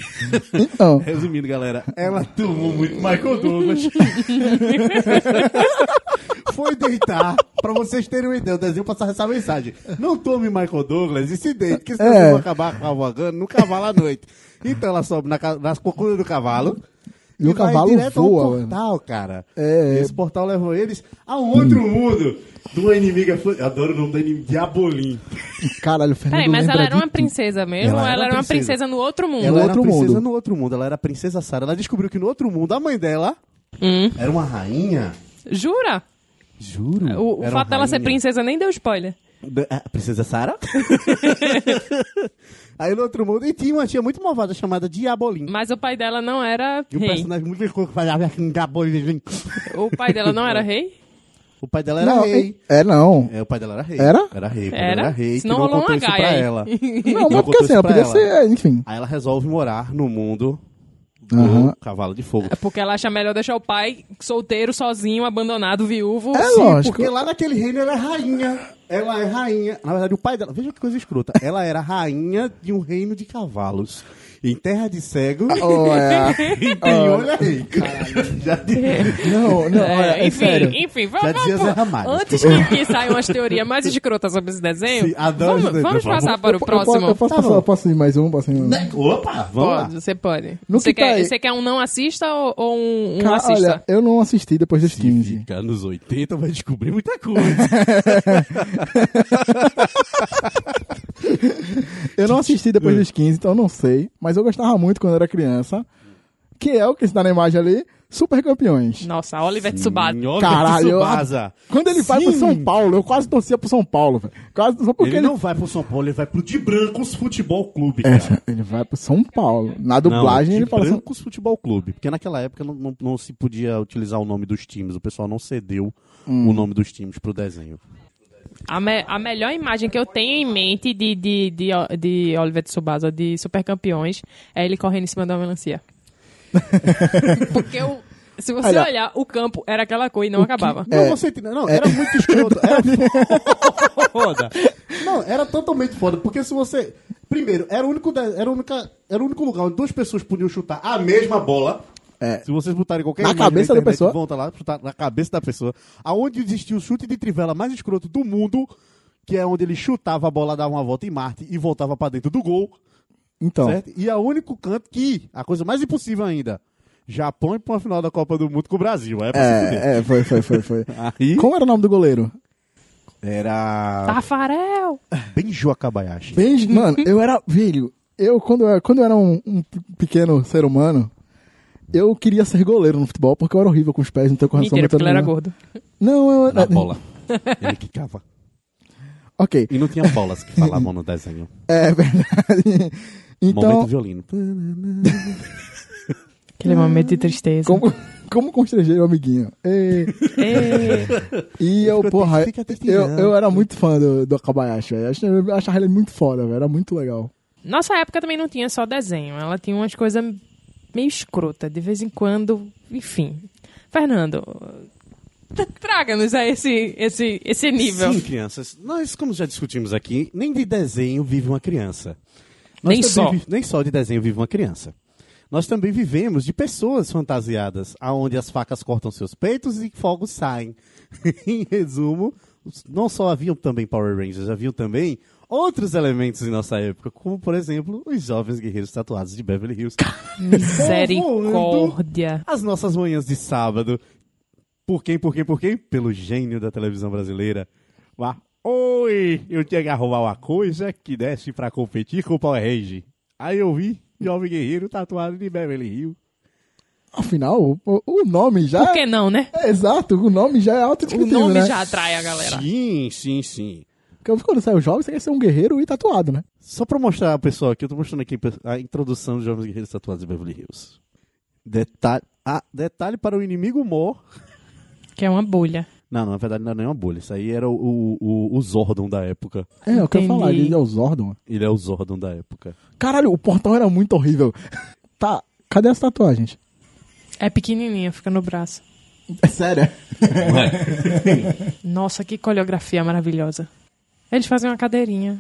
Speaker 3: Então,
Speaker 2: Resumindo, galera, ela tomou muito Michael Douglas.
Speaker 8: Foi deitar. Pra vocês terem uma ideia, o desenho passava essa mensagem.
Speaker 2: Não tome Michael Douglas e se deite, que senão
Speaker 3: É.
Speaker 2: vocês vão acabar cavalgando no cavalo à noite. Então ela sobe na, ca- nas cocuras do cavalo.
Speaker 3: E o
Speaker 2: vai
Speaker 3: cavalo
Speaker 2: direto
Speaker 3: voa,
Speaker 2: ao
Speaker 3: mano.
Speaker 2: portal, cara.
Speaker 3: É.
Speaker 2: E Esse portal levou eles a um outro
Speaker 4: Hum.
Speaker 2: mundo. De uma inimiga. flu- Eu adoro o nome da inimiga. Diabolim.
Speaker 3: caralho, Fernando.
Speaker 1: Peraí, mas
Speaker 3: lembra
Speaker 1: ela era
Speaker 3: de
Speaker 1: uma princesa mesmo?
Speaker 2: Ela
Speaker 1: Ela,
Speaker 2: era
Speaker 1: era uma
Speaker 2: princesa.
Speaker 1: princesa no outro mundo?
Speaker 2: Ela era
Speaker 3: outro
Speaker 2: princesa
Speaker 3: mundo.
Speaker 2: no outro mundo. Ela era a princesa Sara. Ela descobriu que no outro mundo a mãe dela
Speaker 1: Hum.
Speaker 4: Era uma rainha.
Speaker 1: Jura?
Speaker 3: Juro.
Speaker 1: O, o
Speaker 4: Era
Speaker 1: fato
Speaker 4: uma
Speaker 1: dela ser
Speaker 4: rainha.
Speaker 1: princesa nem deu spoiler.
Speaker 8: Da- ah, Princesa Sara? Aí no outro mundo. E tinha uma tia muito malvada chamada Diabolim.
Speaker 1: Mas o pai dela não era
Speaker 8: E um
Speaker 1: rei.
Speaker 8: personagem muito louco que falava assim, Diabolim.
Speaker 1: O pai dela não era rei?
Speaker 8: O pai dela era
Speaker 3: não,
Speaker 8: rei.
Speaker 3: É, não.
Speaker 8: É, o pai dela era rei.
Speaker 3: Era?
Speaker 8: Era rei. o pai dela
Speaker 1: Era?
Speaker 8: Era rei.
Speaker 1: Senão
Speaker 8: que
Speaker 1: rolou
Speaker 8: contou
Speaker 1: uma
Speaker 8: isso pra
Speaker 1: gaia aí.
Speaker 8: ela.
Speaker 3: Não,
Speaker 8: Não
Speaker 3: mas porque
Speaker 8: contou
Speaker 3: assim,
Speaker 8: isso
Speaker 3: ela
Speaker 8: pra
Speaker 3: podia
Speaker 8: ela.
Speaker 3: ser, enfim.
Speaker 8: Aí ela resolve morar no mundo do
Speaker 3: Aham.
Speaker 8: Cavalo de Fogo.
Speaker 1: É porque ela acha melhor deixar o pai solteiro, sozinho, abandonado, viúvo.
Speaker 3: É
Speaker 1: Sim.
Speaker 3: lógico.
Speaker 8: Porque lá naquele reino ela é rainha. Ela é rainha. Na verdade, o pai dela. Veja que coisa escrota. Ela era rainha de um reino de cavalos. Em terra de cego.
Speaker 3: Oh, é.
Speaker 8: E tem olho aí. Caralho. Já dizia,
Speaker 3: Não, não,
Speaker 1: É,
Speaker 3: olha, é
Speaker 1: enfim,
Speaker 3: sério.
Speaker 1: enfim,
Speaker 8: já
Speaker 1: vamos,
Speaker 8: dizia Zé
Speaker 1: vamos-
Speaker 8: Ramalho.
Speaker 1: Antes que, que saiam umas teorias mais escrotas sobre esse desenho,
Speaker 8: Sim, adoro
Speaker 1: vamos,
Speaker 8: esse desenho,
Speaker 1: vamos
Speaker 8: por favor.
Speaker 1: passar para o
Speaker 3: Eu posso-
Speaker 1: próximo.
Speaker 3: Eu posso,
Speaker 8: Tá
Speaker 3: passar,
Speaker 8: bom.
Speaker 3: eu posso ir mais um? Posso ir mais um?
Speaker 4: Opa!
Speaker 8: Vamos lá.
Speaker 1: Pode, você pode.
Speaker 3: No
Speaker 1: Você
Speaker 3: que tá
Speaker 1: quer,
Speaker 3: aí?
Speaker 1: você quer um não assista ou, ou um, um
Speaker 3: Cara,
Speaker 1: assista?
Speaker 3: Olha, eu não assisti depois dos
Speaker 8: Se
Speaker 3: 15.
Speaker 8: ficar nos 80, vai descobrir muita coisa.
Speaker 3: Eu não assisti depois dos 15, então eu não sei. Mas eu gostava muito quando era criança. Que é o que está na imagem ali, Super Campeões.
Speaker 1: Nossa, Oliver Tsubasa.
Speaker 8: Minhoca
Speaker 3: Caralho, eu-
Speaker 8: Tsubasa.
Speaker 3: Quando ele vai
Speaker 8: Sim.
Speaker 3: pro São Paulo, eu quase torcia pro São Paulo, velho. Quase só porque
Speaker 8: Ele,
Speaker 3: ele.
Speaker 8: não vai pro São Paulo, ele vai pro De Brancos Futebol Clube,
Speaker 3: É,
Speaker 8: cara.
Speaker 3: ele vai pro São Paulo. Na dublagem
Speaker 8: não,
Speaker 3: ele
Speaker 8: de
Speaker 3: fala assim.
Speaker 8: Brancos Futebol Clube. Porque naquela época não, não- não se podia utilizar o nome dos times. O pessoal não cedeu o nome dos times pro desenho.
Speaker 1: A, me- a melhor imagem que eu tenho em mente de, de, de, de Oliver Tsubasa, de Super Campeões, é ele correndo em cima da melancia. Porque o- se você
Speaker 3: Olha.
Speaker 1: olhar, o campo era aquela cor e não acabava.
Speaker 2: é
Speaker 8: Não, você entendeu? Não, era muito escroto. Era foda.
Speaker 4: Não, era totalmente foda, porque se você. Primeiro, era o único, de- era a única, era o único lugar onde duas pessoas podiam chutar a mesma bola.
Speaker 8: Se vocês botarem qualquer
Speaker 3: Na
Speaker 8: imagem
Speaker 3: cabeça da
Speaker 8: internet,
Speaker 3: pessoa?
Speaker 8: Vão tá lá, chutar na cabeça da pessoa. Aonde existia o chute de trivela mais escroto do mundo, que é onde ele chutava a bola, dava uma volta em Marte e voltava pra dentro do gol,
Speaker 3: Então.
Speaker 8: certo? E é o único canto que, a coisa mais impossível ainda, Japão e pra uma final da Copa do Mundo com o Brasil. Aí É, pra se fuder.
Speaker 3: É, é, foi, foi, foi, foi.
Speaker 8: Aí
Speaker 3: Como era o nome do goleiro?
Speaker 8: era
Speaker 1: Tafarel!
Speaker 8: Benjo Akabayashi.
Speaker 3: Benji, mano, eu era velho. Eu, quando eu, era- quando eu era um, um pequeno ser humano, eu queria ser goleiro no futebol, porque eu era horrível com os pés, não tenho correção
Speaker 1: Mentira, porque ele era
Speaker 3: nenhuma.
Speaker 1: gordo.
Speaker 3: Não, eu...
Speaker 8: Na bola. Ele quicava.
Speaker 3: Ok,
Speaker 8: E não tinha bolas que falavam no desenho.
Speaker 3: é verdade. Então,
Speaker 8: Momento violino.
Speaker 1: Aquele momento de tristeza.
Speaker 3: como, como constranger o amiguinho? E,
Speaker 1: É.
Speaker 3: e eu,
Speaker 8: Fica
Speaker 3: porra,
Speaker 8: triste, fica triste,
Speaker 3: eu,
Speaker 8: não.
Speaker 3: eu era muito fã do, do Akabayashi, velho. Eu achava- Eu achava ele muito foda, velho. Era muito legal.
Speaker 1: Nossa época também não tinha só desenho. Ela tinha umas coisas meio escrota, de vez em quando, enfim. Fernando, tra- traga-nos a esse, esse, esse nível.
Speaker 8: Sim, crianças. Nós, como já discutimos aqui, nem de desenho vive uma criança.
Speaker 1: Nem
Speaker 8: também
Speaker 1: só.
Speaker 8: vi- nem só de desenho vive uma criança. Nós também vivemos de pessoas fantasiadas, aonde as facas cortam seus peitos e fogos saem. em resumo, os- não só haviam também Power Rangers, haviam também outros elementos em nossa época, como, por exemplo, os jovens guerreiros tatuados de Beverly Hills.
Speaker 1: Misericórdia.
Speaker 8: As nossas manhãs de sábado. Por quem, por quem, por quem? Pelo gênio da televisão brasileira. Mas, oi, eu tinha que arrumar uma coisa que desse pra competir com o Power Range. Aí eu vi Jovem Guerreiro tatuado de Beverly Hills.
Speaker 3: Afinal, o, o nome já...
Speaker 1: Por que não, né?
Speaker 3: É, exato, o nome já é
Speaker 1: O
Speaker 3: autodescritivo,
Speaker 1: nome
Speaker 3: né?
Speaker 1: já atrai a galera.
Speaker 8: Sim, sim, sim.
Speaker 3: Porque quando sai o jogo, você quer ser um guerreiro e tatuado, né?
Speaker 8: Só pra mostrar, pessoal, aqui, eu tô mostrando aqui a introdução de Jovens Guerreiros tatuados de Beverly Hills. Detalhe, ah, detalhe para o inimigo mor.
Speaker 1: Que é uma bolha.
Speaker 8: Não, não, na verdade não era nenhuma bolha. Isso aí era o, o, o- o Zordon da época.
Speaker 3: É, eu quero
Speaker 1: Entendi.
Speaker 3: falar, ele é o Zordon.
Speaker 8: Ele é o Zordon da época.
Speaker 3: Caralho, o portal era muito horrível. Tá, cadê as tatuagens?
Speaker 1: É pequenininha, fica no braço.
Speaker 3: É sério?
Speaker 1: Nossa, que coreografia maravilhosa. Eles fazem uma cadeirinha.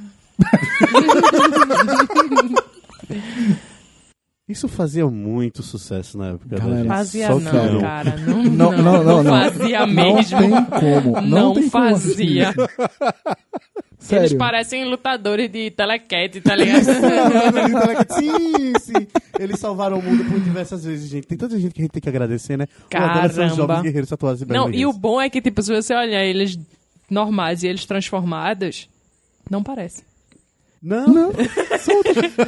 Speaker 8: Isso fazia muito sucesso na época da
Speaker 3: Galera,
Speaker 8: gente.
Speaker 1: Fazia
Speaker 8: Só que
Speaker 1: não,
Speaker 8: não.
Speaker 1: cara. Não,
Speaker 3: Não, não, não, não.
Speaker 1: fazia mesmo.
Speaker 3: Não tem como. Não,
Speaker 1: Não,
Speaker 3: tem como assistir.
Speaker 1: fazia.
Speaker 3: Sério.
Speaker 1: Eles parecem lutadores de telequete, tá ligado?
Speaker 8: tá sim, sim. Eles salvaram o mundo por diversas vezes, gente. Tem tanta gente que a gente tem que agradecer, né? Eu adoro esses
Speaker 1: Caramba.
Speaker 8: jovens guerreiros tatuados de
Speaker 1: não,
Speaker 8: Beverly
Speaker 1: e o
Speaker 8: Hills.
Speaker 1: bom é que, tipo, se você olhar eles normais e eles transformados, não parece.
Speaker 8: Não,
Speaker 3: Não.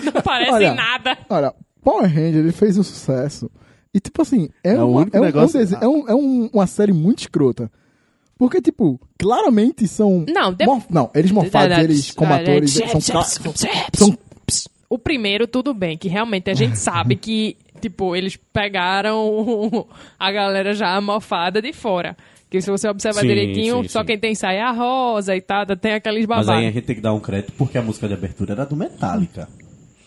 Speaker 1: Não parece
Speaker 3: Olha.
Speaker 1: nada.
Speaker 3: Olha, Power Ranger, ele fez um sucesso. E, tipo assim, é,
Speaker 2: É o
Speaker 3: uma,
Speaker 2: único
Speaker 3: é um- é um
Speaker 2: negócio-
Speaker 3: desenho- é um- é um- uma série muito escrota. Porque, tipo, claramente são.
Speaker 1: Não, de-
Speaker 3: morf- não eles morfados, eles como atores. São, ca- são-
Speaker 1: O primeiro, tudo bem, que realmente a gente sabe que, tipo, eles pegaram a galera já mofada de fora. Que se você observar
Speaker 2: Sim,
Speaker 1: direitinho,
Speaker 2: sim,
Speaker 1: só
Speaker 2: sim.
Speaker 1: quem tem saia rosa e tal, tem aqueles
Speaker 9: Mas
Speaker 1: babados.
Speaker 9: aí a gente tem que dar um crédito porque a música de abertura era do Metallica.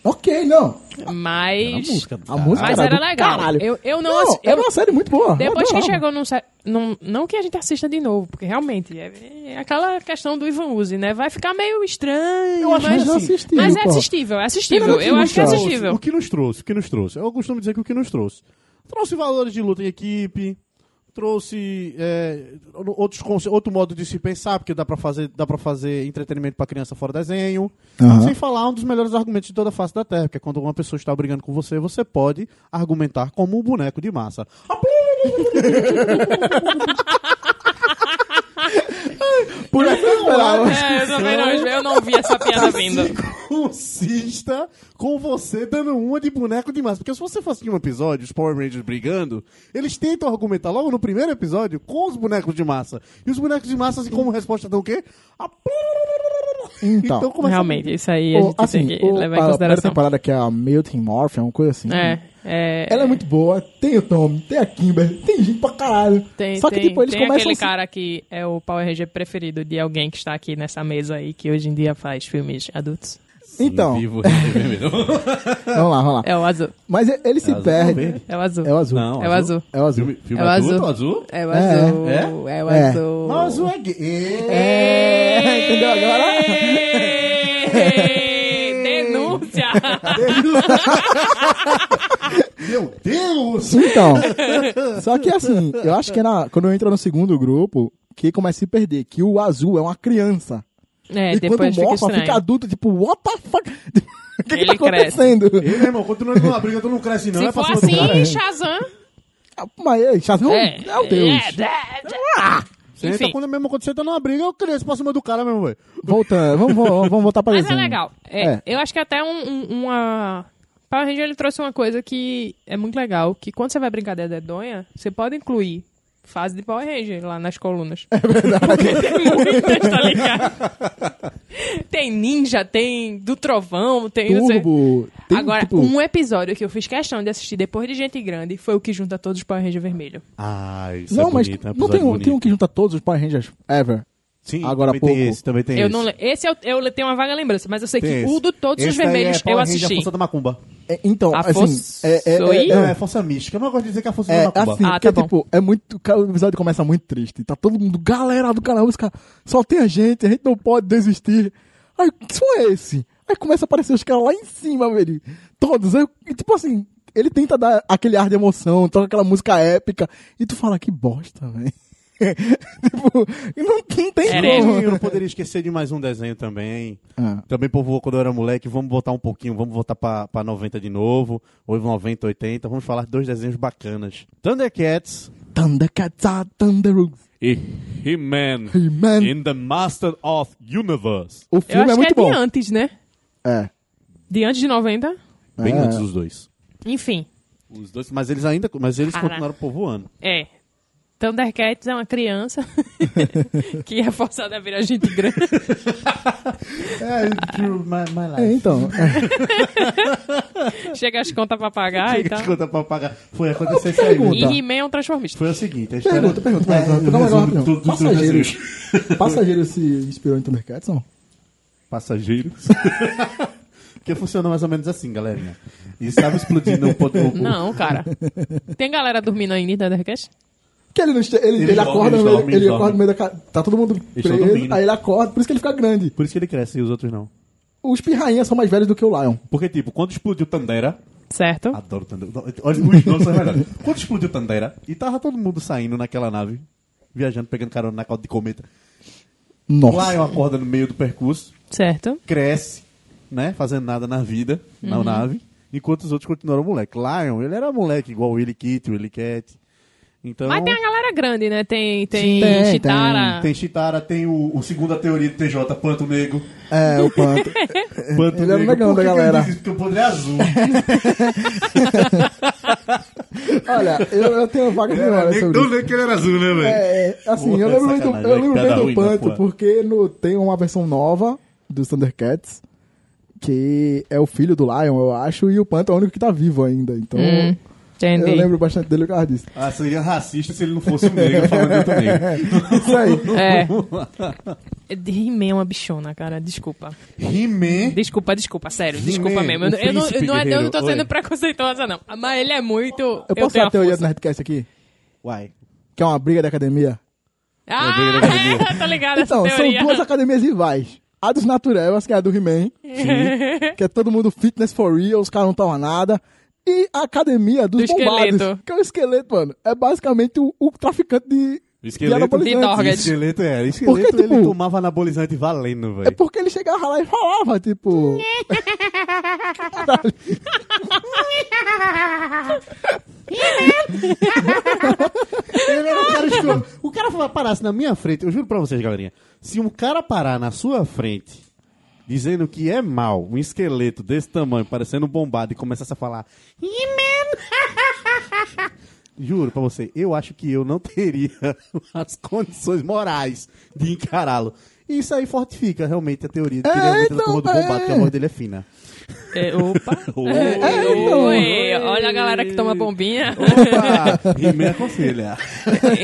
Speaker 3: Ok, não.
Speaker 9: Era a
Speaker 1: Mas.
Speaker 9: música do
Speaker 3: A
Speaker 9: cara.
Speaker 3: música
Speaker 1: Mas
Speaker 3: era,
Speaker 1: era
Speaker 3: do
Speaker 1: legal.
Speaker 3: Caralho.
Speaker 1: Eu- eu não assi-
Speaker 3: Era
Speaker 1: eu-
Speaker 3: uma série muito boa. eu
Speaker 1: Depois que
Speaker 3: adorava.
Speaker 1: chegou num, sa- num. Não que a gente assista de novo, porque realmente é, é aquela questão do Ivan Uzi, né? Vai ficar meio estranho.
Speaker 8: Eu acho
Speaker 1: mas,
Speaker 3: Mas é assistível.
Speaker 1: mas é
Speaker 3: pô.
Speaker 1: assistível, é assistível.
Speaker 3: Pena
Speaker 1: Eu
Speaker 3: que
Speaker 1: acho que é
Speaker 3: não trouxe.
Speaker 2: O
Speaker 1: assistível.
Speaker 2: que nos trouxe? O que nos trouxe? Eu costumo dizer que o que nos trouxe? Trouxe valores de luta em equipe, trouxe é, outros conce- outro modo de se pensar, porque dá pra fazer, dá pra fazer entretenimento pra criança fora desenho.
Speaker 3: Aham.
Speaker 2: Sem falar um dos melhores argumentos de toda a face da Terra, que é quando uma pessoa está brigando com você, você pode argumentar como um boneco de massa.
Speaker 3: Por essa eu esperava.
Speaker 1: É, eu também não, eu não vi essa piada
Speaker 3: Assim,
Speaker 1: vindo.
Speaker 2: Consista com você dando uma de boneco de massa. Porque se você for assistir um episódio, os Power Rangers brigando, eles tentam argumentar logo no primeiro episódio com os bonecos de massa. E os bonecos de massa, assim, como resposta, dão o quê? A-
Speaker 3: Então,
Speaker 2: começa-
Speaker 1: Realmente, isso aí a
Speaker 3: O-
Speaker 1: gente tem que levar em
Speaker 3: o- assim, a primeira
Speaker 1: consideração.
Speaker 3: temporada que é a Male Teen Morph, é uma coisa assim.
Speaker 1: É, é.
Speaker 3: Ela é muito boa, tem o Tommy, tem a Kimber, tem gente pra caralho.
Speaker 1: Tem,
Speaker 3: Só que,
Speaker 1: tem-
Speaker 3: tipo, eles
Speaker 1: tem
Speaker 3: começam
Speaker 1: aquele
Speaker 3: assim,
Speaker 1: cara que é o Power Ranger preferido de alguém que está aqui nessa mesa aí, que hoje em dia faz filmes adultos.
Speaker 3: Então,
Speaker 9: Vivo Ranger Vermelho.
Speaker 3: vamos lá, vamos lá.
Speaker 1: É o azul.
Speaker 3: Mas e- ele se
Speaker 9: azul ou
Speaker 3: perde.
Speaker 9: verde?
Speaker 1: É o azul.
Speaker 3: É o azul.
Speaker 9: Não,
Speaker 1: É o azul.
Speaker 3: É o azul.
Speaker 9: Filme, filme
Speaker 1: É o
Speaker 9: adulto,
Speaker 1: azul.
Speaker 9: azul?
Speaker 1: É o
Speaker 3: É.
Speaker 1: azul.
Speaker 9: É?
Speaker 1: É o
Speaker 3: É.
Speaker 1: azul.
Speaker 8: Mas o é gay.
Speaker 3: É, entendeu agora?
Speaker 1: Ê, Denúncia!
Speaker 8: Meu Deus!
Speaker 3: Então, só que assim, eu acho que na, quando entra no segundo grupo, que começa a se perder, que o azul é uma criança.
Speaker 1: É,
Speaker 3: e
Speaker 1: depois
Speaker 3: quando
Speaker 1: fica
Speaker 3: morfa, fica,
Speaker 1: estranho.
Speaker 3: adulto, tipo, what the fuck? O que, que tá
Speaker 1: Ele cresce.
Speaker 3: acontecendo?
Speaker 8: Ei, meu irmão, continuando uma briga, tu não cresce não,
Speaker 1: Se
Speaker 8: é pra
Speaker 1: for
Speaker 8: cima do cara.
Speaker 3: né?
Speaker 1: assim, Shazam.
Speaker 3: Mas, ei, Shazam,
Speaker 1: É,
Speaker 3: meu Deus.
Speaker 1: é, é, é.
Speaker 2: Você
Speaker 1: Enfim.
Speaker 2: entra quando mesmo quando você tá numa briga, eu cresço pra cima do cara mesmo, velho.
Speaker 3: Voltando, vamos, vamos, vamos voltar pra
Speaker 1: Mas é
Speaker 3: desenho.
Speaker 1: legal. É,
Speaker 3: É.
Speaker 1: Eu acho que até um, um- uma. Power Ranger ele trouxe uma coisa que é muito legal: que quando você vai brincar de dedonha, você pode incluir fase de Power Ranger lá nas colunas. É verdade. Porque tem muitas, tá ligado? tem ninja, tem do trovão, tem. não sei-
Speaker 3: Turbo. Tem,
Speaker 1: Agora,
Speaker 3: tipo,
Speaker 1: um episódio que eu fiz questão de assistir depois de Gente Grande foi o que junta todos os Power Ranger vermelho.
Speaker 2: Ah, isso
Speaker 3: Não, mas não tem, um, tem um que junta todos os Power Rangers ever.
Speaker 2: Sim,
Speaker 3: agora
Speaker 2: também
Speaker 3: pouco.
Speaker 2: tem esse, também tem
Speaker 1: eu
Speaker 2: esse.
Speaker 1: não, le- esse é eu, eu tenho uma vaga lembrança, mas eu sei
Speaker 2: Tem
Speaker 1: que
Speaker 2: esse.
Speaker 1: o do todos os
Speaker 2: Esse daí é
Speaker 1: vermelhos eu
Speaker 2: Power Ranger,
Speaker 1: assisti.
Speaker 2: A força da macumba.
Speaker 3: É, então,
Speaker 1: A
Speaker 3: assim,
Speaker 1: força-
Speaker 3: é, é,
Speaker 1: Oi?
Speaker 3: é,
Speaker 8: Não,
Speaker 3: é,
Speaker 8: é força mística. Eu não gosto de dizer que é a força
Speaker 3: é
Speaker 8: da Macumba.
Speaker 3: assim,
Speaker 1: Ah,
Speaker 3: porque,
Speaker 1: tá bom.
Speaker 3: tipo, é muito, o episódio começa muito triste, tá todo mundo, galera do canal, os caras, só tem a gente, a gente não pode desistir, aí, que som é esse? Aí começa a aparecer os caras lá em cima, velho, todos, aí, e, tipo assim, ele tenta dar aquele ar de emoção, toca aquela música épica, e tu fala, que bosta, velho. tipo, não, não tem
Speaker 1: Era
Speaker 3: como.
Speaker 2: Sim, eu não poderia esquecer de mais um desenho também.
Speaker 3: Ah.
Speaker 2: Também povoou quando eu era moleque. Vamos voltar um pouquinho, vamos voltar pra, pra 90 de novo. Ou 90, 80. Vamos falar de dois desenhos bacanas: Thundercats
Speaker 3: Thundercats are Thunder
Speaker 2: e He-Man
Speaker 3: He-Man.
Speaker 2: in the Master of Universe.
Speaker 3: O
Speaker 1: Eu
Speaker 3: filme
Speaker 1: acho
Speaker 3: é
Speaker 1: que
Speaker 3: muito
Speaker 1: é
Speaker 3: bom.
Speaker 1: de antes, né?
Speaker 3: É.
Speaker 1: De antes de 90.
Speaker 2: Bem
Speaker 3: É.
Speaker 2: antes dos dois.
Speaker 1: Enfim,
Speaker 2: Os dois, mas eles ainda, mas eles
Speaker 1: Caraca.
Speaker 2: continuaram povoando.
Speaker 1: é. Thundercats é uma criança que é forçada a virar gente grande.
Speaker 8: É, through my, my
Speaker 3: É,
Speaker 8: life.
Speaker 3: então.
Speaker 1: Chega as contas pra pagar e
Speaker 8: Chega
Speaker 1: tal.
Speaker 8: de conta pra pagar. Foi acontecer isso aí.
Speaker 3: Pergunta.
Speaker 1: E He-Man é um transformista.
Speaker 8: Foi o seguinte, a história...
Speaker 3: Pergunta, pergunta, pergunta.
Speaker 8: É,
Speaker 3: Dá uma
Speaker 8: resumo
Speaker 3: rápida.
Speaker 8: tudo, tudo, tudo,
Speaker 3: Passageiros.
Speaker 8: resumo.
Speaker 3: Passageiros se inspirou em Thundercats, não?
Speaker 2: Passageiros.
Speaker 8: Porque funciona mais ou menos assim, galerinha. E estava explodindo um pouco...
Speaker 1: Não, cara. Tem galera dormindo ainda em Thundercats?
Speaker 3: Que ele, não este- ele,
Speaker 8: Eles
Speaker 3: ele
Speaker 8: dormem,
Speaker 3: acorda,
Speaker 8: eles
Speaker 3: no meio-
Speaker 8: dormem,
Speaker 3: ele
Speaker 8: eles
Speaker 3: acorda no meio da casa. Tá todo mundo
Speaker 8: estão
Speaker 3: preso,
Speaker 8: dormindo.
Speaker 3: aí ele acorda, por isso que ele fica grande.
Speaker 2: Por isso que ele cresce e os outros não.
Speaker 3: Os pirrainhas são mais velhos do que o Lion.
Speaker 2: Porque, tipo, quando explodiu Tandera,
Speaker 1: Certo?
Speaker 2: Adoro Tandera. Olha, os nomes são melhores. Quando explodiu Tandera, e tava todo mundo saindo naquela nave, viajando, pegando carona na cauda de cometa.
Speaker 3: Nossa.
Speaker 2: Lion acorda no meio do percurso,
Speaker 1: Certo.
Speaker 2: cresce, né? Fazendo nada na vida, na nave, enquanto os outros continuaram moleque. Lion, ele era moleque, igual o Willy Kitty, o Willy Cat.
Speaker 8: Então,
Speaker 1: Mas tem a galera grande, né? Tem, tem,
Speaker 3: Sim, tem,
Speaker 1: Chitara.
Speaker 2: Tem Chitara, tem o, o segundo a teoria do TJ, Panto Negro.
Speaker 3: É, o Panto.
Speaker 8: Panto
Speaker 3: Ele era o
Speaker 8: Negro.
Speaker 3: negão da galera.
Speaker 2: Porque o podre é azul.
Speaker 3: Olha, eu, eu tenho vaga de
Speaker 8: Era
Speaker 3: memória
Speaker 8: negro-
Speaker 3: sobre
Speaker 8: Não
Speaker 3: isso.
Speaker 8: lembro que ele era azul, né, velho?
Speaker 3: É, assim, eu
Speaker 2: Puta,
Speaker 3: lembro muito,
Speaker 2: sacanagem,
Speaker 3: eu lembro
Speaker 2: cada
Speaker 3: bem
Speaker 2: ruim
Speaker 3: do
Speaker 2: da
Speaker 3: Panto,
Speaker 2: porra.
Speaker 3: porque no, tem uma versão nova dos Thundercats, que é o filho do Lion, eu acho, e o Panto é o único que tá vivo ainda, então...
Speaker 1: Hum,
Speaker 3: Eu
Speaker 1: entendi.
Speaker 3: lembro bastante dele por causa disso.
Speaker 2: Ah, seria racista se ele não fosse um negro falando eu também.
Speaker 3: Isso aí.
Speaker 1: É. De He-Man é uma bichona, cara. Desculpa.
Speaker 8: He-Man.
Speaker 1: Desculpa, desculpa. Sério,
Speaker 8: He-Man,
Speaker 1: desculpa mesmo.
Speaker 8: o
Speaker 1: Eu,
Speaker 3: um
Speaker 1: eu não,
Speaker 8: príncipe
Speaker 1: não é- eu não tô
Speaker 8: guerreiro.
Speaker 1: sendo
Speaker 8: Oi.
Speaker 1: preconceituosa, não. Mas ele é muito.
Speaker 3: Eu posso
Speaker 1: tenho
Speaker 3: dar
Speaker 1: a
Speaker 3: a teoria do
Speaker 1: força.
Speaker 3: Nerdcast aqui?
Speaker 8: Uai.
Speaker 3: Que é uma briga da academia?
Speaker 1: Ah, é, tá ligado
Speaker 3: Então,
Speaker 1: essa
Speaker 3: são
Speaker 1: teoria.
Speaker 3: duas academias rivais. A dos Naturelas, que é a do He-Man, que é todo mundo fitness for real, os caras não tomam nada. E a academia dos
Speaker 1: Do
Speaker 3: bombados,
Speaker 1: esqueleto.
Speaker 3: que é o esqueleto, mano. É basicamente o, o traficante de,
Speaker 8: O
Speaker 3: de
Speaker 8: esqueleto.
Speaker 1: De
Speaker 3: anabolizantes.
Speaker 1: drogas.
Speaker 8: Esqueleto era. Esqueleto
Speaker 3: tipo-
Speaker 8: ele tomava anabolizante valendo,
Speaker 3: É
Speaker 8: velho.
Speaker 3: porque ele chegava lá e falava, tipo.
Speaker 1: É.
Speaker 3: Caralho.
Speaker 8: Ele era um cara escroto. O cara parasse na minha frente, eu juro pra vocês, galerinha. Se um cara parar na sua frente dizendo que é mal um esqueleto desse tamanho, parecendo um bombado, e começasse a falar. "He-Man!" Juro pra você, eu acho que eu não teria as condições morais de encará-lo. E Isso aí fortifica realmente a teoria de que
Speaker 3: É,
Speaker 8: ele é muito
Speaker 3: então,
Speaker 8: da porra do bombado,
Speaker 3: é.
Speaker 8: que a voz dele é fina.
Speaker 1: É, opa.
Speaker 8: Oi.
Speaker 3: então.
Speaker 1: Oi, olha a galera que toma bombinha.
Speaker 8: Opa!
Speaker 2: E me aconselha.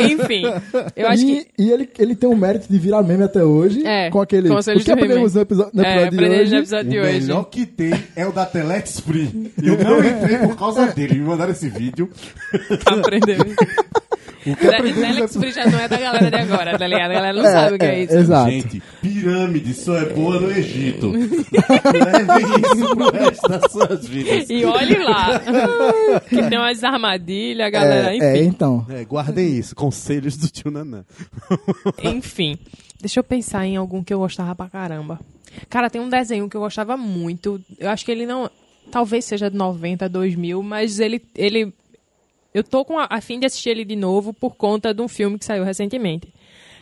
Speaker 1: Enfim, eu acho
Speaker 3: e
Speaker 1: que.
Speaker 3: e ele, ele tem o mérito de virar meme até hoje.
Speaker 1: É,
Speaker 3: com aquele.
Speaker 1: com
Speaker 3: o
Speaker 1: os filhos
Speaker 3: que
Speaker 1: do
Speaker 3: aprendemos no
Speaker 1: He-Man.
Speaker 3: episódio, no
Speaker 1: É,
Speaker 3: episódio
Speaker 1: aprendemos
Speaker 3: de
Speaker 1: no
Speaker 3: hoje?
Speaker 1: episódio de
Speaker 2: o
Speaker 1: hoje.
Speaker 2: melhor que tem é o da Telex Free. Eu não entrei por causa dele. Me mandaram esse vídeo.
Speaker 1: Aprendeu. Telex Free já não é da galera de agora, tá ligado? A galera não
Speaker 3: É,
Speaker 1: sabe o que é
Speaker 3: é,
Speaker 1: isso.
Speaker 3: Exato.
Speaker 2: Gente, pirâmide só é boa no Egito. Levem isso pro resto das suas vidas.
Speaker 1: E olhe lá. que tem umas armadilhas, galera.
Speaker 3: É,
Speaker 1: enfim.
Speaker 3: é, então.
Speaker 8: É, guardem isso, conselhos do tio Nanã.
Speaker 3: é.
Speaker 1: Enfim, deixa eu pensar em algum que eu gostava pra caramba. Cara, tem um desenho que eu gostava muito. Eu acho que ele não. Talvez seja de 90, 2000, mas ele. ele eu tô com a, a fim de assistir ele de novo por conta de um filme que saiu recentemente.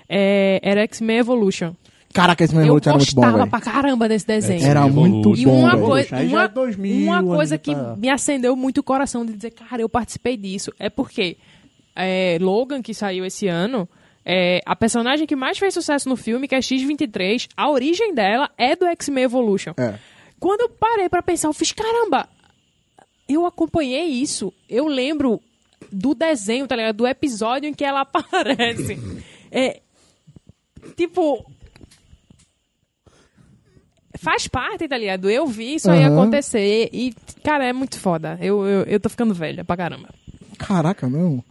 Speaker 1: É, era X-Men Evolution.
Speaker 3: Caraca, esse meme
Speaker 1: Eu
Speaker 3: era muito bom,
Speaker 1: gostava
Speaker 3: velho. É,
Speaker 1: pra caramba desse desenho.
Speaker 3: Era muito
Speaker 1: E
Speaker 3: bom,
Speaker 1: uma
Speaker 3: velho.
Speaker 1: coisa,
Speaker 8: Aí já
Speaker 1: uma,
Speaker 8: é 2000,
Speaker 1: uma
Speaker 8: ali
Speaker 1: coisa que
Speaker 8: pra- tá.
Speaker 1: me acendeu muito o coração de dizer, cara, eu participei disso, é porque é, Logan, que saiu esse ano, é, a personagem que mais fez sucesso no filme, que é X-23, a origem dela é do X-Men Evolution.
Speaker 3: É.
Speaker 1: Quando eu parei pra pensar, eu fiz, caramba, eu acompanhei isso. Eu lembro do desenho, tá ligado? Do episódio em que ela aparece. É, tipo. Faz parte, tá ligado? Eu vi isso aí
Speaker 3: Aham.
Speaker 1: acontecer e, cara, é muito foda. Eu, eu, eu tô ficando velha pra caramba.
Speaker 3: Caraca, não.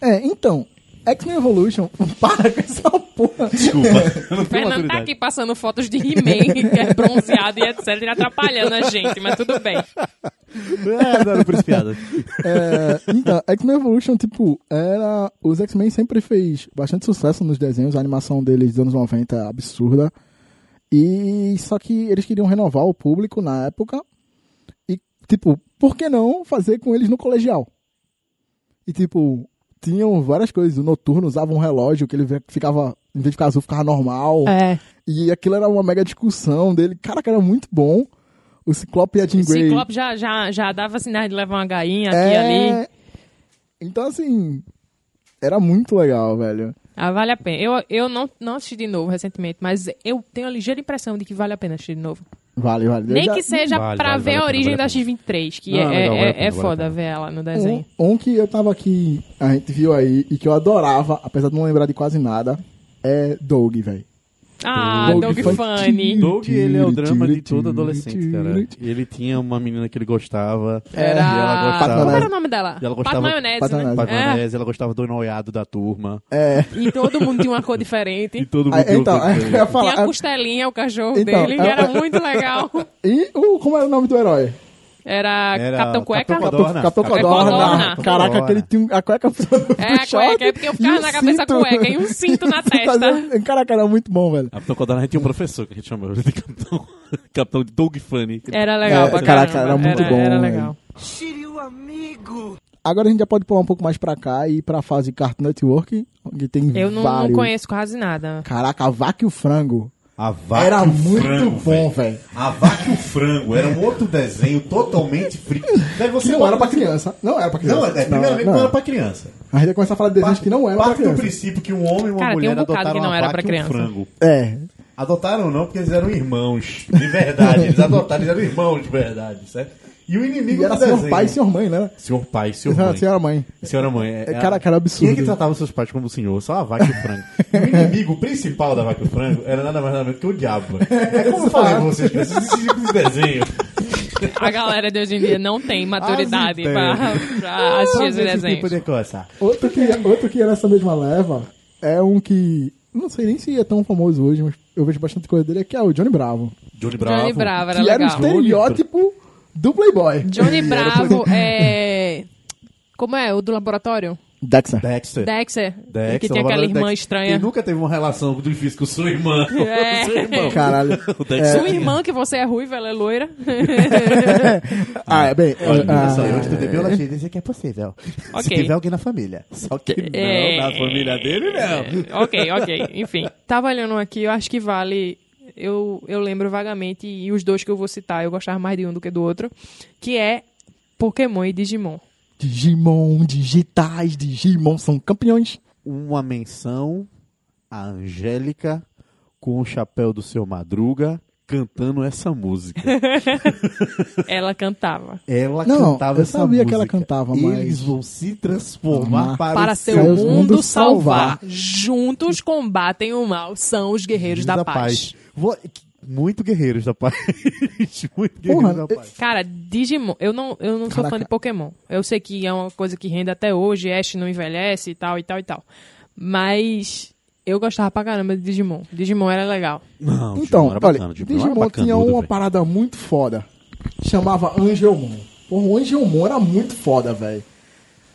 Speaker 3: É, então. X-Men Evolution, para com essa porra.
Speaker 2: Desculpa.
Speaker 1: O Fernando tá aqui passando fotos de He-Man, que é bronzeado e etc. Ele atrapalhando a gente, mas tudo bem.
Speaker 8: É, não era por isso piada.
Speaker 3: É, então, X-Men Evolution, tipo, era. Os X-Men sempre fez bastante sucesso nos desenhos, a animação deles dos anos 90 é absurda. E só que eles queriam renovar o público na época. E, tipo, por que não fazer com eles no colegial? E, tipo, tinham várias coisas. O noturno usava um relógio que ele ficava. Em vez de ficar azul, ficava normal.
Speaker 1: É.
Speaker 3: E aquilo era uma mega discussão dele. Caraca, era muito bom. O Ciclope e a Jean
Speaker 1: O
Speaker 3: Grey.
Speaker 1: Ciclope já, já, já dava sinais de levar uma gainha aqui e
Speaker 3: É.
Speaker 1: ali.
Speaker 3: Então, assim, era muito legal, velho.
Speaker 1: Ah, vale a pena. Eu, eu não, não assisti de novo recentemente, mas eu tenho a ligeira impressão de que vale a pena assistir de novo.
Speaker 3: Vale, vale. Eu
Speaker 1: Nem
Speaker 3: já-
Speaker 1: que seja
Speaker 8: Vale,
Speaker 1: pra
Speaker 8: vale,
Speaker 1: ver
Speaker 8: vale
Speaker 1: a
Speaker 8: a pena,
Speaker 1: origem
Speaker 8: vale a
Speaker 1: da X-23, que
Speaker 8: Não,
Speaker 1: é,
Speaker 8: é legal,
Speaker 1: é-
Speaker 8: vale a pena,
Speaker 1: é
Speaker 8: vale a
Speaker 1: foda
Speaker 8: pena.
Speaker 1: ver ela no
Speaker 3: Um,
Speaker 1: desenho.
Speaker 3: um que eu tava aqui, a gente viu aí, e que eu adorava, apesar de não lembrar de quase nada, é Doug, velho.
Speaker 1: Ah, Doug Funny.
Speaker 8: Doug, ele é o drama de todo adolescente, cara. Ele tinha uma menina que ele gostava.
Speaker 1: Era...
Speaker 8: E ela
Speaker 1: Como era o
Speaker 8: gostava.
Speaker 1: nome dela?
Speaker 8: E
Speaker 1: Pato
Speaker 8: ela gostava-
Speaker 1: Maionese,
Speaker 3: Pato
Speaker 1: né?
Speaker 3: Maionese.
Speaker 8: Pato Maionese, ela gostava do noiado da turma.
Speaker 3: É.
Speaker 1: É. E todo mundo tinha uma cor diferente.
Speaker 8: E todo mundo
Speaker 3: Ah,
Speaker 8: tem
Speaker 3: Então,
Speaker 8: outra
Speaker 3: eu
Speaker 8: coisa.
Speaker 3: ia
Speaker 1: Tinha a
Speaker 3: falar.
Speaker 1: costelinha, o cachorro
Speaker 3: Então,
Speaker 1: dele, que
Speaker 3: é-
Speaker 1: era muito legal.
Speaker 3: E o, como era o nome do herói?
Speaker 1: Era,
Speaker 8: Era
Speaker 1: Capitão Cueca.
Speaker 8: Capitão Codorna.
Speaker 3: Capitão
Speaker 1: Codorna.
Speaker 3: Codorna. Caraca,
Speaker 8: Codorna.
Speaker 3: aquele tinha um- a cueca funcionando
Speaker 1: É, a cueca, é porque eu ficava na cabeça cueca e um cinto na testa.
Speaker 3: Caraca, era muito bom, velho.
Speaker 8: Capitão Codorna tinha um professor que a gente chamava de capitão, capitão de Doug Funny.
Speaker 1: Era legal
Speaker 3: É,
Speaker 1: pra
Speaker 3: caraca,
Speaker 1: caramba.
Speaker 3: era muito bom,
Speaker 1: Era
Speaker 3: velho.
Speaker 1: legal.
Speaker 3: Agora a gente já pode pular um pouco mais pra cá e ir pra fase Cartoon Network, onde tem
Speaker 1: Eu não, não
Speaker 3: vários.
Speaker 1: conheço quase nada.
Speaker 3: Caraca, a vaca e o frango.
Speaker 2: A vaca
Speaker 3: Era
Speaker 2: e o
Speaker 3: muito
Speaker 2: frango,
Speaker 3: bom, velho.
Speaker 2: A vaca e o frango era um outro desenho totalmente frio.
Speaker 4: Daí
Speaker 3: Que
Speaker 4: você
Speaker 3: não era pra criança. Não era pra criança.
Speaker 2: Não, é, primeiramente não,
Speaker 3: não.
Speaker 2: era pra criança.
Speaker 3: A gente vai começar a falar de desenhos que não eram pra
Speaker 2: Parte do
Speaker 3: criança.
Speaker 2: princípio que um homem e uma
Speaker 1: Cara, tem
Speaker 2: mulher
Speaker 1: um bocado
Speaker 2: adotaram
Speaker 1: que não
Speaker 2: uma
Speaker 1: era
Speaker 2: vaca
Speaker 1: pra
Speaker 2: e um
Speaker 1: criança.
Speaker 2: frango.
Speaker 3: É.
Speaker 2: Adotaram não, porque eles eram irmãos. De verdade. Eles adotaram, eles eram irmãos de verdade, certo? E o inimigo
Speaker 3: E era
Speaker 2: do desenho.
Speaker 3: senhor pai e senhor mãe, né?
Speaker 2: Senhor pai, senhor
Speaker 3: Senhora,
Speaker 2: mãe.
Speaker 3: senhora mãe.
Speaker 2: Senhora mãe. É,
Speaker 3: É, cara, cara, absurdo.
Speaker 2: Quem é que tratava seus pais como senhor? Só a vaca e o frango. E o inimigo principal da vaca e o frango era nada mais nada menos que o diabo. É como eu falei pra vocês, cara, esse tipo de desenho.
Speaker 1: A galera de hoje em dia não tem maturidade
Speaker 2: As
Speaker 1: pra, pra assistir esse
Speaker 2: Sabe esse
Speaker 1: desenho.
Speaker 2: tipo de coisa?
Speaker 3: Outro que, outro que é nessa mesma leva é um que. Não sei nem se é tão famoso hoje, mas eu vejo bastante coisa dele, que é o Johnny Bravo.
Speaker 2: Johnny Bravo.
Speaker 1: Johnny Bravo era
Speaker 3: que era um
Speaker 1: legal.
Speaker 3: estereótipo do Playboy.
Speaker 1: Johnny Bravo é. Como é? O do laboratório?
Speaker 3: Dexter.
Speaker 2: Dexter.
Speaker 1: Dexter.
Speaker 2: Dexter,
Speaker 1: que tinha
Speaker 2: o
Speaker 1: aquela
Speaker 2: Dexter.
Speaker 1: irmã estranha.
Speaker 2: Ele nunca teve uma relação difícil com sua irmã.
Speaker 1: É.
Speaker 2: Seu irmão.
Speaker 3: Caralho.
Speaker 1: Sua irmã, que você é ruiva, ela é loira.
Speaker 3: Ah, é bem.
Speaker 2: Olha,
Speaker 3: ah,
Speaker 2: olha só, eu estudei biologia e dizer que é possível. Se
Speaker 1: Ok.
Speaker 2: tiver alguém na família. Só que
Speaker 1: É.
Speaker 2: não, na família dele não.
Speaker 1: É, ok, ok. Enfim. Tava olhando aqui, eu acho que vale. Eu, eu lembro vagamente, e os dois que eu vou citar, eu gostava mais de um do que do outro, que é Pokémon e Digimon.
Speaker 3: Digimon, digitais, Digimon são campeões.
Speaker 2: Uma menção à Angélica com o chapéu do seu Madruga cantando essa música.
Speaker 1: Ela cantava.
Speaker 2: Ela
Speaker 3: Não,
Speaker 2: cantava
Speaker 3: eu
Speaker 2: essa
Speaker 3: sabia que ela
Speaker 2: música.
Speaker 3: cantava,
Speaker 2: Eles
Speaker 3: mas-
Speaker 2: vão se transformar
Speaker 3: Ah,
Speaker 2: para,
Speaker 1: Para
Speaker 2: o
Speaker 1: seu
Speaker 3: céu,
Speaker 1: mundo,
Speaker 3: mundo
Speaker 1: salvar,
Speaker 3: salvar.
Speaker 1: juntos combatem o mal, são os guerreiros da, paz.
Speaker 2: Vo- Muito guerreiros da paz. Muito guerreiros
Speaker 3: Porra,
Speaker 2: da paz.
Speaker 1: Cara, Digimon, eu não, eu não sou fã de Pokémon. Eu sei que é uma coisa que rende até hoje, Ash não envelhece e tal e tal e tal. Mas eu gostava pra caramba de Digimon. Digimon era legal.
Speaker 2: Não,
Speaker 3: Então,
Speaker 2: Digimon era
Speaker 3: olha,
Speaker 2: bacana, Digimon era
Speaker 3: Digimon tinha
Speaker 2: bacanudo,
Speaker 3: uma
Speaker 2: velho.
Speaker 3: parada muito foda. Chamava Angelmon. Porra, o Angelmon era muito foda, velho.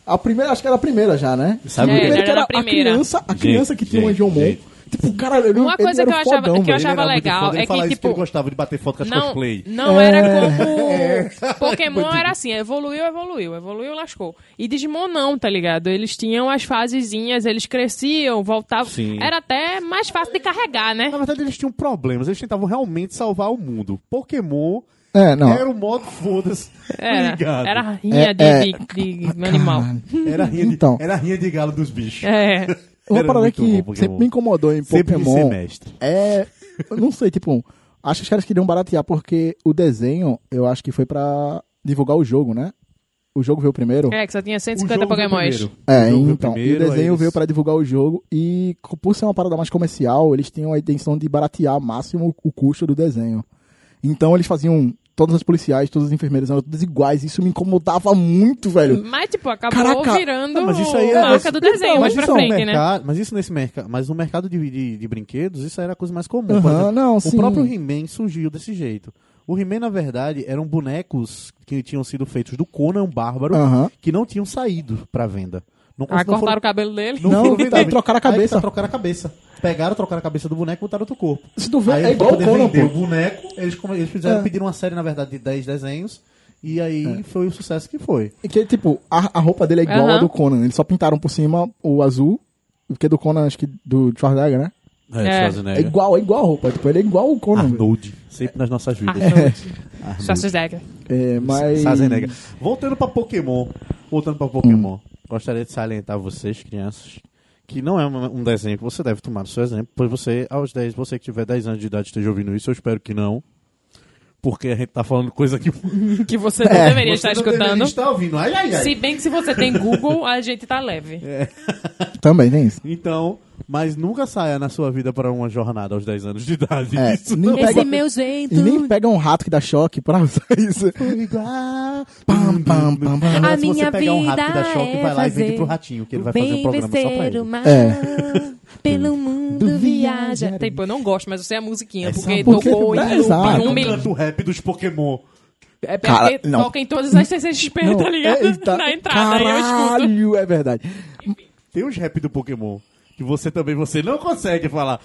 Speaker 3: A primeira, acho que era a primeira já, né?
Speaker 2: Sabe
Speaker 1: É,
Speaker 2: o que-
Speaker 1: já
Speaker 3: Primeiro que
Speaker 1: era a
Speaker 3: a
Speaker 1: primeira.
Speaker 3: criança, a criança que tinha o
Speaker 2: gente,
Speaker 3: Angelmon.
Speaker 2: gente.
Speaker 3: Tipo, cara, ele,
Speaker 1: Uma
Speaker 3: ele
Speaker 1: coisa
Speaker 3: era
Speaker 1: que eu achava-
Speaker 3: fodão,
Speaker 1: que eu
Speaker 3: velho.
Speaker 1: achava
Speaker 2: Ele era muito
Speaker 1: legal
Speaker 2: foda, ele
Speaker 1: é que,
Speaker 2: falava isso
Speaker 1: tipo,
Speaker 2: ele gostava de bater foto com as
Speaker 1: Não,
Speaker 2: cosplay.
Speaker 1: não era como. Pokémon era assim, evoluiu, evoluiu, evoluiu, lascou. E Digimon não, tá ligado? Eles tinham as fasezinhas, eles cresciam, voltavam.
Speaker 2: Sim.
Speaker 1: Era até mais fácil de carregar, né?
Speaker 2: Na verdade, eles tinham problemas. Eles tentavam realmente salvar o mundo. Pokémon
Speaker 3: É, não.
Speaker 2: era o modo foda-se.
Speaker 1: Era,
Speaker 2: Ligado.
Speaker 1: era rinha
Speaker 3: É,
Speaker 1: de,
Speaker 3: é.
Speaker 1: de- de um animal.
Speaker 3: Caralho.
Speaker 2: Era rinha de,
Speaker 3: Então.
Speaker 2: era rinha de galo dos bichos.
Speaker 1: É.
Speaker 3: Uma
Speaker 2: Era
Speaker 3: parada
Speaker 2: muito
Speaker 3: que
Speaker 2: bom, Pokémon.
Speaker 3: sempre me incomodou em
Speaker 2: Sempre de
Speaker 3: Um Pokémon.
Speaker 2: semestre.
Speaker 3: É. Eu não sei, tipo, acho que os caras queriam baratear porque o desenho, eu acho que foi pra divulgar o jogo, né? O jogo veio primeiro.
Speaker 1: É, que só tinha
Speaker 2: O jogo
Speaker 1: 150
Speaker 2: veio
Speaker 1: Pokémons.
Speaker 2: primeiro.
Speaker 3: É,
Speaker 2: O jogo veio
Speaker 3: então.
Speaker 2: primeiro,
Speaker 3: e o
Speaker 2: aí
Speaker 3: desenho
Speaker 2: eles-
Speaker 3: veio pra divulgar o jogo e, co- por ser uma parada mais comercial, eles tinham a intenção de baratear ao máximo o custo do desenho. Então eles faziam todas as policiais, todas as enfermeiras eram todas iguais. Isso me incomodava muito, velho.
Speaker 1: Mas, tipo, acabou
Speaker 3: Caraca.
Speaker 1: virando
Speaker 2: Não, mas isso aí
Speaker 1: a
Speaker 2: é-
Speaker 1: marca do
Speaker 3: Então,
Speaker 1: desenho,
Speaker 3: mas
Speaker 1: mais pra
Speaker 3: isso é um
Speaker 1: frente, né?
Speaker 2: Mercado- mas isso nesse mercado, mas no mercado de, de- de brinquedos, isso era a coisa mais comum.
Speaker 3: Aham,
Speaker 2: Por exemplo,
Speaker 3: não,
Speaker 2: o
Speaker 3: sim.
Speaker 2: próprio He-Man surgiu desse jeito. O He-Man, na verdade, eram bonecos que tinham sido feitos do Conan Bárbaro,
Speaker 3: Aham.
Speaker 2: que não tinham saído pra venda. Não,
Speaker 1: Aí
Speaker 2: não foram-
Speaker 1: Ah, cortaram o cabelo dele.
Speaker 3: Não,
Speaker 2: foram
Speaker 3: então,
Speaker 2: vendáveis.
Speaker 3: trocaram a
Speaker 2: Aí
Speaker 3: cabeça.
Speaker 2: tá, trocaram a cabeça. Pegaram, trocaram a cabeça do boneco e botaram outro corpo.
Speaker 3: Se tu vê,
Speaker 2: aí
Speaker 3: é igual o
Speaker 2: pra poder
Speaker 3: Conan,
Speaker 2: vender o
Speaker 3: pô.
Speaker 2: boneco, eles, come- eles fizeram,
Speaker 3: É.
Speaker 2: pediram uma série, na verdade, de 10 desenhos. E aí foi o sucesso que foi.
Speaker 3: E Que, tipo, a, a roupa dele é igual
Speaker 1: Aham.
Speaker 3: a do Conan. Eles só pintaram por cima o azul, porque do Conan, acho que do Schwarzenegger, né?
Speaker 1: É.
Speaker 3: É igual, é igual a roupa. Tipo, ele é igual o
Speaker 2: Ah,
Speaker 3: Conan. velho.
Speaker 2: Arnold, sempre nas nossas vidas.
Speaker 1: Ah, então, Só se deca.
Speaker 3: É, mas...
Speaker 2: Schwarzenegger. Voltando pra Pokémon. Voltando pra Pokémon. Gostaria de salientar vocês, crianças, que não é uma- um desenho que você deve tomar no seu exemplo, pois você, aos 10, você que tiver 10 anos de idade esteja ouvindo isso, eu espero que não. Porque a gente tá falando coisa que
Speaker 1: Que você
Speaker 3: É,
Speaker 1: não deveria estar escutando.
Speaker 2: está ouvindo. Ai, ai, ai.
Speaker 1: Se bem que se você tem Google, a gente tá leve.
Speaker 3: É. Também tem isso.
Speaker 2: Então, mas nunca saia na sua vida para uma jornada aos 10 anos de idade.
Speaker 3: É,
Speaker 2: Isso
Speaker 3: nem
Speaker 2: não
Speaker 3: pega-
Speaker 1: Esse meu jeito.
Speaker 3: E nem pega um rato que dá choque pra usar isso.
Speaker 2: igual.
Speaker 3: Pam, pam, pam, pam.
Speaker 2: Agora,
Speaker 1: A
Speaker 2: se
Speaker 1: minha
Speaker 2: você pegar um rato que dá
Speaker 1: vida
Speaker 2: choque,
Speaker 1: é
Speaker 2: vai lá e vende
Speaker 1: fazer
Speaker 2: pro ratinho, que ele vai fazer um programa só pra ele.
Speaker 1: mal,
Speaker 3: É.
Speaker 1: pelo mundo
Speaker 3: viaja.
Speaker 1: Tipo, eu não gosto, mas eu sei a musiquinha,
Speaker 2: Essa
Speaker 1: porque
Speaker 3: música-
Speaker 1: tocou
Speaker 2: tá
Speaker 3: É,
Speaker 1: em
Speaker 3: exato.
Speaker 1: loop, em um
Speaker 2: Não
Speaker 1: milhão.
Speaker 2: canta o rap dos Pokémon.
Speaker 1: É porque
Speaker 3: Cara, não. é,
Speaker 1: toca em todas as CCXP, tá ligado?
Speaker 3: eita,
Speaker 1: Na entrada, aí eu escuto.
Speaker 3: Caralho, é verdade.
Speaker 2: Tem os rap do Pokémon.
Speaker 8: que você também você não consegue falar.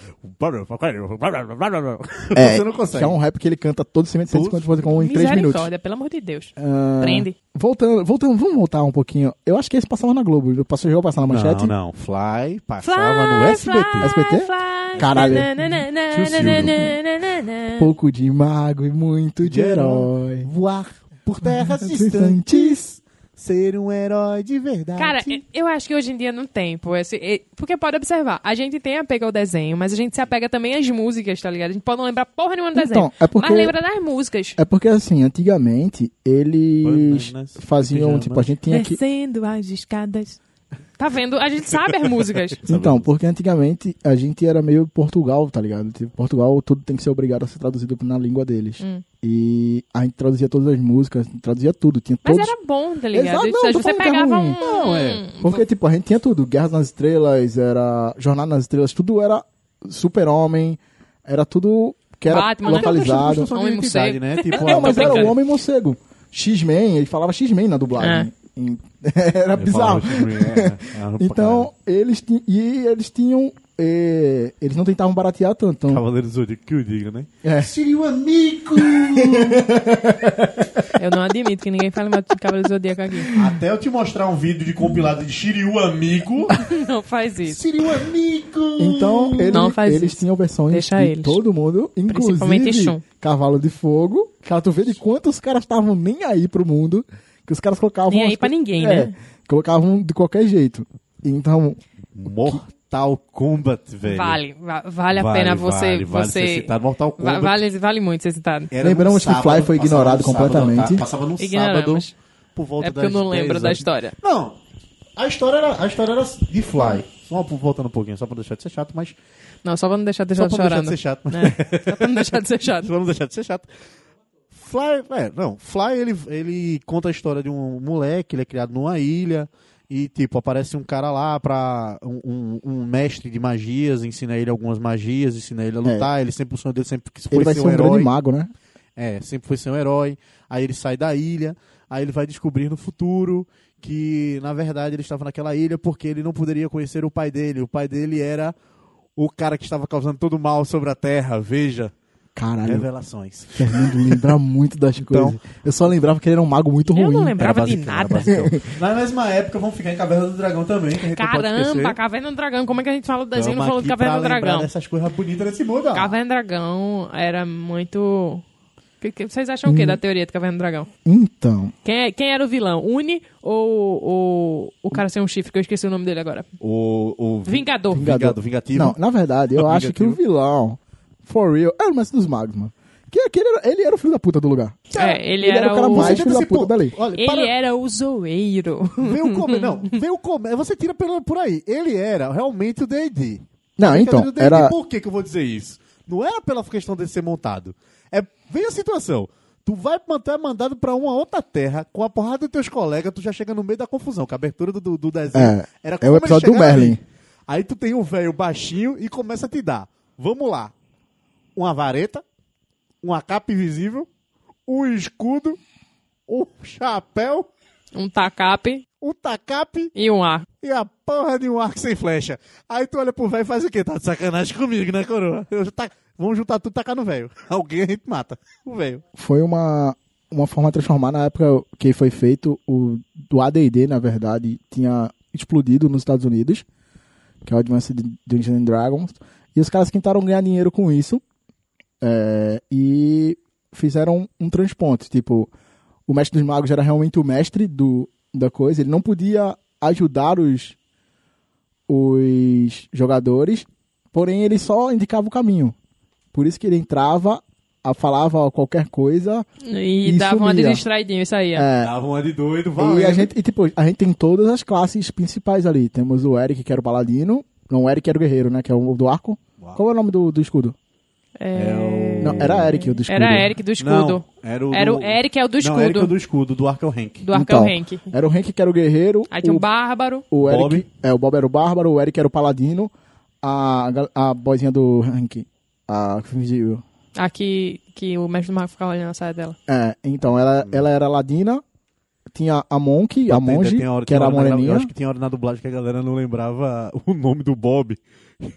Speaker 3: É,
Speaker 8: você não
Speaker 3: Que
Speaker 8: consegue.
Speaker 3: é um rap que ele canta todo cimento 150 por com em 3 minutos.
Speaker 1: Misericórdia, pelo amor de Deus.
Speaker 3: Ah,
Speaker 1: Prende.
Speaker 3: Voltando, voltando, vamos voltar um pouquinho. Eu acho que esse passava na Globo. Ele Passou, chegou a passar na manchete.
Speaker 2: Não, não. Fly
Speaker 1: Fly,
Speaker 2: passava no SBT.
Speaker 1: fly,
Speaker 3: SBT?
Speaker 1: fly.
Speaker 3: Caralho.
Speaker 1: Nananana,
Speaker 3: Tio Silvio.
Speaker 1: nananana.
Speaker 3: Pouco de mago e muito de herói.
Speaker 2: Voar por terras
Speaker 3: distantes,
Speaker 2: ser um herói de verdade.
Speaker 1: Cara, é- eu acho que hoje em dia não tem, pô. Esse- e- porque pode observar, a gente tem apego ao desenho, mas a gente se apega também às músicas, tá ligado? A gente pode não lembrar porra nenhuma do
Speaker 3: Então,
Speaker 1: desenho,
Speaker 3: é porque-
Speaker 1: mas lembra das músicas.
Speaker 3: É porque assim, antigamente eles
Speaker 2: Bananas,
Speaker 3: faziam,
Speaker 2: pijamas.
Speaker 3: tipo, a gente tinha que.
Speaker 1: Descendo as escadas. Tá vendo? A gente sabe as músicas.
Speaker 3: Então, porque antigamente a gente era meio Portugal, tá ligado? Tipo, Portugal, tudo tem que ser obrigado a ser traduzido na língua deles.
Speaker 1: Hum.
Speaker 3: E a gente traduzia todas as músicas, traduzia tudo. Tinha
Speaker 1: Mas
Speaker 3: todos...
Speaker 1: era bom, tá ligado?
Speaker 3: Exato, não, tô
Speaker 1: você
Speaker 3: falando que é
Speaker 1: pegava
Speaker 3: ruim.
Speaker 1: um.
Speaker 3: Não, Porque, tipo, a gente tinha tudo. Guerra nas Estrelas, era Jornada nas Estrelas, tudo era super-homem, era tudo que era
Speaker 1: Batman, né?
Speaker 3: localizado.
Speaker 1: Homem
Speaker 2: identidade,
Speaker 1: morcego.
Speaker 2: né? Tipo,
Speaker 3: Não, mas
Speaker 1: Tô
Speaker 3: era o
Speaker 1: brincando.
Speaker 3: Homem Morcego. X-Men, ele falava X-Men na dublagem.
Speaker 1: É.
Speaker 3: Em- era bizarro.
Speaker 2: assim, é, um
Speaker 3: Então, eles, ti- e eles tinham... eh, eles não tentavam baratear tanto. então-
Speaker 2: é. Cavaleiro do Zodíaco, que eu diga, né?
Speaker 3: É.
Speaker 4: Seria um amigo!
Speaker 1: Eu não admito que ninguém fale mal de Cavaleiro Zodíaco aqui.
Speaker 4: Até eu te mostrar um vídeo de compilado de Shiryu Amigo.
Speaker 1: Não faz isso.
Speaker 4: Shiryu um Amigo!
Speaker 3: Então, ele-
Speaker 1: Não faz
Speaker 3: eles
Speaker 1: isso.
Speaker 3: tinham versões
Speaker 1: Deixa
Speaker 3: de
Speaker 1: eles.
Speaker 3: todo mundo,
Speaker 1: Principalmente
Speaker 3: inclusive
Speaker 1: Shun.
Speaker 3: Cavalo de Fogo. Cara, tu vê de quantos caras estavam nem aí pro mundo, que os caras colocavam...
Speaker 1: Nem
Speaker 3: as
Speaker 1: aí pra
Speaker 3: co-
Speaker 1: ninguém,
Speaker 3: é,
Speaker 1: né?
Speaker 3: Colocavam de qualquer jeito. Então,
Speaker 2: Mortal Kombat, velho.
Speaker 1: Vale, va- vale a
Speaker 2: Vale,
Speaker 1: pena você.
Speaker 2: vale, vale
Speaker 1: você...
Speaker 2: ser citado. Mortal
Speaker 1: Va-
Speaker 2: Kombat.
Speaker 1: Vale, vale muito ser citado.
Speaker 2: Era
Speaker 3: Lembramos
Speaker 2: num
Speaker 3: que Fly
Speaker 4: passava
Speaker 3: foi ignorado
Speaker 4: no sábado,
Speaker 3: completamente.
Speaker 4: tá? Passava no sábado.
Speaker 1: Ignoramos.
Speaker 2: por volta
Speaker 1: É porque eu
Speaker 2: das
Speaker 1: não lembro
Speaker 2: 10
Speaker 1: da
Speaker 2: horas.
Speaker 1: história.
Speaker 4: Não, a história era, a história era de Fly.
Speaker 2: Só por- voltando um pouquinho, só pra não deixar de ser chato, mas.
Speaker 1: Não, só pra não deixar de
Speaker 2: Só
Speaker 1: deixar
Speaker 2: pra
Speaker 1: chorando.
Speaker 2: não deixar de ser chato. mas-
Speaker 1: É, só pra não deixar de ser chato.
Speaker 2: Só pra não deixar de ser chato. Fly, é, não, Fly ele, ele conta a história de um moleque, ele é criado numa ilha e tipo, aparece um cara lá pra um, um- um mestre de magias, ensina ele algumas magias, ensina ele a lutar, ele sempre, o sonho dele sempre que foi
Speaker 3: É. ele vai
Speaker 2: ser
Speaker 3: ser
Speaker 2: um
Speaker 3: um
Speaker 2: herói.
Speaker 3: grande mago, né?
Speaker 2: É, sempre foi ser um herói. Aí ele sai da ilha, aí ele vai descobrir no futuro que, na verdade, ele estava naquela ilha porque ele não poderia conhecer o pai dele. O pai dele era o cara que estava causando todo o mal sobre a Terra. Veja, É
Speaker 3: Caralho,
Speaker 2: revelações.
Speaker 3: Fernando lembra muito das coisas. Eu só lembrava que ele era um mago muito ruim.
Speaker 1: Eu não lembrava
Speaker 2: Então- Era
Speaker 1: de
Speaker 2: basicão,
Speaker 1: nada.
Speaker 2: era basicão.
Speaker 4: Na mesma época, vamos ficar em Caverna do Dragão também. Que a gente não pode
Speaker 1: Caramba,
Speaker 4: esquecer.
Speaker 1: Caverna do Dragão. Como é que a gente falou do desenho e
Speaker 2: Tamo
Speaker 1: não falou
Speaker 2: aqui
Speaker 1: de Caverna
Speaker 2: pra
Speaker 1: do
Speaker 2: lembrar
Speaker 1: Dragão?
Speaker 2: dessas coisas.
Speaker 4: coisas bonitas nesse mundo. ó.
Speaker 1: Caverna do Dragão era muito. Que- que- Vocês acham o
Speaker 2: Uhum.
Speaker 1: quê da teoria de Caverna do Dragão?
Speaker 3: Então,
Speaker 1: Quem, é- quem era o vilão? Uni ou, ou o cara sem um chifre, que eu esqueci o nome dele agora?
Speaker 2: O, o
Speaker 1: Vingador.
Speaker 2: Vingado, vingativo.
Speaker 3: não, na verdade, eu acho que o vilão, for real, era o mestre dos magos, mano. Que é aquele era- ele era o filho da puta do lugar.
Speaker 1: É, ele, era,
Speaker 3: o cara
Speaker 1: o.
Speaker 3: mais
Speaker 2: Você
Speaker 3: filho da
Speaker 2: pensa, pô,
Speaker 3: puta dali.
Speaker 2: Olha,
Speaker 1: Ele é
Speaker 2: para-
Speaker 1: era o zoeiro.
Speaker 2: Veio comer, não, veio comer, você tira pelo, por aí. Ele era realmente o D&D.
Speaker 3: Não,
Speaker 2: Brincadeira
Speaker 3: então,
Speaker 2: do D&D.
Speaker 3: era,
Speaker 2: Por que, que eu vou dizer isso? Não era pela questão de ser montado. É, vem a situação. Tu vai manter mandado pra uma outra terra com a porrada dos teus colegas, tu já chega no meio da confusão, que a abertura do, do, do desenho
Speaker 3: É,
Speaker 2: era
Speaker 3: é
Speaker 2: como
Speaker 3: o
Speaker 2: eles
Speaker 3: episódio do
Speaker 2: chegaram
Speaker 3: Merlin.
Speaker 2: ali. Aí tu tem o velho baixinho e começa a te dar. Vamos lá. Uma vareta, uma capa invisível, um escudo, um chapéu,
Speaker 1: Um tacape
Speaker 2: um tacape
Speaker 1: e um ar.
Speaker 2: e a porra de um arco sem flecha. Aí tu olha pro velho e faz o quê? Tá de sacanagem comigo, né, coroa? Eu já tá- Vamos juntar tudo e tacar no velho. Alguém a gente mata. O velho.
Speaker 3: foi uma, uma forma de transformar na época que foi feito o do AD&D, na verdade, tinha explodido nos Estados Unidos, que é o Advanced Dungeons and Dragons, e os caras tentaram ganhar dinheiro com isso é, e fizeram um transponte, tipo, o mestre dos magos era realmente o mestre do, da coisa, ele não podia ajudar os os jogadores, porém ele só indicava o caminho. Por isso que ele entrava, a- falava qualquer coisa
Speaker 1: E
Speaker 3: Isso
Speaker 1: dava uma de
Speaker 3: mia.
Speaker 1: distraidinho, isso aí. ó.
Speaker 2: Dava uma de doido,
Speaker 3: E a gente, e, tipo, a gente tem todas as classes principais ali. Temos o Eric, que era o paladino. Não, o Eric era o guerreiro, né? Que é o do arco. Qual é o nome do, do escudo?
Speaker 1: É...
Speaker 3: Não, era Eric o do escudo.
Speaker 1: Era Eric do escudo.
Speaker 2: era o,
Speaker 1: Era o Eric, é o do
Speaker 2: Não, Eric é o
Speaker 1: escudo.
Speaker 2: do escudo, do Arkel Hank.
Speaker 1: Do Arkel
Speaker 3: Então,
Speaker 1: Henk.
Speaker 3: Era o Hank, que era o guerreiro.
Speaker 1: Aí tinha um
Speaker 3: o,
Speaker 1: Bárbaro.
Speaker 3: o Eric,
Speaker 2: Bob.
Speaker 3: É, o Bob era o bárbaro. O Eric era o paladino. A, gal- a boizinha do Hank. A que fingiu.
Speaker 1: Aqui que o mestre do mago ficava olhando a saia dela.
Speaker 2: Hum.
Speaker 3: É, então ela, ela era ladina. tinha a Monk, a
Speaker 2: Tem-
Speaker 3: Monge,
Speaker 2: tem hora-
Speaker 3: que
Speaker 2: tem
Speaker 3: era a
Speaker 2: hora na- Eu
Speaker 3: moreninha.
Speaker 2: acho que tem hora na dublagem que a galera não lembrava o nome do Bob.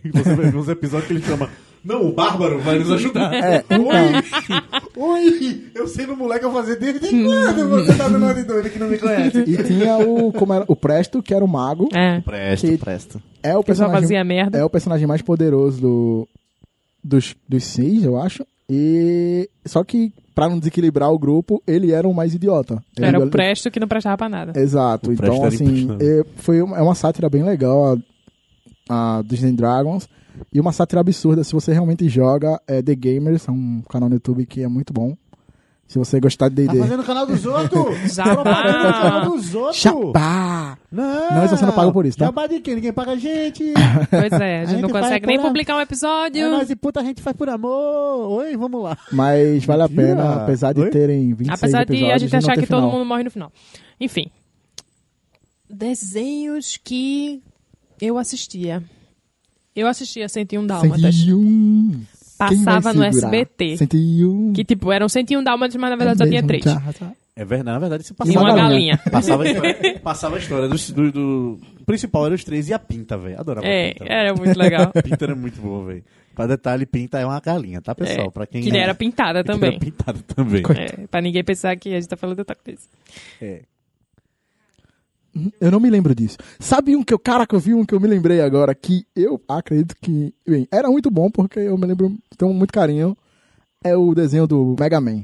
Speaker 2: E Você vê uns episódios que ele chama. Não, o Bárbaro vai nos ajudar.
Speaker 3: É, então,
Speaker 4: Ui, eu sei no moleque eu fazer desde quando você tá dando uma de doida que não me conhece.
Speaker 3: e tinha o, como era, o Presto, que era o mago.
Speaker 1: É.
Speaker 2: Presta,
Speaker 3: Que-
Speaker 2: presta.
Speaker 3: É o
Speaker 1: Que só
Speaker 3: personagem,
Speaker 1: fazia merda.
Speaker 3: é o personagem mais poderoso do, dos, dos seis, eu acho. E só que pra não desequilibrar o grupo, ele era o mais idiota. Ele-
Speaker 1: Era o
Speaker 3: ele-
Speaker 1: presto que não prestava pra nada.
Speaker 3: Exato.
Speaker 2: O
Speaker 3: então,
Speaker 2: Presto era
Speaker 3: assim,
Speaker 2: impressionante.
Speaker 3: é, foi uma, é uma sátira bem legal a, a Disney Dragons. E uma sátira absurda. Se você realmente joga, é The Gamers, é um canal no YouTube que é muito bom. Se você gostar de
Speaker 4: Tá
Speaker 3: D&D.
Speaker 4: fazendo o canal dos outros?
Speaker 1: Jabá.
Speaker 4: Propaganda do canal dos outros?
Speaker 3: Chapá!
Speaker 4: Não,
Speaker 3: Não, isso você não
Speaker 2: Ah,
Speaker 3: paga por isso, tá?
Speaker 4: Jabá de quem? Ninguém paga a gente.
Speaker 1: Pois é, a gente não
Speaker 4: gente vai
Speaker 1: consegue nem
Speaker 4: pular.
Speaker 1: publicar um episódio.
Speaker 4: É nós e puta, a gente faz por amor. Oi, vamos lá.
Speaker 3: Mas vale a pena, apesar de
Speaker 2: Oi?
Speaker 3: terem 26
Speaker 1: Apesar
Speaker 3: episódios
Speaker 1: de a gente
Speaker 3: e não
Speaker 1: achar
Speaker 3: ter
Speaker 1: que
Speaker 3: final.
Speaker 1: todo mundo morre no final. Enfim. Desenhos que eu assistia. Eu assistia 101 Dálmatas.
Speaker 3: 101. Quem
Speaker 1: tá Passava
Speaker 3: vai
Speaker 1: no
Speaker 3: segurar?
Speaker 1: SBT.
Speaker 3: 101.
Speaker 1: Que, tipo, eram 101 Dálmatas, mas na verdade só tinha
Speaker 3: Mesmo
Speaker 1: três.
Speaker 3: teatro.
Speaker 2: É verdade, na verdade, se
Speaker 1: E
Speaker 2: passava.
Speaker 1: uma
Speaker 3: Uma
Speaker 1: galinha.
Speaker 2: Passava a história, passava a história dos- do, do- o principal era os três e a pinta, velho. Adorava a
Speaker 1: É,
Speaker 2: pinta.
Speaker 1: era muito legal.
Speaker 2: A pinta era muito boa, velho. Pra detalhe, pinta é uma galinha, tá, pessoal?
Speaker 1: É,
Speaker 2: Pra quem
Speaker 1: que ele era pintada
Speaker 2: que ele
Speaker 1: também.
Speaker 2: Era pintada também.
Speaker 1: É, pra ninguém pensar que a gente tá falando de outra coisa.
Speaker 3: Eu não me lembro disso. Sabe um que eu, cara, que eu vi um que eu me lembrei agora, que eu acredito que, bem, era muito bom porque eu me lembro, tenho muito carinho, é o desenho do Mega Man.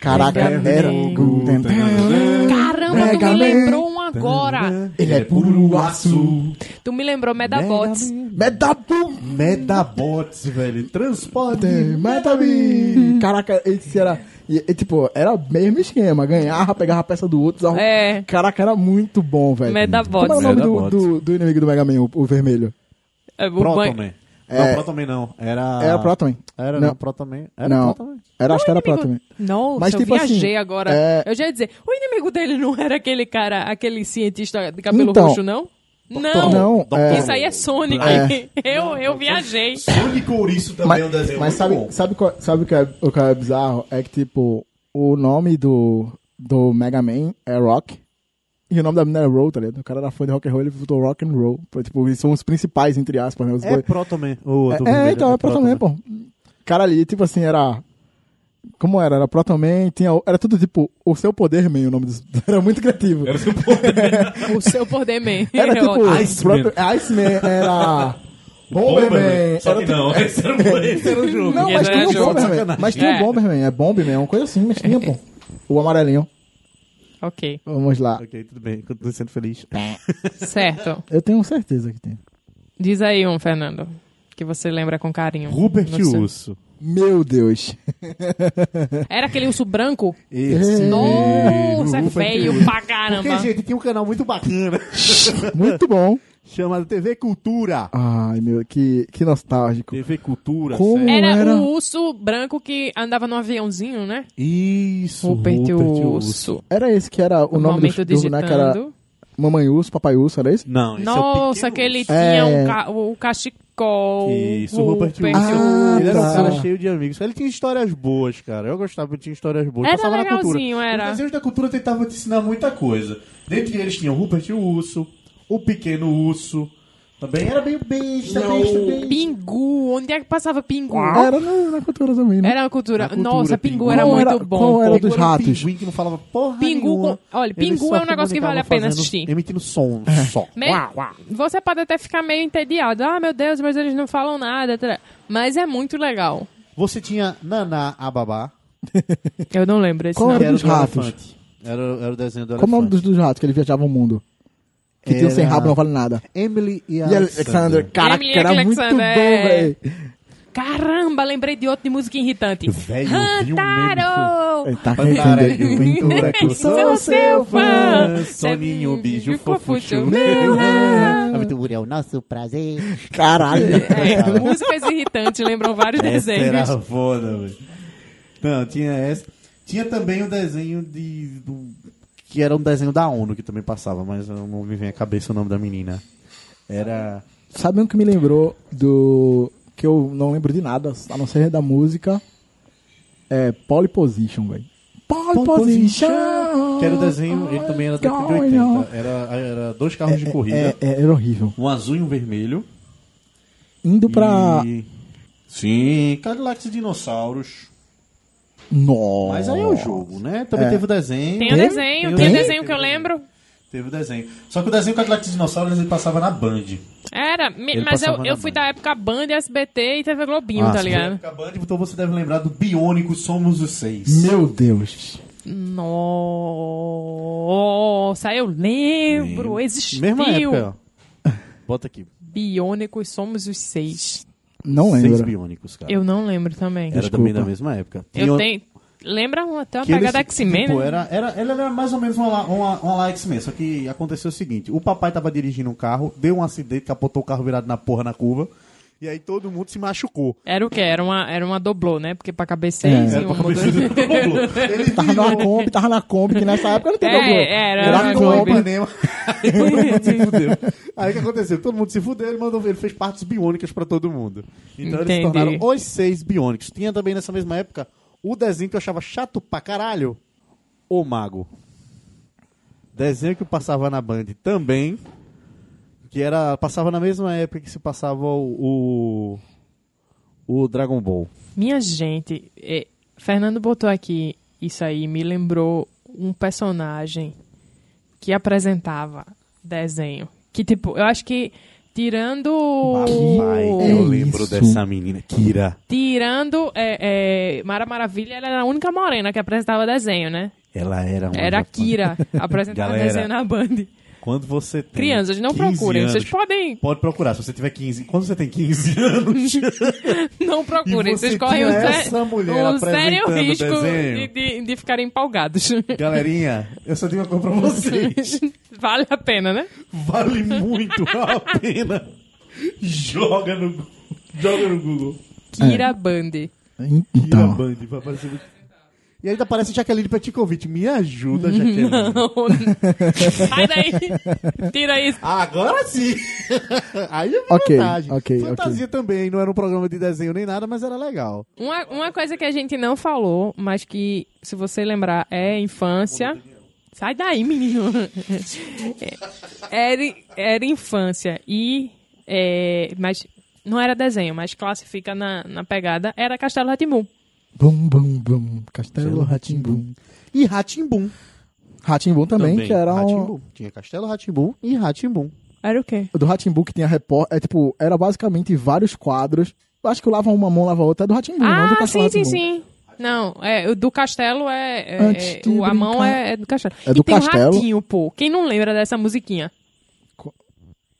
Speaker 3: Caraca,
Speaker 1: Mega
Speaker 3: era.
Speaker 1: Man.
Speaker 3: Golden
Speaker 1: Caramba, tu
Speaker 3: Mega
Speaker 1: me
Speaker 3: Man.
Speaker 1: lembrou um agora.
Speaker 3: Ele é puro É aço.
Speaker 1: Tu me lembrou
Speaker 2: É,
Speaker 1: Medabots.
Speaker 3: Medaboom!
Speaker 2: Medabots, velho. Transporte.
Speaker 3: Metamin! Caraca, esse era. E, e, tipo, era o mesmo esquema. Ganhava, pegava a peça do outro. desarrumava.
Speaker 1: É.
Speaker 3: Caraca, era muito bom, velho.
Speaker 1: Medabots.
Speaker 3: Como é o nome do,
Speaker 2: Medabots.
Speaker 3: do, do inimigo do Mega Man, o, o vermelho?
Speaker 1: É, o ban-
Speaker 2: Proton Man.
Speaker 3: É.
Speaker 2: Não, Proton Man não. Era.
Speaker 3: Era Proton Man.
Speaker 2: Ah. Era,
Speaker 3: Não.
Speaker 2: não, Proton Man. Era
Speaker 3: não,
Speaker 2: Proton Man.
Speaker 3: era, acho que era Proton Man.
Speaker 1: Nossa,
Speaker 3: Mas, tipo
Speaker 1: eu viajei
Speaker 3: assim,
Speaker 1: agora.
Speaker 3: é-
Speaker 1: Eu já ia dizer, o inimigo dele não era aquele cara, aquele cientista de cabelo
Speaker 3: Então.
Speaker 1: roxo, não? Não,
Speaker 3: Não, é-
Speaker 1: isso aí é Sonic.
Speaker 3: É.
Speaker 1: Eu, eu viajei.
Speaker 4: Sonic Ouriço também é um desenho
Speaker 3: mas
Speaker 4: muito
Speaker 3: sabe,
Speaker 4: bom.
Speaker 3: sabe, qual- sabe o, que é, o que é bizarro? É que, tipo, o nome do, do Mega Man é Rock. E o nome da menina é Roll, tá ligado? O cara era fã de rock and roll, ele botou rock and roll. Foi, Tipo, eles são os principais, entre aspas, né? Os
Speaker 2: É
Speaker 3: dois.
Speaker 2: Proton Man. O outro
Speaker 3: É,
Speaker 2: vermelho
Speaker 10: né?
Speaker 3: então, é Proton Man, pô. Cara ali, tipo assim, era... Como era? Era Proton Man, tinha... o- Era tudo, tipo, o seu poder, man, o nome disso. Era muito criativo. Era,
Speaker 1: O seu poder man.
Speaker 3: tipo...
Speaker 1: ótimo.
Speaker 2: Iceman.
Speaker 3: Proton- Iceman, era...
Speaker 2: né?
Speaker 3: Bomberman.
Speaker 10: Só
Speaker 2: tipo-
Speaker 3: Era,
Speaker 10: que
Speaker 3: tipo,
Speaker 10: não, esse era o Blaze.
Speaker 2: um
Speaker 3: não, mas
Speaker 1: Esse era
Speaker 3: tinha o
Speaker 1: é jogo.
Speaker 3: Bomberman. Mas tinha
Speaker 1: É.
Speaker 3: o Bomberman. É Bomberman, é uma coisa assim, mas tinha, pô. O amarelinho.
Speaker 1: Ok,
Speaker 3: Vamos lá.
Speaker 2: Ok, tudo bem. Continuo sendo feliz.
Speaker 1: certo.
Speaker 3: Eu tenho certeza que tem.
Speaker 1: Diz aí um, Fernando, que você lembra com carinho.
Speaker 2: Rupert
Speaker 1: Não sei.
Speaker 2: Urso.
Speaker 3: Meu Deus.
Speaker 1: Era aquele urso branco?
Speaker 2: Esse.
Speaker 1: Nossa, é
Speaker 2: Rupert
Speaker 1: feio pra caramba.
Speaker 4: Porque, gente, tem um canal muito bacana.
Speaker 3: Muito bom.
Speaker 2: Chamado TV Cultura.
Speaker 3: Ai, meu, que, que nostálgico.
Speaker 2: TV Cultura,
Speaker 3: Como
Speaker 2: sério.
Speaker 1: Era,
Speaker 3: Era-
Speaker 1: o urso branco que andava num aviãozinho, né?
Speaker 2: Isso,
Speaker 1: Rupert, o
Speaker 2: Urso.
Speaker 1: urso.
Speaker 3: Era esse que era o nome
Speaker 1: Momento
Speaker 3: do, do boneco, era
Speaker 1: digitando.
Speaker 3: Mamãe Urso, Papai Urso, era isso?
Speaker 2: Não, esse
Speaker 1: Nossa,
Speaker 2: é o pequeno
Speaker 1: que ele
Speaker 2: urso.
Speaker 1: tinha
Speaker 3: É.
Speaker 1: um ca- o cachecol.
Speaker 2: Isso, o Rupert Urso.
Speaker 3: Ah,
Speaker 2: ele era um
Speaker 3: tá.
Speaker 2: cara cheio de amigos. Ele tinha histórias boas, cara. Eu gostava, ele tinha histórias boas.
Speaker 1: Era
Speaker 2: Passava na cultura.
Speaker 1: legalzinho,
Speaker 4: Os
Speaker 1: era.
Speaker 4: desenhos da cultura tentavam te ensinar muita coisa.
Speaker 2: Dentre eles tinham o Rupert o Urso, o Pequeno Urso. Também era meio besta, besta,
Speaker 3: Ah.
Speaker 2: besta.
Speaker 1: Pingu, onde é que passava Pingu?
Speaker 3: Era no- na cultura também, né?
Speaker 1: Era uma cultura.
Speaker 2: Na cultura,
Speaker 1: Nossa, Pingu era
Speaker 3: Qual
Speaker 1: muito
Speaker 3: era-
Speaker 1: bom.
Speaker 3: qual era
Speaker 1: pô.
Speaker 3: dos ratos?
Speaker 2: Pinguim que não falava porra
Speaker 1: Pingu
Speaker 2: nenhuma.
Speaker 1: com- olha,
Speaker 2: Ele
Speaker 1: Pingu
Speaker 2: só
Speaker 1: é um negócio que
Speaker 2: comunicava
Speaker 1: vale a pena
Speaker 2: fazendo-
Speaker 1: assistir. É.
Speaker 2: Emitindo som só.
Speaker 1: Me- Você pode até ficar meio entediado. Ah, meu Deus, mas eles não falam nada. tra- Mas é muito legal.
Speaker 2: Você tinha Naná Ababá,
Speaker 1: Eu não lembro esse
Speaker 3: Qual
Speaker 1: nome.
Speaker 2: que
Speaker 3: era
Speaker 2: era
Speaker 3: dos
Speaker 2: o do
Speaker 3: ratos?
Speaker 2: elefante. Era, era o desenho do
Speaker 3: Como é o nome
Speaker 2: elefante.
Speaker 3: dos, dos ratos que ele viajava o mundo? Que tinha um
Speaker 2: Era-
Speaker 3: sem rabo, não vale nada.
Speaker 2: Emily e,
Speaker 3: E É. Alexander, caraca,
Speaker 1: Emily
Speaker 3: era muito bom,
Speaker 1: Alexander, é.
Speaker 3: velho.
Speaker 1: Caramba, lembrei de outro de música irritante.
Speaker 2: Velho, eu vi um meme.
Speaker 1: Hantaro!
Speaker 3: Ele tá
Speaker 2: Pantara
Speaker 3: cantando.
Speaker 2: e Ventura, que eu
Speaker 1: Sou seu
Speaker 2: sou seu
Speaker 1: fã.
Speaker 2: fã. Soninho, bicho,
Speaker 1: Fofucho,
Speaker 2: fofucho,
Speaker 1: meu
Speaker 2: meu
Speaker 1: rã.
Speaker 2: Aventura é o nosso prazer.
Speaker 3: Caralho.
Speaker 1: É, músicas irritantes lembram vários
Speaker 2: Essa era
Speaker 1: desenhos.
Speaker 2: Tá foda, velho. Não, tinha essa. Tinha também o desenho de. do- que era um desenho da ONU que também passava, mas eu não me vem à cabeça o nome da menina. Era.
Speaker 3: Sabe um que me lembrou do... Que eu não lembro de nada, a não ser da música. É Pole Position, velho. Pole,
Speaker 2: Pole
Speaker 3: Position!
Speaker 2: Position.
Speaker 3: on?
Speaker 2: Que era o desenho, ele também era da década de
Speaker 3: Going on?
Speaker 2: 80. Era, era dois carros de corrida,
Speaker 3: É, é, era horrível.
Speaker 2: um azul e um vermelho.
Speaker 3: Indo pra.
Speaker 2: E... Sim, Cadillacs e dinossauros.
Speaker 3: Nossa.
Speaker 2: Mas aí é o jogo, né? Também
Speaker 3: É.
Speaker 2: teve o desenho.
Speaker 1: Tem o desenho,
Speaker 2: Tem?
Speaker 1: tem o
Speaker 2: Tem?
Speaker 1: desenho que eu lembro.
Speaker 2: Teve o desenho. Só que o desenho Cadillacs e dinossauros ele passava na Band.
Speaker 1: Era, me-
Speaker 2: Ele
Speaker 1: mas eu,
Speaker 2: passava na
Speaker 1: eu fui
Speaker 2: Band.
Speaker 1: da época Band, SBT e TV Globinho,
Speaker 2: Ah,
Speaker 1: tá
Speaker 2: sim.
Speaker 1: ligado?
Speaker 2: Na Band, então você deve lembrar do Biônico Somos os Seis.
Speaker 3: Meu Deus.
Speaker 1: Nossa, eu lembro, existiu.
Speaker 2: Mesma época, ó. Bota aqui.
Speaker 1: Biônicos somos os seis.
Speaker 3: Não
Speaker 2: Seis
Speaker 3: lembro.
Speaker 2: biônicos, cara.
Speaker 1: Eu não lembro também.
Speaker 2: Era
Speaker 3: Desculpa.
Speaker 2: também da mesma época.
Speaker 1: Eu
Speaker 2: Tinha-
Speaker 1: tenho. Lembra até uma
Speaker 2: que eles,
Speaker 1: pegada X-Men,
Speaker 2: tipo,
Speaker 1: né?
Speaker 2: era, era, ela era mais ou menos uma, lá- uma, uma lá X-Men, só que aconteceu o seguinte: o papai tava dirigindo um carro, deu um acidente, capotou o carro virado na porra na curva, e aí todo mundo se machucou.
Speaker 1: Era o quê? Era uma, era uma doblô, né? Porque pra caber seis e
Speaker 3: É.
Speaker 2: Era
Speaker 1: um
Speaker 2: pra cabeça
Speaker 1: dois.
Speaker 2: do Pablo. Ele
Speaker 3: Tava na Kombi, tava na Kombi, que nessa época não tem
Speaker 1: É,
Speaker 3: doblô.
Speaker 1: era,
Speaker 3: na
Speaker 1: era
Speaker 2: virou
Speaker 1: Kombi.
Speaker 3: Kombi.
Speaker 2: Ipanema. Aí
Speaker 1: um
Speaker 2: todo mundo se fudeu. Aí o que aconteceu? Todo mundo se fudeu, ele mandou ele fez partes biônicas pra todo mundo. Então eles se
Speaker 1: Entendi.
Speaker 2: tornaram os seis biônicos. Tinha também nessa mesma época o desenho que eu achava chato pra caralho, o Mago. Desenho que passava na Band também, que era passava na mesma época que se passava o o, o Dragon Ball.
Speaker 1: Minha gente, é, Fernando botou aqui isso aí, me lembrou um personagem que apresentava desenho. Que tipo, eu acho que tirando.
Speaker 2: Papai,
Speaker 3: é
Speaker 2: eu lembro
Speaker 3: isso?
Speaker 2: dessa menina, Kira.
Speaker 1: Tirando é, é, Mara Maravilha, ela era a única morena que apresentava desenho, né?
Speaker 2: Ela era uma
Speaker 1: Era a
Speaker 2: japa-
Speaker 1: Kira apresentando
Speaker 2: Galera.
Speaker 1: desenho na Band.
Speaker 2: Quando você tem
Speaker 1: Crianças, não
Speaker 2: 15
Speaker 1: procurem.
Speaker 2: anos,
Speaker 1: Vocês podem.
Speaker 2: Pode procurar, se você tiver 15. Quando você tem 15 anos,
Speaker 1: Não procurem.
Speaker 2: E você
Speaker 1: Vocês correm
Speaker 2: tinha
Speaker 1: um, sé-
Speaker 2: essa mulher
Speaker 1: um sério
Speaker 2: apresentando
Speaker 1: risco de,
Speaker 2: desenho?
Speaker 1: de, de ficarem empolgados.
Speaker 2: galerinha, eu só digo uma coisa pra vocês.
Speaker 1: vale a pena, né?
Speaker 2: Vale muito a pena. Joga no, Gu- joga no Google.
Speaker 1: Kira Band.
Speaker 2: Tira a
Speaker 3: Então.
Speaker 2: Band, vai aparecer muito. E ainda aparece Jaqueline Petkovic. Me ajuda, Jaqueline.
Speaker 1: Sai daí. Tira isso.
Speaker 2: Agora sim! Aí é
Speaker 3: Ok,
Speaker 2: vantagem.
Speaker 3: ok,
Speaker 2: Fantasia também, não era um programa de desenho nem nada, mas era legal.
Speaker 1: Uma, uma coisa que a gente não falou, mas que, se você lembrar, é infância. Sai daí, menino. Era, era infância. E. é, mas não era desenho, mas classifica na, na pegada. Era Castelo Ratimbu.
Speaker 3: Bum, bum, bum. Castelo Ratimbum.
Speaker 2: E Ratimbum.
Speaker 3: Ratimbum também, que era um.
Speaker 2: Tinha Castelo Ratimbum e Ratimbum.
Speaker 1: Era o quê?
Speaker 3: O do Ratimbu que tinha repórter. É tipo, era basicamente vários quadros. Eu acho que o lava uma mão, lava outra é do Ratimbu, não do
Speaker 1: ah,
Speaker 3: Castelo
Speaker 1: sim, sim,
Speaker 3: Rá-Tim-Bum.
Speaker 1: sim. Não, é, o do castelo é. é-
Speaker 3: Antes
Speaker 1: é-
Speaker 3: de
Speaker 1: o- a mão
Speaker 3: brincar.
Speaker 1: é, é do castelo.
Speaker 3: É
Speaker 1: e
Speaker 3: do
Speaker 1: tem
Speaker 3: castelo.
Speaker 1: um ratinho, pô. Quem não lembra dessa musiquinha?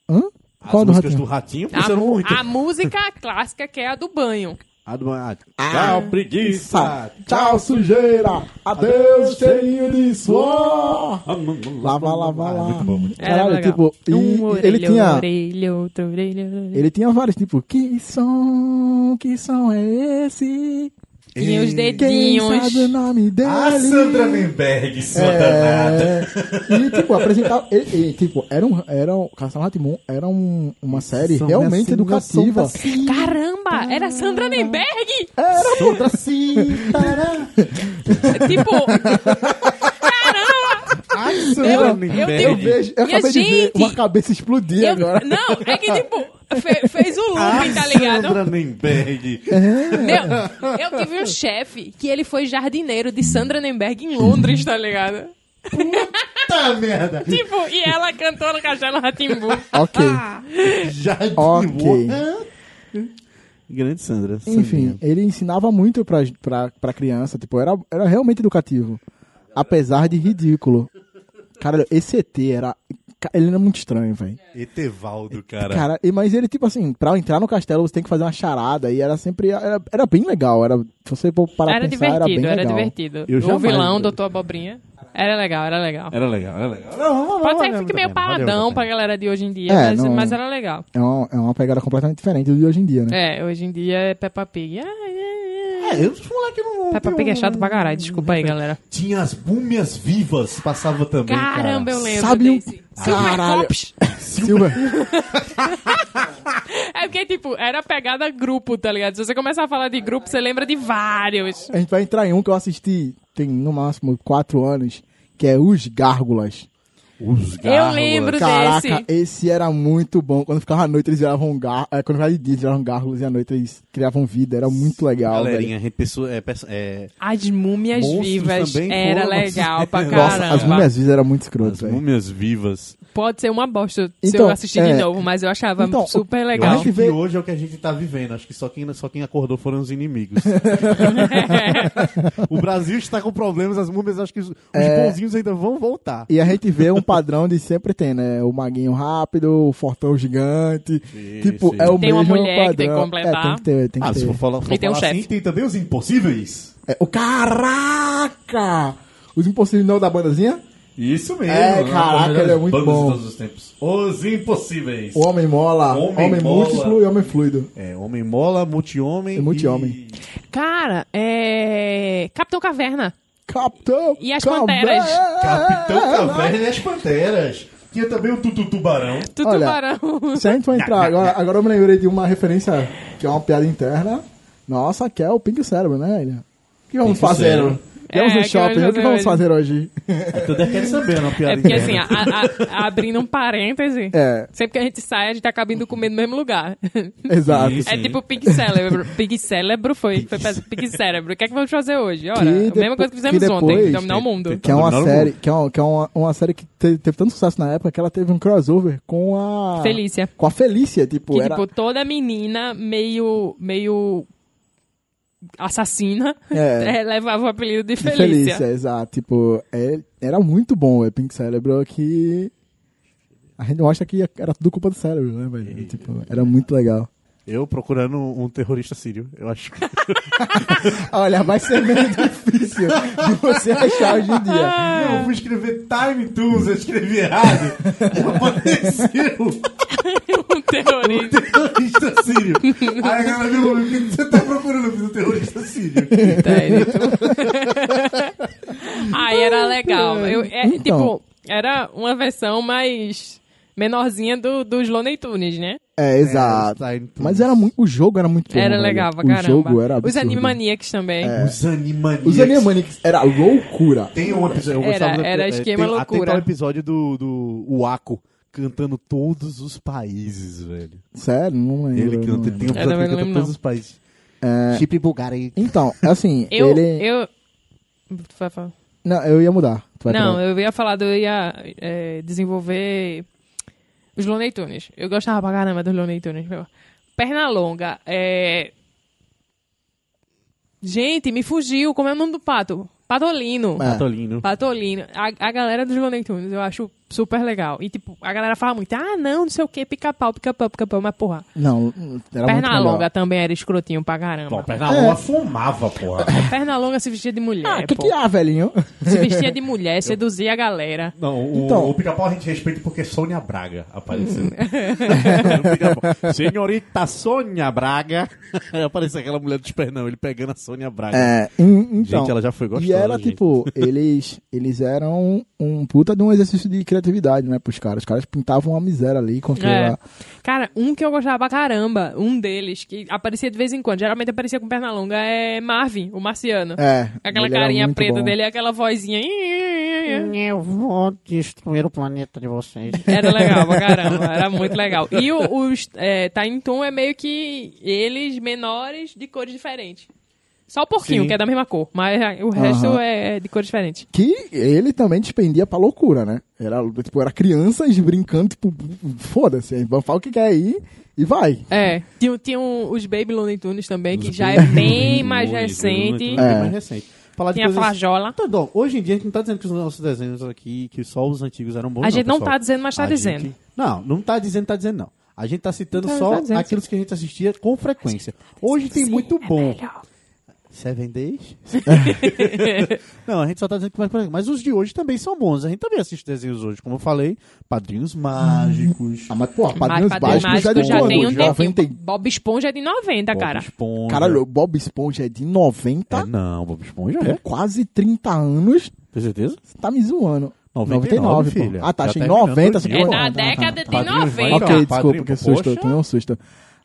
Speaker 3: Hã? Qual
Speaker 2: As
Speaker 3: é do
Speaker 2: músicas
Speaker 3: Ah, Ratinho?
Speaker 2: do Ratinho
Speaker 1: A,
Speaker 2: funcionam
Speaker 1: mu-
Speaker 2: muito.
Speaker 1: a música clássica que é a do banho.
Speaker 3: Ah.
Speaker 2: A do Tchau, preguiça.
Speaker 3: Tchau, sujeira! Adeus, cheirinho de suor! Lava, lava,
Speaker 2: Ah,
Speaker 3: lava. Caralho,
Speaker 1: legal.
Speaker 3: tipo, e-
Speaker 1: um
Speaker 3: e
Speaker 1: orelha,
Speaker 3: ele tinha.
Speaker 1: orelha, outro orelha, orelha.
Speaker 3: Ele tinha vários, tipo, que som, que som é esse?
Speaker 1: Tinha os
Speaker 3: Quem
Speaker 1: dedinhos.
Speaker 3: sabe o nome dele?
Speaker 2: A Ah, Sandra Menberg, sua danada.
Speaker 3: É, e tipo, apresentava. Ele, ele, tipo, era um. Era um Castelo Ratimon era um- uma série
Speaker 2: Som assim,
Speaker 3: realmente educativa.
Speaker 2: som assim.
Speaker 1: Caramba, era Sandra Nemberg!
Speaker 2: Sandra sim, tará.
Speaker 1: tipo,
Speaker 2: A Sandra
Speaker 1: eu tenho-
Speaker 3: Eu
Speaker 2: Menberg.
Speaker 3: vejo, eu
Speaker 1: Minha
Speaker 3: acabei de ver
Speaker 1: gente!
Speaker 3: uma cabeça explodir
Speaker 1: eu-
Speaker 3: agora. Ah,
Speaker 1: não, é que tipo, fe- fez o looping, tá
Speaker 2: A
Speaker 1: ligado?
Speaker 2: Sandra Menberg.
Speaker 1: Meu, eu tive um chefe que ele foi jardineiro de Sandra Nemberg em Londres, tá ligado?
Speaker 2: Tá merda.
Speaker 1: Tipo, e ela cantou no Castelo Ratimbu.
Speaker 3: Ok.
Speaker 2: Já
Speaker 3: Ok.
Speaker 2: Grande Sandra.
Speaker 3: Enfim, ele ensinava muito pra, pra, pra criança, tipo, era, era realmente educativo. Apesar de ridículo. Cara, esse ET era. ca- Ele era muito estranho, velho.
Speaker 2: É. Etevaldo, cara.
Speaker 3: Cara, e- mas ele, tipo assim, pra entrar no castelo você tem que fazer uma charada e era sempre. Era, era bem legal. Era, se você for parar
Speaker 1: Era
Speaker 3: pra pensar, era bem
Speaker 1: divertido, era,
Speaker 3: legal.
Speaker 1: divertido.
Speaker 2: Eu
Speaker 1: o
Speaker 2: jamais-
Speaker 1: vilão, Doutor Abobrinha. Era legal, era legal.
Speaker 3: É.
Speaker 2: Era legal, era legal.
Speaker 1: Pode ser que fique meio paradão pra galera de hoje em dia,
Speaker 3: É,
Speaker 1: mas,
Speaker 3: não-
Speaker 1: mas era legal.
Speaker 3: É uma, é uma pegada completamente diferente do de hoje em dia, né?
Speaker 1: É, hoje em dia é Peppa Pig. Ah, é, é.
Speaker 2: É, eu os moleques não.
Speaker 1: Peppa Pig é chato pra caralho, desculpa aí, galera.
Speaker 2: Tinha as múmias vivas, passava também. cara.
Speaker 1: Caramba, É, eu lembro
Speaker 3: Sabe um-
Speaker 1: desse. Silver
Speaker 3: Caralho.
Speaker 1: Cops.
Speaker 3: Silver.
Speaker 1: É porque, tipo, era pegada grupo, tá ligado? Se você começar a falar de grupo, você lembra de vários.
Speaker 3: A gente vai entrar em um que eu assisti tem no máximo quatro anos, que é Os Gárgulas.
Speaker 2: um
Speaker 8: Os
Speaker 1: Eu
Speaker 8: gárgulas.
Speaker 1: lembro desse.
Speaker 3: Caraca, é- esse era muito bom. Quando ficava à noite, eles viravam gárgulas. Quando ficava de dia, eles viravam gárgulas e à noite eles criavam vida. Era muito legal, velho.
Speaker 2: Galerinha, gente, pessoa, é, peço- é,
Speaker 1: As múmias
Speaker 2: Monstros
Speaker 1: vivas
Speaker 2: também
Speaker 1: era
Speaker 2: foram.
Speaker 1: legal pra
Speaker 2: Nossa,
Speaker 1: caramba.
Speaker 3: As múmias vezes eram muito
Speaker 2: as
Speaker 3: escrotas, né? velho.
Speaker 2: múmias vivas.
Speaker 1: Pode ser uma bosta se
Speaker 3: Então,
Speaker 1: eu assistir
Speaker 3: é.
Speaker 1: de novo, mas eu achava
Speaker 3: Então,
Speaker 1: super
Speaker 2: Eu
Speaker 1: legal.
Speaker 2: acho que
Speaker 3: Legal. Vê-
Speaker 2: hoje é o que a gente tá vivendo. Acho que só quem, só quem acordou foram os inimigos. o Brasil está com problemas, as múmias acho que os, os
Speaker 3: É.
Speaker 2: bonzinhos ainda vão voltar.
Speaker 3: E a gente vê um padrão de sempre tem, né? O maguinho rápido, o fortão gigante. tipo,
Speaker 2: sim.
Speaker 3: é o
Speaker 1: Tem uma
Speaker 3: mesmo
Speaker 1: mulher
Speaker 3: padrão.
Speaker 1: que tem que completar.
Speaker 3: É, tem que ter, tem que
Speaker 2: Ah,
Speaker 3: ter.
Speaker 2: se for falar, for
Speaker 1: E tem um
Speaker 2: falar assim,
Speaker 1: chefe.
Speaker 2: tem também os impossíveis.
Speaker 3: É, o caraca! Os impossíveis não da bandazinha?
Speaker 2: Isso mesmo.
Speaker 3: É, caraca, ele é muito
Speaker 2: bandas
Speaker 3: bom.
Speaker 2: de todos os tempos. Os impossíveis.
Speaker 3: O homem mola,
Speaker 2: Homem
Speaker 3: homem,
Speaker 2: mola.
Speaker 3: múltiplo e homem fluido.
Speaker 2: É, homem mola, multi-homem.
Speaker 3: É multi-homem.
Speaker 2: e-
Speaker 1: Cara, é. Capitão Caverna.
Speaker 3: Capitão! É,
Speaker 1: E as
Speaker 3: Caverna!
Speaker 1: panteras?
Speaker 2: Capitão
Speaker 3: é.
Speaker 2: Caverna e as Panteras. Tinha também o Tutu Tubarão.
Speaker 1: Tu
Speaker 3: Olha,
Speaker 1: tubarão.
Speaker 3: Se a gente for entrar agora, agora eu me lembrei de uma referência que é uma piada interna. Nossa, que é o Pink Cérebro, né, Ilha? O que vamos fazer?
Speaker 2: Cérebro.
Speaker 3: Viemos
Speaker 1: É,
Speaker 3: no
Speaker 1: que
Speaker 3: shopping,
Speaker 1: vamos
Speaker 3: o que vamos fazer
Speaker 1: fazer
Speaker 3: hoje?
Speaker 2: Tu deve querer saber, não, piada
Speaker 1: É porque assim,
Speaker 2: interna.
Speaker 1: a- a- a- abrindo um parêntese,
Speaker 3: É.
Speaker 1: sempre que a gente sai, a gente acaba indo comer no mesmo lugar.
Speaker 3: Exato.
Speaker 2: Isso.
Speaker 1: É
Speaker 2: Sim.
Speaker 1: tipo Pig Cérebro. Pig Cérebro foi. foi pra- Pig Cérebro. O que é que vamos fazer hoje? Ora, a
Speaker 3: depo-
Speaker 1: mesma coisa que
Speaker 3: que
Speaker 1: fizemos
Speaker 3: depois
Speaker 1: ontem, dominar o
Speaker 2: tem-
Speaker 1: mundo.
Speaker 2: tem-
Speaker 3: Que é uma
Speaker 2: Dominar o
Speaker 3: série, que é, uma, que é uma, uma série que te- teve tanto sucesso na época que ela teve um crossover com a.
Speaker 1: Felícia.
Speaker 3: Com a Felícia, tipo,
Speaker 1: Que,
Speaker 3: era.
Speaker 1: tipo, toda menina meio. meio. assassina
Speaker 3: É.
Speaker 1: eh, levava o apelido de
Speaker 3: de
Speaker 1: Felícia.
Speaker 3: exato. Tipo, é- era muito bom, é Pink Cérebro que. A gente acha que era tudo culpa do cérebro, né, velho? Tipo, era muito legal.
Speaker 2: Eu procurando um terrorista sírio. Eu acho que
Speaker 3: Olha, vai ser meio difícil de você achar hoje em dia.
Speaker 2: eu fui escrever Time Tunes, eu escrevi errado. Apareceu
Speaker 1: um terrorista.
Speaker 2: terrorista sírio. Aí a galera viu, o que você tá procurando? Eu fiz um terrorista sírio.
Speaker 3: Tá,
Speaker 1: Aí era legal. Eu, é,
Speaker 3: Então.
Speaker 1: Tipo, era uma versão mais. menorzinha do, dos Loney Tunes, né?
Speaker 3: É, exato.
Speaker 2: É, Time Tunes.
Speaker 3: Mas era muito. O jogo era muito bom.
Speaker 1: Era
Speaker 3: velho.
Speaker 1: legal pra
Speaker 3: o
Speaker 1: caramba.
Speaker 3: jogo era
Speaker 1: Os
Speaker 3: absurdo. É.
Speaker 1: Animaniacs também.
Speaker 2: Os animaniacs.
Speaker 3: Os Animaniacs era loucura.
Speaker 2: Tem um episódio. Eu
Speaker 1: Era-
Speaker 2: gostava do-
Speaker 1: era
Speaker 2: é,
Speaker 1: esquema
Speaker 2: tem, Tem
Speaker 1: loucura.
Speaker 2: tal episódio do, do Uaco cantando todos os países, velho.
Speaker 3: Sério, não lembro.
Speaker 2: Ele que
Speaker 3: não
Speaker 2: não tem, tem
Speaker 3: lembro.
Speaker 2: um
Speaker 1: Eu
Speaker 2: episódio
Speaker 1: também
Speaker 2: que
Speaker 1: não
Speaker 2: canta
Speaker 1: lembro,
Speaker 2: todos
Speaker 1: não.
Speaker 2: os países.
Speaker 3: É,
Speaker 2: Chip Bulgari.
Speaker 3: Então, assim,
Speaker 1: Eu.
Speaker 3: ele.
Speaker 1: eu... Tu vai falar?
Speaker 3: Não, eu ia mudar. Tu vai
Speaker 1: Não,
Speaker 3: falar.
Speaker 1: eu ia falar, do- eu ia é, desenvolver os Looney Tunes. Eu gostava pra caramba dos Looney Tunes. meu. Pernalonga, é... Gente, me fugiu. Como é o nome do pato? Patolino.
Speaker 3: É.
Speaker 2: Patolino.
Speaker 1: Patolino. A, a galera dos Looney Tunes eu acho super legal. E, tipo, a galera fala muito, ah, não, não sei o que, pica-pau, pica-pau, pica-pau. Mas, porra,
Speaker 3: Não, era É muito
Speaker 1: Pernalonga tá
Speaker 3: legal.
Speaker 1: também era escrotinho pra caramba.
Speaker 2: Bom,
Speaker 3: É.
Speaker 2: Pernalonga fumava, porra.
Speaker 1: Pernalonga se vestia de mulher,
Speaker 3: Ah, que
Speaker 1: pô.
Speaker 3: que há, velhinho?
Speaker 1: Se vestia de mulher, seduzia a galera.
Speaker 2: Não, o,
Speaker 3: Então- Hum.
Speaker 2: o pica-pau a gente respeita porque Sônia Braga apareceu. O Pica-Pau. Senhorita Sônia Braga. Aí apareceu aquela mulher dos pernão, ele pegando a Sônia Braga.
Speaker 3: É, em- então.
Speaker 2: gente, ela já foi gostosa.
Speaker 3: E era
Speaker 2: gente.
Speaker 3: tipo, eles, eles eram um puta de um exercício de criatividade, né, pros caras. Os caras pintavam uma miséria ali com
Speaker 1: É.
Speaker 3: aquela.
Speaker 1: Cara, um que eu gostava pra caramba, um deles, que aparecia de vez em quando, geralmente aparecia com perna longa, é Marvin, o marciano.
Speaker 3: É,
Speaker 1: Aquela
Speaker 3: ele era
Speaker 1: carinha
Speaker 3: muito
Speaker 1: preta
Speaker 3: bom.
Speaker 1: dele e aquela vozinha.
Speaker 10: Eu vou destruir o planeta de vocês.
Speaker 1: Era legal pra caramba, era muito legal. E o, os é, Tiny Toon é meio que eles menores de cores diferentes. Só o porquinho,
Speaker 2: Sim.
Speaker 1: que é da mesma cor, mas é, o resto
Speaker 3: Aham.
Speaker 1: é de cores diferentes.
Speaker 3: Que ele também despendia pra loucura, né? Era, tipo, era crianças brincando, tipo, foda-se, vamos falar o que quer aí e vai.
Speaker 1: É, tinha, tinha um- os Baby Looney Tunes também, que já é bem mais
Speaker 2: Muito,
Speaker 1: recente.
Speaker 2: muito,
Speaker 3: É.
Speaker 2: Bem mais recente. Falar de
Speaker 1: Tinha a
Speaker 2: é. coisas-
Speaker 1: flajola.
Speaker 2: Tá bom, hoje em dia a gente não tá dizendo que os nossos desenhos aqui, que só os antigos eram bons.
Speaker 1: A gente não
Speaker 2: pessoal.
Speaker 1: tá dizendo, mas tá
Speaker 2: A
Speaker 1: dizendo.
Speaker 2: gente- Não, não tá dizendo, tá dizendo não. A gente tá citando
Speaker 1: Tá,
Speaker 2: só
Speaker 1: tá dizendo,
Speaker 2: aqueles que a gente assistia com frequência. Hoje tem muito
Speaker 1: é
Speaker 2: bom. Seven Days? não, a gente só tá dizendo que mais por exemplo, Mas os de hoje também são bons. A gente também assiste desenhos hoje, como eu falei. Padrinhos Mágicos.
Speaker 3: Ah, mas, pô,
Speaker 1: Mas
Speaker 3: Padrinhos
Speaker 1: Padrinhos
Speaker 3: Básicos já é de
Speaker 1: Mágicos já
Speaker 3: quando?
Speaker 1: tem um
Speaker 3: De
Speaker 1: tempinho.
Speaker 3: 90 e-
Speaker 1: Bob Esponja é de 90, cara.
Speaker 2: Bob Esponja.
Speaker 3: Caralho, Bob Esponja é de 90,
Speaker 2: É, não, Bob Esponja
Speaker 3: tem
Speaker 2: é.
Speaker 3: quase 30 anos.
Speaker 2: Tem certeza?
Speaker 3: Você tá me zoando.
Speaker 2: 99,
Speaker 3: 99, pô.
Speaker 2: filha.
Speaker 3: Ah, tá,
Speaker 2: Já
Speaker 3: achei
Speaker 2: tá
Speaker 3: 90. você
Speaker 2: terminando.
Speaker 3: falou
Speaker 1: É na
Speaker 3: 90.
Speaker 1: década de
Speaker 2: Padrinhos
Speaker 1: 90.
Speaker 2: Mágicos. Padrinho,
Speaker 3: Ok, desculpa, que susto.
Speaker 2: poxa.
Speaker 3: Tu não assusta.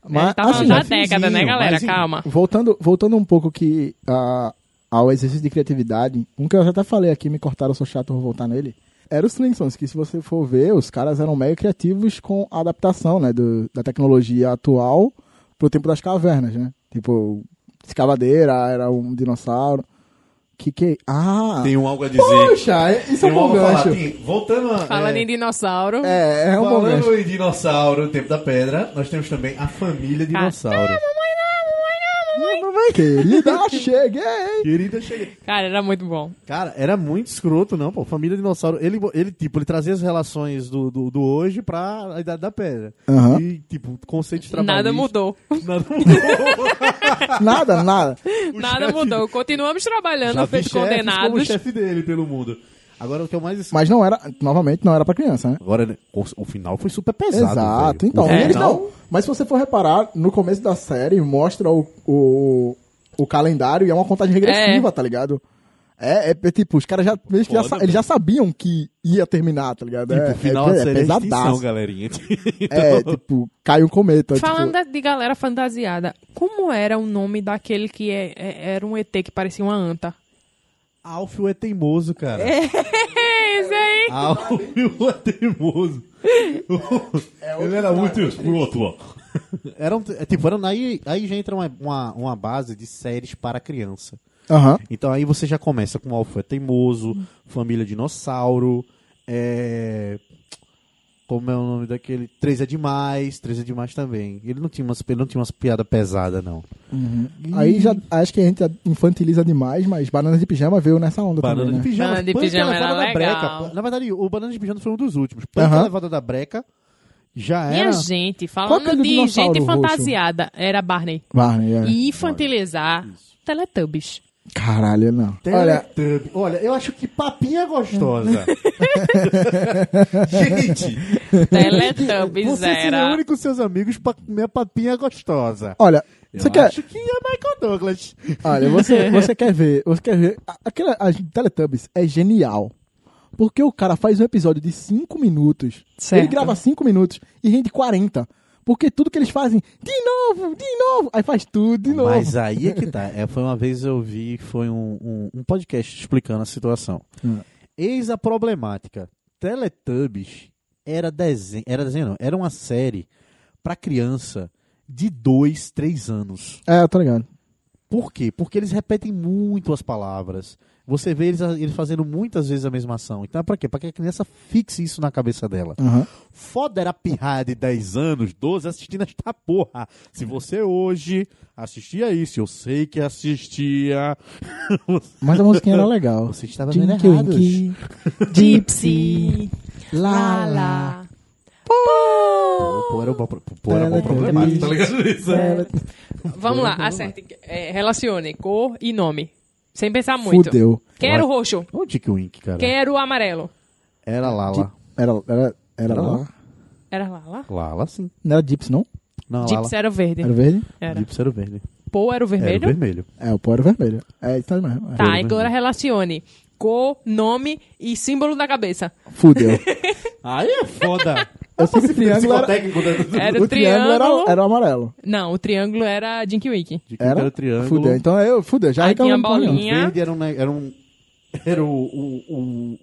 Speaker 1: Ele
Speaker 3: Mas,
Speaker 1: tava
Speaker 3: assim,
Speaker 1: na
Speaker 2: finzinho,
Speaker 1: década, né, galera?
Speaker 2: mas em-
Speaker 1: Calma.
Speaker 3: voltando, voltando um pouco que ah, ao exercício de criatividade, um que eu já até falei aqui, me cortaram, eu sou chato, eu vou voltar nele, era os Flintstones, que se você for ver, os caras eram mega criativos com a adaptação, né, do- da tecnologia atual pro tempo das cavernas, né? Tipo, escavadeira, era um dinossauro. Que que... Ah!
Speaker 2: Tem um algo a dizer.
Speaker 3: Poxa, é- isso é
Speaker 2: Tem
Speaker 3: um
Speaker 2: um
Speaker 3: bom
Speaker 2: algo a falar.
Speaker 3: gancho.
Speaker 2: Tem- Voltando a...
Speaker 1: Falando
Speaker 2: é,
Speaker 1: em dinossauro.
Speaker 3: É, é um bom gancho.
Speaker 2: Falando em dinossauro, Tempo da Pedra, nós temos também a família dinossauro.
Speaker 3: Querida, cheguei!
Speaker 2: Querida, cheguei.
Speaker 1: Cara, era muito bom.
Speaker 2: Cara, era muito escroto, não, pô. Família dinossauro. Ele, ele tipo, ele trazia as relações do, do, do hoje pra a Idade da Pedra.
Speaker 3: Aham.
Speaker 2: E, tipo, conceito de trabalho.
Speaker 1: Nada mudou.
Speaker 2: Nada mudou.
Speaker 3: Nada, nada.
Speaker 1: Nada
Speaker 2: chefe-
Speaker 1: mudou. Continuamos
Speaker 2: Já
Speaker 1: trabalhando,
Speaker 2: vi
Speaker 1: feitos
Speaker 2: chefes como o
Speaker 1: condenados.
Speaker 2: chefe dele pelo mundo. Agora, o que é o mais escroto...
Speaker 3: Mas não era, novamente, não era pra criança, né?
Speaker 2: Agora, né, o, o final foi super pesado,
Speaker 3: Exato,
Speaker 2: velho.
Speaker 3: então.
Speaker 2: O
Speaker 1: É.
Speaker 3: Eles
Speaker 2: final-
Speaker 3: não. Mas se você for reparar, no começo da série mostra o, o, o calendário e é uma contagem regressiva, tá ligado? É, é, é tipo, os caras já, meio que já,
Speaker 2: Foda,
Speaker 3: sa- eles já sabiam que ia terminar, tá ligado?
Speaker 2: Tipo,
Speaker 3: é,
Speaker 2: o final
Speaker 3: é,
Speaker 2: da série é, a extinção,
Speaker 3: pesadaço.
Speaker 2: galerinha.
Speaker 3: É, tipo, cai um cometa.
Speaker 1: Falando
Speaker 3: tipo,
Speaker 1: da- de galera fantasiada, como era o nome daquele que é- é- era um ET que parecia uma anta?
Speaker 2: Alfio é teimoso, cara.
Speaker 1: É esse aí!
Speaker 2: Alfio é teimoso. Ele era muito escroto. Era um, é, tipo, era, aí, aí já entra uma, uma, uma base de séries para criança.
Speaker 3: Aham.
Speaker 2: Então aí você já começa com Alfio é teimoso, Família Dinossauro, é... Como é o nome daquele? Três é demais, três é demais também. Ele não tinha umas, ele não tinha umas piadas pesadas, não.
Speaker 3: Aí já acho que a gente infantiliza demais, mas banana de pijama veio nessa onda
Speaker 2: Banana
Speaker 3: também.
Speaker 2: de
Speaker 3: né?
Speaker 2: pijama.
Speaker 1: Banana de
Speaker 2: Punk
Speaker 1: pijama
Speaker 2: Elevada
Speaker 1: era
Speaker 2: da
Speaker 1: legal.
Speaker 2: Breca. Na verdade, o Banana de pijama foi um dos últimos. Punk
Speaker 3: Aham.
Speaker 2: Elevada da Breca já
Speaker 1: Minha
Speaker 2: era...
Speaker 1: gente,
Speaker 3: Qual aquele
Speaker 1: falando de
Speaker 3: dinossauro
Speaker 1: gente
Speaker 3: roxo?
Speaker 1: fantasiada, era Barney.
Speaker 3: Barney, é.
Speaker 1: E infantilizar Teletubbies.
Speaker 3: Caralho, não. Olha,
Speaker 2: Teletubbies. um Olha, eu acho que papinha é gostosa. gente,
Speaker 1: Teletubbies
Speaker 2: você se
Speaker 1: era.
Speaker 2: reúne com seus amigos pra comer papinha é gostosa.
Speaker 3: olha, você
Speaker 2: eu
Speaker 3: quer.
Speaker 2: acho que é Michael Douglas.
Speaker 3: Olha, você, você quer ver, você quer ver, a- aquela, a Teletubbies é genial. Porque o cara faz um episódio de 5 minutos,
Speaker 1: Certo.
Speaker 3: ele grava 5 minutos e rende 40. Porque tudo que eles fazem, de novo, de novo, aí faz tudo de novo.
Speaker 2: Mas aí é que tá. É, foi uma vez eu vi, foi um, um, um podcast explicando a situação.
Speaker 3: Hum.
Speaker 2: Eis a problemática. Teletubbies era desenho, era desenho não, era uma série pra criança de 2, 3 anos.
Speaker 3: É, eu tô ligado.
Speaker 2: Por quê? Porque eles repetem muito as palavras. Você vê eles, eles fazendo muitas vezes a mesma ação. Então é pra quê? Pra que a criança fixe isso na cabeça dela.
Speaker 3: Aham.
Speaker 2: Foda era pirraia de 10 anos, 12, assistindo esta porra. Se você hoje assistia isso, eu sei que assistia.
Speaker 3: Mas a musiquinha era legal.
Speaker 2: Você estava
Speaker 3: Tinky,
Speaker 2: vendo errados.
Speaker 3: winky,
Speaker 1: Gypsy.
Speaker 3: lá, lá.
Speaker 1: Lala.
Speaker 2: Pô, pô, era um bom, pro- pô, era um bom problema.
Speaker 3: Teletubbies.
Speaker 2: Tá ligado nisso? né?
Speaker 1: Vamos lá, acerte. É, relacione cor e nome. Sem pensar muito.
Speaker 3: Fudeu.
Speaker 1: Quero roxo.
Speaker 2: Olha o Dick Wink, cara.
Speaker 1: Quero amarelo.
Speaker 2: Era Lala.
Speaker 3: Era, era, era lá.
Speaker 1: Era Lala?
Speaker 2: Lala, sim.
Speaker 3: Não era Gyps, não?
Speaker 2: Não, Lala.
Speaker 1: Gypsy era o verde.
Speaker 3: Era o verde?
Speaker 1: Era.
Speaker 2: Gypsy era o verde.
Speaker 1: Pô era o vermelho?
Speaker 2: Era o vermelho.
Speaker 3: É, o pó era o vermelho. É, isso aí mesmo. é.
Speaker 1: Tá, agora relacione cor, nome e símbolo da cabeça.
Speaker 3: Fudeu.
Speaker 2: Aí é foda.
Speaker 3: Eu sei que o triângulo era,
Speaker 2: Psicotécnico da-
Speaker 1: Era
Speaker 3: o triângulo era, era o amarelo.
Speaker 1: Não, o triângulo era Jinky Wiki.
Speaker 2: Dick Wink
Speaker 3: Era?
Speaker 2: era o triângulo.
Speaker 3: Fudeu. Então eu, fudeu. Já
Speaker 1: Aí tinha
Speaker 3: reclamamos com ele.
Speaker 1: bolinha.
Speaker 2: Verde era um. ne- Era, um, era o, o, o-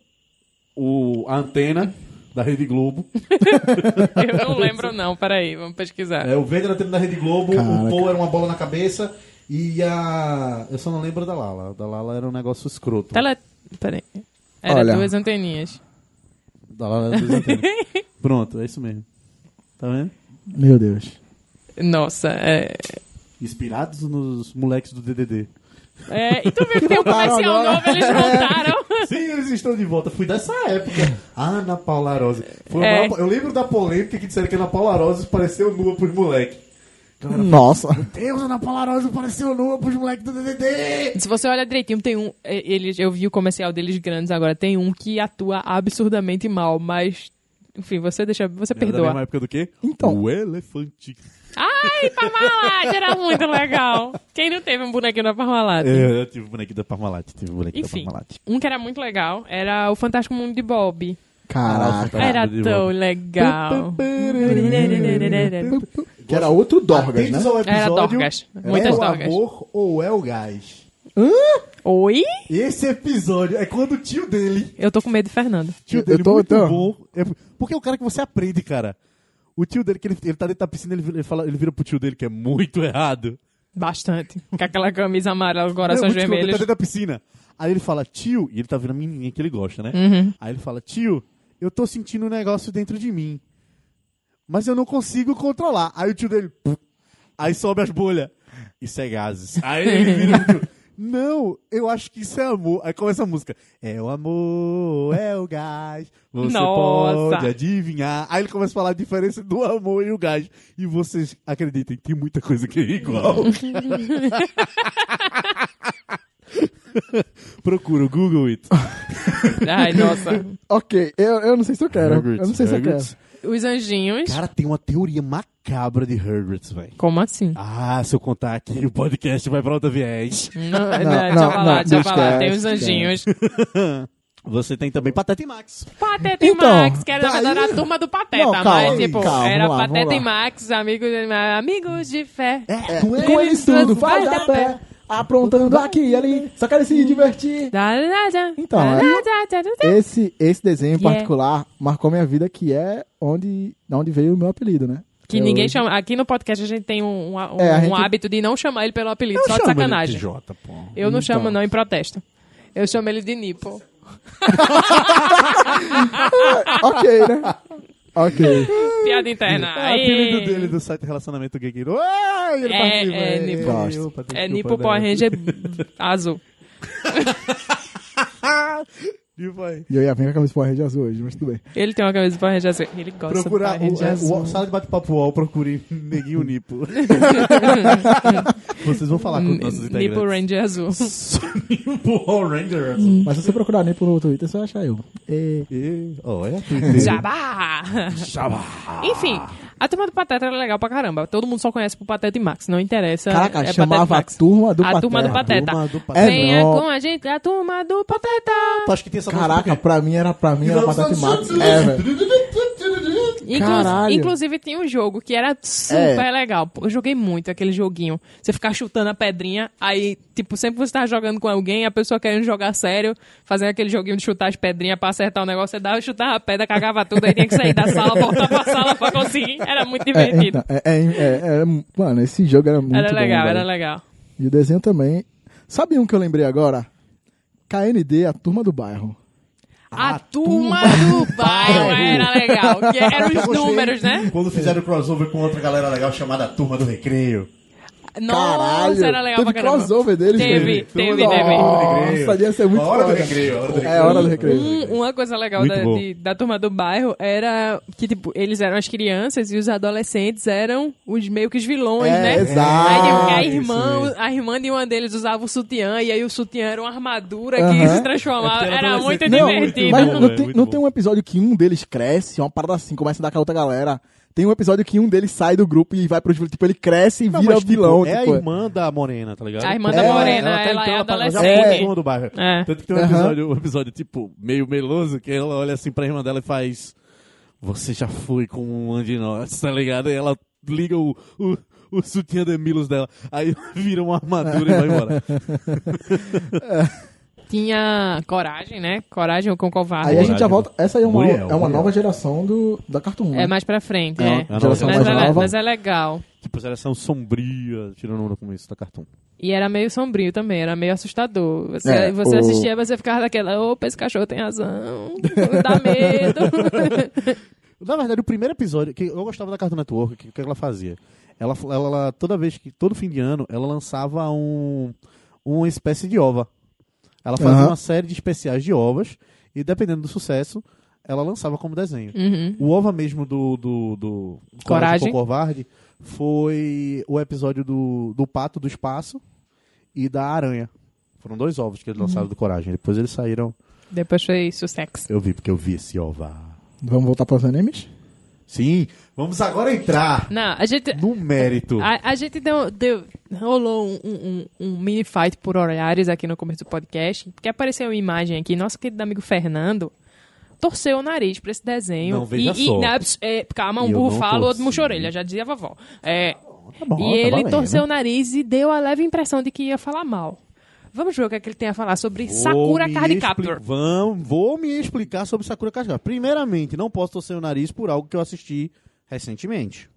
Speaker 2: o- a antena da Rede Globo.
Speaker 1: Eu não lembro não, peraí, vamos pesquisar.
Speaker 2: É, o verde era a antena da Rede Globo,
Speaker 3: Caraca.
Speaker 2: o Paul era uma bola na cabeça e a. Eu só não lembro da Lala. Da Lala era um negócio escroto.
Speaker 1: Tele... Peraí. Era
Speaker 3: Olha.
Speaker 1: duas anteninhas.
Speaker 2: Da Lala era duas antenas. Pronto, é isso mesmo. Tá vendo?
Speaker 3: Meu Deus.
Speaker 1: Nossa, é...
Speaker 2: Inspirados nos moleques do DDD.
Speaker 1: é... E tu viu que tem um comercial novo, eles voltaram.
Speaker 2: Sim, eles estão de volta. Fui dessa época. Ah, Ana Paula Rose. Foi a
Speaker 1: É.
Speaker 2: maior- Eu lembro da polêmica que disseram que Ana Paula Rose pareceu nua pros moleques.
Speaker 3: Nossa.
Speaker 2: Deus, Ana Paula Rose pareceu nua pros moleques do DDD!
Speaker 1: Se você olha direitinho, tem um... é, Eles... Eu vi o comercial deles grandes agora. Tem um que atua absurdamente mal, mas... Enfim, você deixa... Você
Speaker 2: Da mesma
Speaker 1: perdoa.
Speaker 2: época do quê?
Speaker 3: Então.
Speaker 2: O elefante.
Speaker 1: Ai, Parmalat! Era muito legal. Quem não teve um bonequinho da Parmalat?
Speaker 2: Eu, eu tive o bonequinho É, da Parmalat. Tive o bonequinho
Speaker 1: Enfim,
Speaker 2: da Parmalat.
Speaker 1: um que era muito legal era o Fantástico Mundo de Bob.
Speaker 3: Caraca.
Speaker 1: era
Speaker 2: de
Speaker 1: tão legal.
Speaker 3: Que era outro Dorgas, né?
Speaker 2: ao é
Speaker 1: Era Dorgas. Muitas Dorgas.
Speaker 2: amor ou é o gás?
Speaker 1: Oi?
Speaker 8: Esse episódio é quando o tio dele.
Speaker 1: Eu tô com medo de Fernando.
Speaker 2: tio
Speaker 3: Eu
Speaker 2: dele
Speaker 3: tô-
Speaker 2: muito
Speaker 3: tô.
Speaker 2: bom. É, porque é o cara que você aprende, cara. O tio dele, que ele, ele tá dentro da piscina, ele, vira- ele fala, ele vira pro tio dele, que é muito errado.
Speaker 1: Bastante. Com aquela camisa amarela,
Speaker 2: Não,
Speaker 1: corações
Speaker 2: muito escroto, Ele tá
Speaker 1: vermelhos.
Speaker 2: dentro da piscina. Aí ele fala, tio, e ele tá vendo a menininha que ele gosta, né? Aí ele fala, tio, eu tô sentindo um negócio dentro de mim. Mas eu não consigo controlar. Aí o tio dele, "Pum." aí sobe as bolhas. Isso é gases. Aí ele vira pro tio. Não, eu acho que isso é amor. Aí começa a música. É o amor, é o gás. Você
Speaker 1: Nossa.
Speaker 2: pode adivinhar. Aí ele começa a falar a diferença do amor e o gás. E vocês acreditem, tem muita coisa que é igual. Procura o Google It.
Speaker 1: Ai, nossa.
Speaker 3: Ok, eu, eu não sei se eu quero.
Speaker 2: Hagrid,
Speaker 3: Eu não sei se é eu quero.
Speaker 2: Hagrid.
Speaker 1: Os anjinhos.
Speaker 2: Cara, tem uma teoria macabra de Herberts, velho.
Speaker 1: Como assim?
Speaker 2: Ah, se eu contar aqui, o podcast vai pra outra viés.
Speaker 1: Não, não,
Speaker 3: não,
Speaker 1: deixa eu falar,
Speaker 3: não,
Speaker 1: deixa eu falar.
Speaker 3: esquece,
Speaker 1: Tem os anjinhos.
Speaker 2: Você tem também Pateta e Max.
Speaker 1: Pateta e
Speaker 3: Então,
Speaker 1: Max, que era na
Speaker 3: daí-
Speaker 1: verdade a turma do Pateta,
Speaker 3: Não, calma,
Speaker 1: mas tipo,
Speaker 3: calma,
Speaker 1: era
Speaker 3: vamos lá, vamos
Speaker 1: Pateta
Speaker 3: lá.
Speaker 1: e Max, amigos, amigos de fé.
Speaker 3: É, com eles tudo, faz a pé. Aprontando aqui e ali, só quero se divertir.
Speaker 1: Da, da, da,
Speaker 3: Então,
Speaker 1: da,
Speaker 3: é-
Speaker 1: da, da, da, da.
Speaker 3: Esse, esse desenho em
Speaker 1: Yeah.
Speaker 3: particular marcou minha vida, que é onde, da onde veio o meu apelido, né?
Speaker 1: Que
Speaker 3: Eu-
Speaker 1: ninguém chama. Aqui no podcast a gente tem um, um- um-
Speaker 3: É, a
Speaker 1: um
Speaker 3: gente-
Speaker 1: hábito de não chamar ele pelo apelido, só Tá de sacanagem.
Speaker 2: Jota, pô.
Speaker 1: Eu não
Speaker 3: Então.
Speaker 1: chamo, não, em protesto. Eu chamo ele de Nipo.
Speaker 3: Ok, né? Ok.
Speaker 1: Piada interna.
Speaker 3: É,
Speaker 2: Ah, o apelido
Speaker 1: Aê.
Speaker 2: dele do site Relacionamento Gay. Gay. Ué, ele
Speaker 1: É,
Speaker 2: participa.
Speaker 1: é,
Speaker 2: Ei,
Speaker 1: Nipo.
Speaker 3: Gosto.
Speaker 2: opa, desculpa,
Speaker 1: É Nipo Power
Speaker 2: né?
Speaker 1: Ranger azul.
Speaker 2: Nipo aí.
Speaker 3: E eu ia vir com a camisa Power Ranger azul hoje, mas tudo bem.
Speaker 1: Ele tem uma camisa Power Ranger azul. Ele gosta
Speaker 2: Procura
Speaker 1: de Power
Speaker 8: é,
Speaker 1: Ranger
Speaker 2: o, o,
Speaker 1: azul.
Speaker 2: o sala de bate-papo UOL, procure Neguinho
Speaker 1: Tipo.
Speaker 2: Nipo. Vocês vão falar com os nossos integrantes.
Speaker 1: Nipo Ranger azul.
Speaker 8: Power Ranger.
Speaker 3: Mas se você procurar nem pelo Twitter, você vai achar eu. E...
Speaker 2: E, ó, é
Speaker 1: Jabá! Enfim, a turma do Pateta era legal pra caramba. Todo mundo só conhece pro Pateta e Max. Não interessa.
Speaker 3: Caraca,
Speaker 1: é Pateta e
Speaker 3: chamava a
Speaker 1: Max.
Speaker 3: turma do
Speaker 1: a
Speaker 3: Pateta.
Speaker 1: turma do Pateta.
Speaker 2: Turma do Pateta.
Speaker 1: Venha
Speaker 3: É, não.
Speaker 1: com a gente, a turma do Pateta.
Speaker 8: Tu acha que tem
Speaker 1: Tá
Speaker 8: essa música
Speaker 3: Caraca,
Speaker 8: por quê?
Speaker 3: pra mim era pra mim era Pateta e Max. É, velho.
Speaker 1: Inclu-
Speaker 3: Caralho.
Speaker 1: inclusive tinha um jogo que era super
Speaker 3: É.
Speaker 1: legal. Pô, Eu joguei muito aquele joguinho. Você ficar chutando a pedrinha, aí, tipo, sempre que você tava jogando com alguém, a pessoa querendo jogar sério, fazendo aquele joguinho de chutar as pedrinhas pra acertar o negócio, você dava, chutava a pedra, cagava tudo, aí tinha que sair da sala, voltar pra sala pra conseguir. Era muito
Speaker 3: É,
Speaker 1: divertido.
Speaker 3: então, é, é, é, é, mano, esse jogo era muito
Speaker 1: era legal,
Speaker 3: bom,
Speaker 1: era
Speaker 3: velho.
Speaker 1: legal.
Speaker 3: E o desenho também. Sabe um que eu lembrei agora? KND, a turma do bairro.
Speaker 1: A, turma do bairro era legal. Que eram os números, né?
Speaker 8: Quando fizeram o crossover com outra galera legal chamada Turma do Recreio.
Speaker 1: Nossa,
Speaker 3: Caralho!
Speaker 1: era legal
Speaker 3: teve
Speaker 1: pra caramba.
Speaker 3: crossover deles,
Speaker 1: Teve,
Speaker 3: velho.
Speaker 1: teve, teve.
Speaker 3: Nossa, ia ser muito
Speaker 8: A hora do
Speaker 3: foda.
Speaker 8: recreio, a hora do
Speaker 3: É
Speaker 8: recreio.
Speaker 3: a hora do recreio.
Speaker 1: Um- uma coisa legal
Speaker 2: Muito
Speaker 1: da,
Speaker 2: bom.
Speaker 1: de- da turma do bairro era que, tipo, eles eram as crianças e os adolescentes eram os meio que os vilões,
Speaker 3: É,
Speaker 1: né?
Speaker 3: exato.
Speaker 1: Aí, tipo, que a
Speaker 3: Isso
Speaker 1: irmã, a irmã de uma deles usava o sutiã e aí o sutiã era uma armadura que
Speaker 3: Aham.
Speaker 1: se transformava.
Speaker 2: É porque era
Speaker 1: era muito
Speaker 2: adolescente.
Speaker 3: Não,
Speaker 1: Hum, divertido.
Speaker 3: mas
Speaker 2: bom,
Speaker 3: não,
Speaker 2: velho,
Speaker 3: tem,
Speaker 2: muito
Speaker 3: não
Speaker 2: bom.
Speaker 3: tem um episódio que um deles cresce, uma parada assim, começa a dar com a outra galera. Tem um episódio que um deles sai do grupo e vai pro tipo, ele cresce e
Speaker 2: Não,
Speaker 3: vira
Speaker 2: mas, tipo,
Speaker 3: vilão.
Speaker 2: é
Speaker 3: tipo,
Speaker 2: a irmã da Morena, tá ligado?
Speaker 1: A irmã da
Speaker 3: É,
Speaker 1: Morena, ela,
Speaker 2: tá-
Speaker 1: é
Speaker 2: então já
Speaker 1: adolescente.
Speaker 2: foi
Speaker 3: É.
Speaker 2: turma do bairro.
Speaker 1: É.
Speaker 2: Tanto que tem um
Speaker 3: Aham.
Speaker 2: episódio, um episódio, tipo, meio meloso, que ela olha assim pra irmã dela e faz. Você já foi com um de nós, tá ligado? E ela liga o, o, o sutiã de Milos dela. Aí vira uma armadura e vai embora.
Speaker 1: Tinha coragem, né? Coragem com covarde.
Speaker 3: Aí a gente já volta. Essa aí é uma,
Speaker 2: Muriel,
Speaker 3: é uma
Speaker 2: Muriel.
Speaker 3: nova geração do, da Cartoon.
Speaker 1: É
Speaker 3: né?
Speaker 1: mais pra frente,
Speaker 3: É
Speaker 1: é.
Speaker 3: uma
Speaker 2: geração
Speaker 1: Mas,
Speaker 2: mais
Speaker 1: é, le-
Speaker 3: nova.
Speaker 1: mas é legal.
Speaker 2: tipo, seleção sombria, tirando onda com isso tá da cartão.
Speaker 1: E era meio sombrio também, era meio assustador. Você,
Speaker 3: É,
Speaker 1: você
Speaker 3: o-
Speaker 1: assistia, mas você ficava daquela, opa, esse cachorro tem razão, dá medo.
Speaker 2: Na verdade, o primeiro episódio, que eu gostava da Cartoon Network, o que, que ela fazia? Ela, ela, ela- toda vez que, todo fim de ano, ela lançava um, uma espécie de ova. Ela fazia
Speaker 3: Aham.
Speaker 2: uma série de especiais de ovas, e dependendo do sucesso, ela lançava como desenho.
Speaker 1: Uhum.
Speaker 2: O ova mesmo do, do, do
Speaker 1: Coragem.
Speaker 2: com Covarde foi o episódio do, do Pato do Espaço e da Aranha. Foram dois ovos que eles lançaram do Coragem. Depois eles saíram.
Speaker 1: Depois foi isso, sexo.
Speaker 2: Eu vi, porque eu vi esse ova.
Speaker 3: Vamos voltar para os animes?
Speaker 2: Sim,
Speaker 8: Vamos agora entrar.
Speaker 1: Não, a gente.
Speaker 2: no mérito.
Speaker 1: A, a gente deu, deu- rolou um, um- um- um mini fight por horários aqui no começo do podcast, porque apareceu uma imagem aqui, nosso querido amigo Fernando torceu o nariz pra esse desenho.
Speaker 2: Não, veja
Speaker 1: e, e-
Speaker 2: só.
Speaker 1: na- é, calma, um
Speaker 2: Eu
Speaker 1: burro
Speaker 2: não
Speaker 1: fala, outro
Speaker 2: torci.
Speaker 1: murcha a orelha, já dizia a vovó. É,
Speaker 2: Tá bom,
Speaker 1: e
Speaker 2: tá
Speaker 1: ele
Speaker 2: valendo.
Speaker 1: torceu o nariz e deu a leve impressão de que ia falar mal. Vamos ver o que, é que ele tem a falar sobre
Speaker 2: Vou
Speaker 1: Sakura
Speaker 2: me
Speaker 1: Card
Speaker 2: expli-
Speaker 1: Captor.
Speaker 2: Vam- vou me explicar sobre Sakura Card Captor. Primeiramente, não posso torcer o nariz por algo que eu assisti recentemente.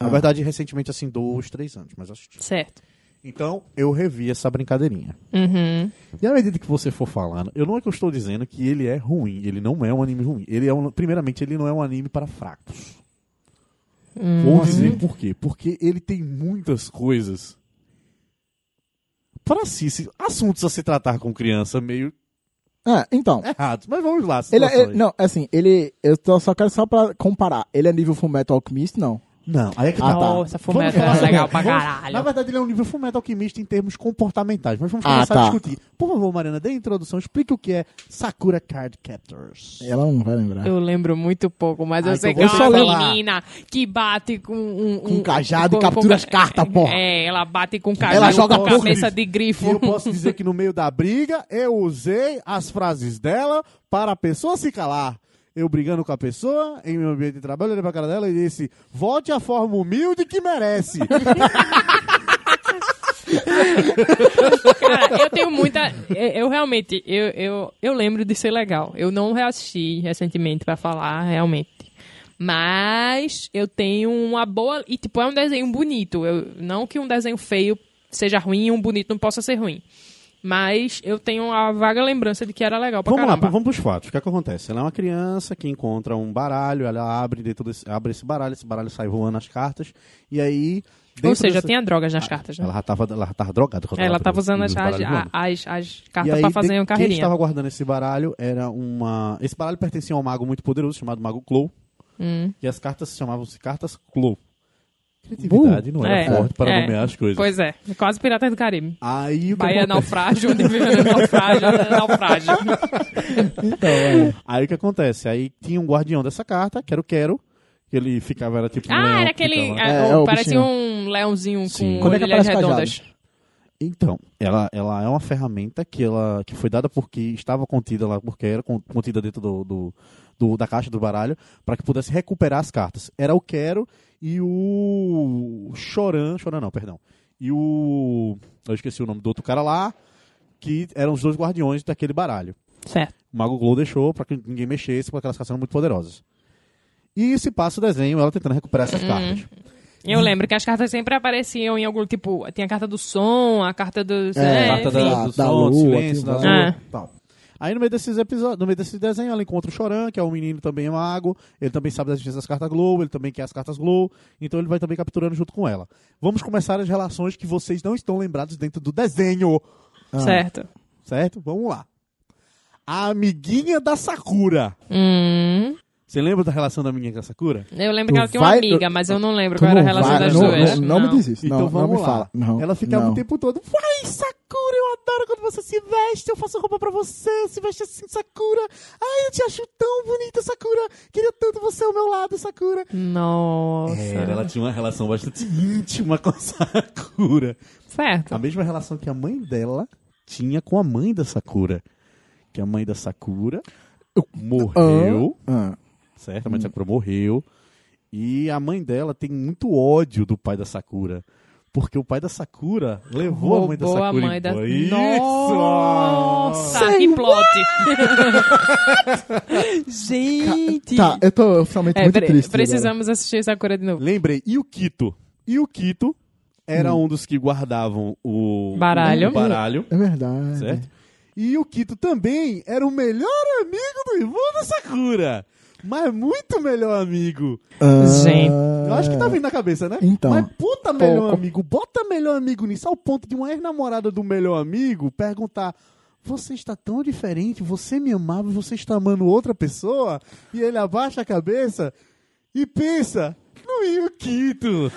Speaker 2: Na verdade, recentemente, assim, dois, três anos, mas assisti.
Speaker 1: Certo.
Speaker 2: Então, eu revi essa brincadeirinha.
Speaker 1: Uhum.
Speaker 2: E à medida que você for falando, eu não é que eu estou dizendo que ele é ruim, ele não é um anime ruim. Ele é um, primeiramente, ele não é um anime para fracos.
Speaker 1: Uhum.
Speaker 2: Vou dizer por quê? Porque ele tem muitas coisas para si, se- assuntos a se tratar com criança meio
Speaker 3: Ah, então.
Speaker 1: Tá É,
Speaker 2: errados. Mas vamos lá.
Speaker 3: Ele,
Speaker 2: situações.
Speaker 3: ele- não, assim, ele. Eu tô- só quero só pra comparar. Ele é nível Fullmetal Alchemist? Não.
Speaker 2: Não, aí é que
Speaker 3: Ah, tá.
Speaker 1: Nossa,
Speaker 2: Vamos
Speaker 1: fumeta é
Speaker 2: falar-
Speaker 1: legal pra
Speaker 2: vamos-
Speaker 1: caralho.
Speaker 2: Na verdade, ele é um nível fullmetal alquimista em termos comportamentais, mas vamos
Speaker 3: Ah,
Speaker 2: começar
Speaker 3: tá.
Speaker 2: a discutir. Por favor, Mariana, dê a introdução, explique o que é Sakura Card Captors.
Speaker 3: Ela não vai lembrar.
Speaker 1: Eu lembro muito pouco, mas eu
Speaker 3: Ah,
Speaker 1: sei
Speaker 3: então
Speaker 1: que
Speaker 3: vou
Speaker 1: é
Speaker 3: só
Speaker 1: uma
Speaker 3: lembrar.
Speaker 1: menina que bate com um...
Speaker 3: Com um cajado e captura as cartas, porra.
Speaker 1: É, ela bate com um cajado
Speaker 3: Ela joga
Speaker 1: com
Speaker 3: poker.
Speaker 1: cabeça de
Speaker 2: E
Speaker 1: grifo.
Speaker 2: eu posso dizer que no meio da briga, eu usei as frases dela para a pessoa se calar. Eu brigando com a pessoa, em meu ambiente de trabalho, olhei pra cara dela e disse: volte à forma humilde que merece.
Speaker 1: Cara, eu tenho muita... Eu, eu realmente, eu, eu, eu lembro de ser legal. Eu não reassisti recentemente pra falar, realmente. Mas eu tenho uma boa... E, tipo, é um desenho bonito. Eu, não que um desenho feio seja ruim e um bonito não possa ser ruim. Mas eu tenho a vaga lembrança de que era legal pra
Speaker 2: vamos lá,
Speaker 1: caramba.
Speaker 2: vamos pros fatos. O que, é que acontece? Ela é uma criança que encontra um baralho, ela abre dentro desse, abre esse baralho, esse baralho sai voando as cartas, e aí.
Speaker 1: Ou
Speaker 2: dentro
Speaker 1: seja,
Speaker 2: dessa-
Speaker 1: tinha drogas
Speaker 3: Ah,
Speaker 1: nas cartas, né?
Speaker 2: Ela já tava, ela já tava drogada. quando
Speaker 1: É, ela
Speaker 2: abriu
Speaker 1: tava usando
Speaker 2: os
Speaker 1: as, as,
Speaker 2: baralhos voando.
Speaker 1: as, as
Speaker 2: E
Speaker 1: cartas
Speaker 2: aí,
Speaker 1: pra fazer
Speaker 2: de-
Speaker 1: uma
Speaker 2: Quem
Speaker 1: carreirinha.
Speaker 2: estava guardando esse baralho era uma. Esse baralho pertencia a um mago muito poderoso chamado Mago Clow.
Speaker 1: Hum.
Speaker 2: E as cartas chamavam-se cartas Clow. Criatividade não era
Speaker 1: É,
Speaker 2: forte para
Speaker 1: é.
Speaker 2: nomear as coisas.
Speaker 1: Pois é, quase Piratas do Caribe.
Speaker 2: Aí o que
Speaker 1: Bahia é
Speaker 2: acontece?
Speaker 1: naufrágio, onde vive é naufrágio, é naufrágio.
Speaker 2: É. Aí o que acontece? Aí tinha um guardião dessa carta, que era o Quero. Que ele ficava, era tipo. um leão
Speaker 1: Ah, era
Speaker 2: que
Speaker 1: aquele.
Speaker 2: ficava-
Speaker 1: ah,
Speaker 3: É, é o
Speaker 1: parecia
Speaker 3: bichinho.
Speaker 1: um leãozinho
Speaker 2: Sim.
Speaker 1: com
Speaker 3: Como é que
Speaker 1: orelhas
Speaker 3: aparece cajado?
Speaker 1: redondas.
Speaker 2: Então, ela, ela é uma ferramenta que, ela, que foi dada porque estava contida lá, porque era con- contida dentro do, do- do- da caixa do baralho, para que pudesse recuperar as cartas. Era o Quero e o Choran, Choran não, perdão. E o. Eu esqueci o nome do outro cara lá, que eram os dois guardiões daquele baralho.
Speaker 1: Certo.
Speaker 2: O Mago Glow deixou para que ninguém mexesse, porque elas cartas eram muito poderosas. E se passa o desenho, ela tentando recuperar essas cartas.
Speaker 1: Eu
Speaker 3: Hum.
Speaker 1: lembro que as cartas sempre apareciam em algum tipo. Tinha a carta do som, a carta do.
Speaker 3: É,
Speaker 1: É,
Speaker 2: Carta
Speaker 1: enfim.
Speaker 2: da,
Speaker 3: da-
Speaker 2: do
Speaker 3: da
Speaker 2: som, do
Speaker 3: lua, assim,
Speaker 2: silêncio, da
Speaker 3: tem
Speaker 2: lua,
Speaker 1: várias.
Speaker 2: tal. Aí no meio desses episódios, no meio desse desenho, ela encontra o Choran, que é um menino também é mago, ele também sabe da existência das cartas Glow, ele também quer as cartas Glow, então ele vai também capturando junto com ela. Vamos começar as relações que vocês não estão lembrados dentro do desenho,
Speaker 3: Ah.
Speaker 1: Certo.
Speaker 2: certo? Vamos lá. A amiguinha da Sakura.
Speaker 1: Hum,
Speaker 2: Você lembra da relação da amiguinha com a Sakura?
Speaker 1: eu lembro
Speaker 3: Tu
Speaker 1: que ela tinha uma
Speaker 3: vai-
Speaker 1: amiga, mas eu não lembro
Speaker 3: Tu
Speaker 1: qual era a né?
Speaker 3: não
Speaker 1: relação
Speaker 3: vai-
Speaker 1: das
Speaker 3: não,
Speaker 1: duas.
Speaker 3: Não, não me diz isso.
Speaker 2: então
Speaker 3: não,
Speaker 2: vamos
Speaker 3: não me
Speaker 2: lá.
Speaker 3: fala. Não,
Speaker 2: ela ficava
Speaker 3: não.
Speaker 2: o tempo todo. Vai, Sakura, eu adoro quando você se veste. Eu faço roupa pra você. Se veste assim, Sakura. Ai, eu te acho tão bonita, Sakura. Queria tanto você ao meu lado, Sakura. É,
Speaker 1: Nossa.
Speaker 3: É,
Speaker 2: ela tinha uma relação bastante íntima com a Sakura.
Speaker 1: Certo.
Speaker 2: A mesma relação que a mãe dela tinha com a mãe da Sakura. Que a mãe da Sakura morreu,
Speaker 3: Ah,
Speaker 2: certo? A mãe da Sakura morreu. E a mãe dela tem muito ódio do pai da Sakura. Porque o pai da Sakura levou a mãe da
Speaker 1: Roubou
Speaker 2: Sakura.
Speaker 1: a mãe da-
Speaker 2: embora. Isso!
Speaker 1: Nossa, que plot! Gente!
Speaker 3: Tá, eu tô oficialmente
Speaker 1: É,
Speaker 3: muito
Speaker 1: peraí,
Speaker 3: triste.
Speaker 1: precisamos assistir Sakura de novo.
Speaker 2: Lembrei, e o Kito? E o Kito era um dos que guardavam o
Speaker 1: Baralho.
Speaker 2: o baralho
Speaker 3: agora. É verdade.
Speaker 2: certo? E o Kito também era o melhor amigo do irmão da Sakura. Mas muito melhor amigo.
Speaker 3: Ah,
Speaker 1: Gente.
Speaker 2: Eu acho que tá vindo na cabeça, né?
Speaker 3: Então.
Speaker 2: Mas puta melhor
Speaker 3: Pouco.
Speaker 2: amigo, bota melhor amigo nisso, ao ponto de uma ex-namorada do melhor amigo perguntar: Você está tão diferente, você me amava, e você está amando outra pessoa? E ele abaixa a cabeça e pensa. No Yukito.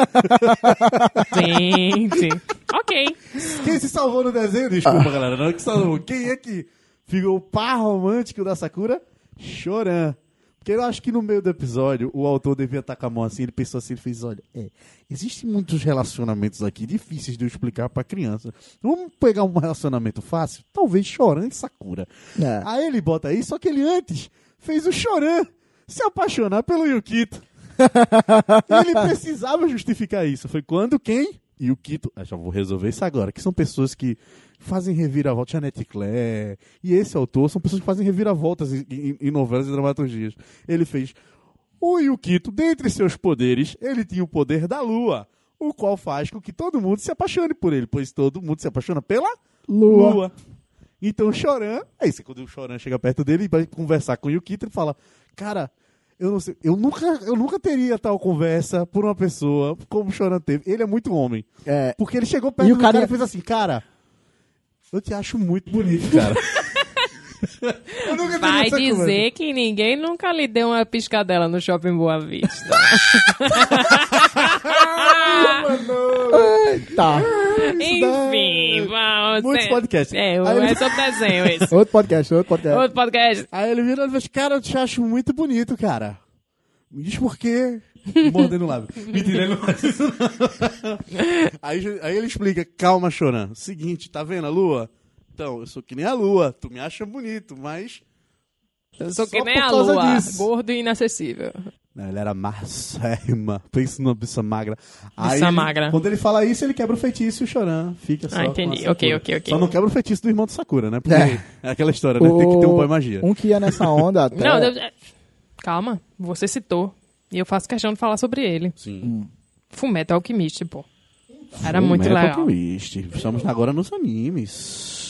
Speaker 1: Gente! ok.
Speaker 2: Quem se salvou no desenho? Desculpa, galera. Não é que salvou. Quem é que ficou o par romântico da Sakura? Choran. Porque eu acho que no meio do episódio o autor devia estar com a mão assim. Ele pensou assim: ele fez, olha, é, existem muitos relacionamentos aqui difíceis de eu explicar pra criança. Vamos pegar um relacionamento fácil? Talvez Choran e Sakura.
Speaker 3: É.
Speaker 2: Aí ele bota aí, só que ele antes fez o Choran se apaixonar pelo Yukito. E ele precisava justificar isso. Foi quando quem?
Speaker 8: E o quinto, ah, já vou resolver isso agora, que são pessoas que fazem reviravolta, Janete Claire, e esse autor são pessoas que fazem reviravoltas em, em- em novelas e dramaturgias. Ele fez o Yukito, dentre seus poderes, ele tinha o poder da lua, o qual faz com que todo mundo se apaixone por ele, pois todo mundo se apaixona pela
Speaker 3: Lua.
Speaker 8: Então o Choran, é isso, quando o Choran chega perto dele e vai conversar com o Yukito, ele fala: Cara, eu não sei, eu nunca, eu nunca teria tal conversa por uma pessoa como o Choran teve. Ele é muito homem.
Speaker 3: É.
Speaker 8: Porque ele chegou perto
Speaker 3: E o
Speaker 8: do
Speaker 3: cara- é
Speaker 8: cara e fez assim, cara, eu te acho muito bonito, cara. eu nunca teria
Speaker 1: Vai
Speaker 8: essa conversa.
Speaker 1: dizer que ninguém nunca lhe deu uma piscadela no shopping Boa Vista.
Speaker 3: Tá.
Speaker 1: Enfim, vamos.
Speaker 8: Muitos
Speaker 1: é-
Speaker 8: podcasts. É.
Speaker 1: É, é sobre desenho esse.
Speaker 3: Outro podcast, outro podcast.
Speaker 1: Outro podcast.
Speaker 8: Aí ele vira e fez, cara, eu te acho muito bonito, cara. Me diz por quê. Mordendo o lábio. Mentira, ele não faz isso, não. aí, ju- aí ele explica, calma, Choran. Seguinte, tá vendo a lua? Então, eu sou que nem a lua. Tu me acha bonito, mas...
Speaker 1: Eu sou que
Speaker 8: Só
Speaker 1: nem
Speaker 8: por
Speaker 1: a
Speaker 8: causa
Speaker 1: lua,
Speaker 8: disso.
Speaker 1: gordo e inacessível.
Speaker 8: Não, ele era marcérrima. Pensa numa bicha magra. Aí
Speaker 1: Bicha
Speaker 8: ele-
Speaker 1: magra.
Speaker 8: quando ele fala isso, ele quebra o feitiço e o Choran fica só
Speaker 1: Ah,
Speaker 8: com a
Speaker 1: entendi.
Speaker 8: Sakura.
Speaker 1: Ok, ok, ok.
Speaker 8: Só não quebra o feitiço do irmão do Sakura, né? Porque
Speaker 3: É.
Speaker 8: é, aquela história, né? Tem que ter um pai magia.
Speaker 3: Um que ia nessa onda até.
Speaker 1: Não, Deus- é, calma, você citou. E eu faço questão de falar sobre ele. Sim.
Speaker 3: Hum.
Speaker 1: Fumeto Alquimista, pô. Era muito
Speaker 8: Fullmetal
Speaker 1: legal.
Speaker 8: Alchemist. Estamos agora nos animes.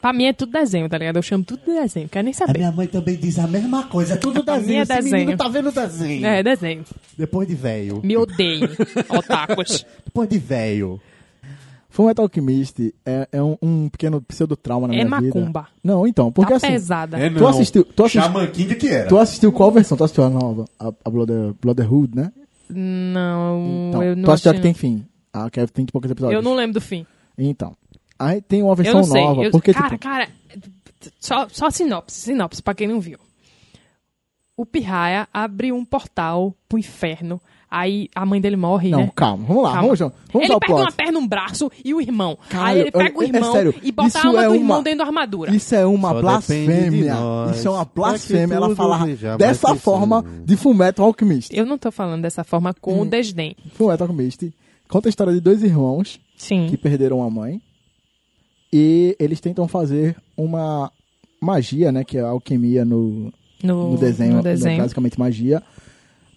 Speaker 1: Pra mim é tudo desenho, tá ligado? Eu chamo tudo de desenho, quero nem
Speaker 8: É
Speaker 1: saber.
Speaker 4: minha mãe também diz a mesma coisa. É tudo
Speaker 1: A minha é desenho.
Speaker 2: tá
Speaker 4: vendo desenho.
Speaker 1: É, desenho.
Speaker 4: Depois de velho.
Speaker 1: Me odeiem, otakus.
Speaker 4: Depois de velho.
Speaker 3: Full um Metal Alchemist é, é um, um pequeno pseudo-trauma na
Speaker 1: É
Speaker 3: minha vida.
Speaker 1: macumba.
Speaker 3: Não, então, porque
Speaker 1: Tá
Speaker 3: assim...
Speaker 1: pesada.
Speaker 8: É,
Speaker 3: Tu assistiu... Tu,
Speaker 1: um
Speaker 3: assist-
Speaker 4: Xamã King que era.
Speaker 3: tu assistiu qual versão? Tu assistiu a nova? A, a Brother- Brotherhood, né?
Speaker 1: Não,
Speaker 3: Então,
Speaker 1: Hum, eu não
Speaker 3: tu assistiu a que
Speaker 1: assisti,
Speaker 3: tem
Speaker 1: não.
Speaker 3: fim. A que é- tem de poucos episódios.
Speaker 1: Eu não lembro do fim.
Speaker 3: Então. Aí tem uma
Speaker 1: Eu
Speaker 3: versão
Speaker 1: não sei.
Speaker 3: nova.
Speaker 1: eu-
Speaker 3: porque,
Speaker 1: cara,
Speaker 3: tipo,
Speaker 1: cara, só, só sinopse, sinopse, pra quem não viu. O Pirraia abriu um portal pro inferno, aí a mãe dele morre,
Speaker 3: Não,
Speaker 1: né?
Speaker 3: calma. Vamos lá,
Speaker 1: Calma.
Speaker 3: vamos, João. Vamos
Speaker 1: ele
Speaker 3: ao
Speaker 1: perde
Speaker 3: plot.
Speaker 1: uma perna, um braço e o irmão.
Speaker 3: Caralho,
Speaker 1: aí ele pega o
Speaker 3: é- é
Speaker 1: irmão
Speaker 3: sério,
Speaker 1: e bota
Speaker 3: isso
Speaker 1: a alma
Speaker 3: é
Speaker 1: do irmão
Speaker 3: uma-
Speaker 1: dentro da armadura.
Speaker 3: Isso é uma
Speaker 2: Só depende de
Speaker 3: blasfêmia.
Speaker 2: nós.
Speaker 3: Isso é
Speaker 2: Pra
Speaker 3: uma
Speaker 2: que
Speaker 3: blasfêmia ela
Speaker 2: tudo
Speaker 3: falar
Speaker 2: seja
Speaker 3: dessa
Speaker 2: mais
Speaker 3: forma
Speaker 2: possível.
Speaker 3: de Fullmetal Alchemist.
Speaker 1: Eu não tô falando dessa forma
Speaker 3: Hum.
Speaker 1: com desdém.
Speaker 3: Fullmetal Alchemist um conta a história de dois irmãos
Speaker 1: Sim.
Speaker 3: que perderam a mãe e eles tentam fazer uma magia, né, que é a alquimia no,
Speaker 1: No,
Speaker 3: no desenho, né,
Speaker 1: no desenho.
Speaker 3: basicamente magia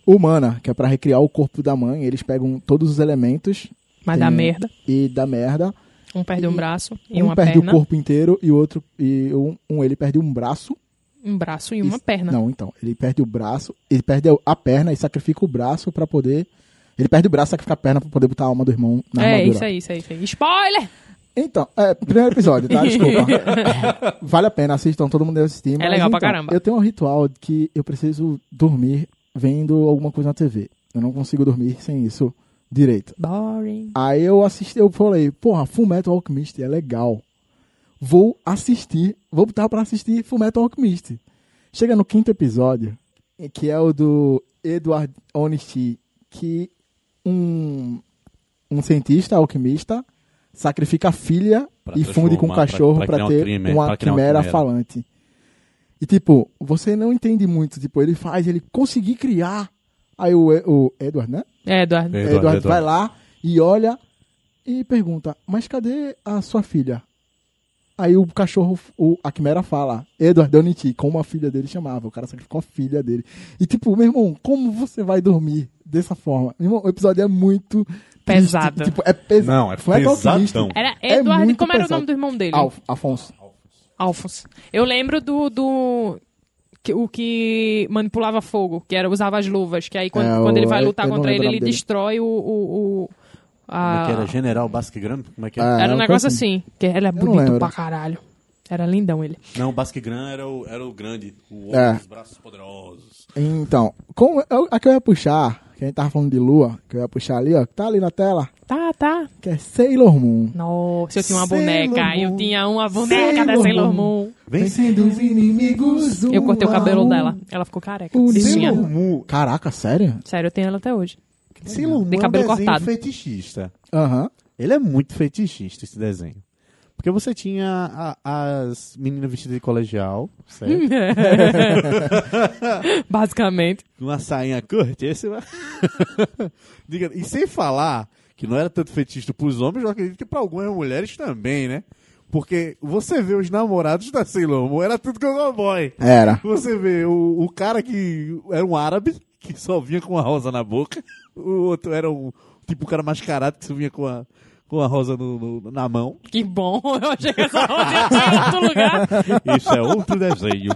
Speaker 3: humana, que é pra recriar o corpo da mãe. Eles pegam todos os elementos
Speaker 1: Mas
Speaker 3: tem-
Speaker 1: dá merda.
Speaker 3: e dá merda
Speaker 1: Um perde um braço e
Speaker 3: um
Speaker 1: uma
Speaker 3: perde
Speaker 1: perna.
Speaker 3: o corpo inteiro e o outro e um, um ele perde um braço
Speaker 1: Um braço e uma
Speaker 3: e-
Speaker 1: perna.
Speaker 3: não então ele perde o braço ele perde a perna e sacrifica o braço pra poder ele perde o braço sacrifica a perna pra poder botar a alma do irmão na
Speaker 1: é,
Speaker 3: armadura
Speaker 1: isso aí, isso aí, isso aí. Spoiler!
Speaker 3: então é primeiro episódio tá desculpa vale a pena assistam todo mundo deve assistir mas,
Speaker 1: É legal pra
Speaker 3: então,
Speaker 1: caramba.
Speaker 3: eu tenho um ritual de que eu preciso dormir vendo alguma coisa na TV eu não consigo dormir sem isso direito
Speaker 1: Boring.
Speaker 3: Aí eu assisti, eu falei, porra, Fullmetal Alchemist é legal. Vou assistir, vou botar pra assistir Fullmetal Alchemist. Chega no quinto episódio, eh, que é o do Edward Honesty, que um, um cientista alquimista sacrifica a filha
Speaker 8: Pra
Speaker 3: e funde com o
Speaker 8: transformar,
Speaker 3: cachorro
Speaker 8: pra- pra
Speaker 3: pra,
Speaker 8: criar um
Speaker 3: ter
Speaker 8: crime,
Speaker 3: uma,
Speaker 8: pra criar uma
Speaker 3: quimera
Speaker 8: quimera.
Speaker 3: falante. E tipo, você não entende muito, tipo, ele faz, ele conseguir criar. Aí o, E- o Edward, né?
Speaker 1: É, Eduardo.
Speaker 8: É.
Speaker 3: Eduardo,
Speaker 8: Eduardo,
Speaker 3: vai
Speaker 8: Eduardo.
Speaker 3: lá e olha e pergunta: Mas cadê a sua filha? Aí o cachorro, o, a quimera fala, Eduardo Oniti, como a filha dele chamava. O cara sacrificou a filha dele. E tipo, meu irmão, como você vai dormir dessa forma? Meu irmão, o episódio é muito. triste.
Speaker 1: Pesado.
Speaker 3: Tipo, é pesado.
Speaker 8: Não, é pesadão.
Speaker 1: Era
Speaker 3: É
Speaker 1: Eduardo.
Speaker 3: muito
Speaker 1: como era o
Speaker 3: pesado.
Speaker 1: nome do irmão dele?
Speaker 3: Alf, Afonso.
Speaker 1: Alphonse. Eu lembro do. do que- o que manipulava fogo, que era usava as luvas, que aí quando,
Speaker 3: É,
Speaker 1: quando ele
Speaker 3: o-
Speaker 1: vai
Speaker 3: eu-
Speaker 1: lutar
Speaker 3: eu não
Speaker 1: contra
Speaker 3: lembro
Speaker 1: ele,
Speaker 3: o nome
Speaker 1: ele
Speaker 3: dele.
Speaker 1: destrói o. o, o- a-
Speaker 8: Como é que era? General Basque Grand? Como é que era?
Speaker 3: Ah,
Speaker 1: Era
Speaker 3: uma
Speaker 1: um negócio
Speaker 3: coisa
Speaker 1: assim. que ele é
Speaker 3: não
Speaker 1: bonito
Speaker 3: lembro.
Speaker 1: pra caralho. Era lindão ele.
Speaker 8: Não, o Basque Grand era o, era o grande. O homem
Speaker 3: É.
Speaker 8: dos braços poderosos.
Speaker 3: Então, como, eu- a que eu ia puxar, que a gente tava falando de lua, que eu ia puxar ali, ó, que tá ali na tela,
Speaker 1: Tá, tá.
Speaker 3: que é Sailor Moon.
Speaker 1: Nossa, eu tinha uma
Speaker 8: Sailor
Speaker 1: boneca. Eu
Speaker 8: Moon.
Speaker 1: tinha uma boneca da
Speaker 3: Sailor
Speaker 1: Sailor
Speaker 3: Moon.
Speaker 1: Moon.
Speaker 8: Vencendo os inimigos.
Speaker 1: Eu cortei o
Speaker 3: Uau.
Speaker 1: cabelo dela. Ela ficou careca.
Speaker 3: O
Speaker 1: Bichinha.
Speaker 3: Sailor Caraca, sério?
Speaker 1: Sério, eu tenho ela até hoje.
Speaker 8: Sailor Moon
Speaker 1: De
Speaker 8: é um
Speaker 1: cabelo
Speaker 8: desenho
Speaker 1: cortado.
Speaker 8: fetichista.
Speaker 3: Aham.
Speaker 8: Ele é muito fetichista, esse desenho. Porque você tinha a- as meninas vestidas de colegial, certo?
Speaker 1: Uhum. Basicamente.
Speaker 8: Com uma sainha curtíssima. Diga- e sem falar que
Speaker 2: que não era tanto fetichista pros homens, eu acredito que pra algumas mulheres também, né? Porque você vê os namorados da Sailor Moon, era tudo cowboy.
Speaker 3: Era.
Speaker 2: Você vê o, o cara que era um árabe, que só vinha com a rosa na boca. O outro era um tipo um cara mascarado que só vinha com a, com a rosa no- no- na mão.
Speaker 1: Que bom, eu achei que essa rosa ia estar em outro lugar.
Speaker 2: Isso é outro desenho.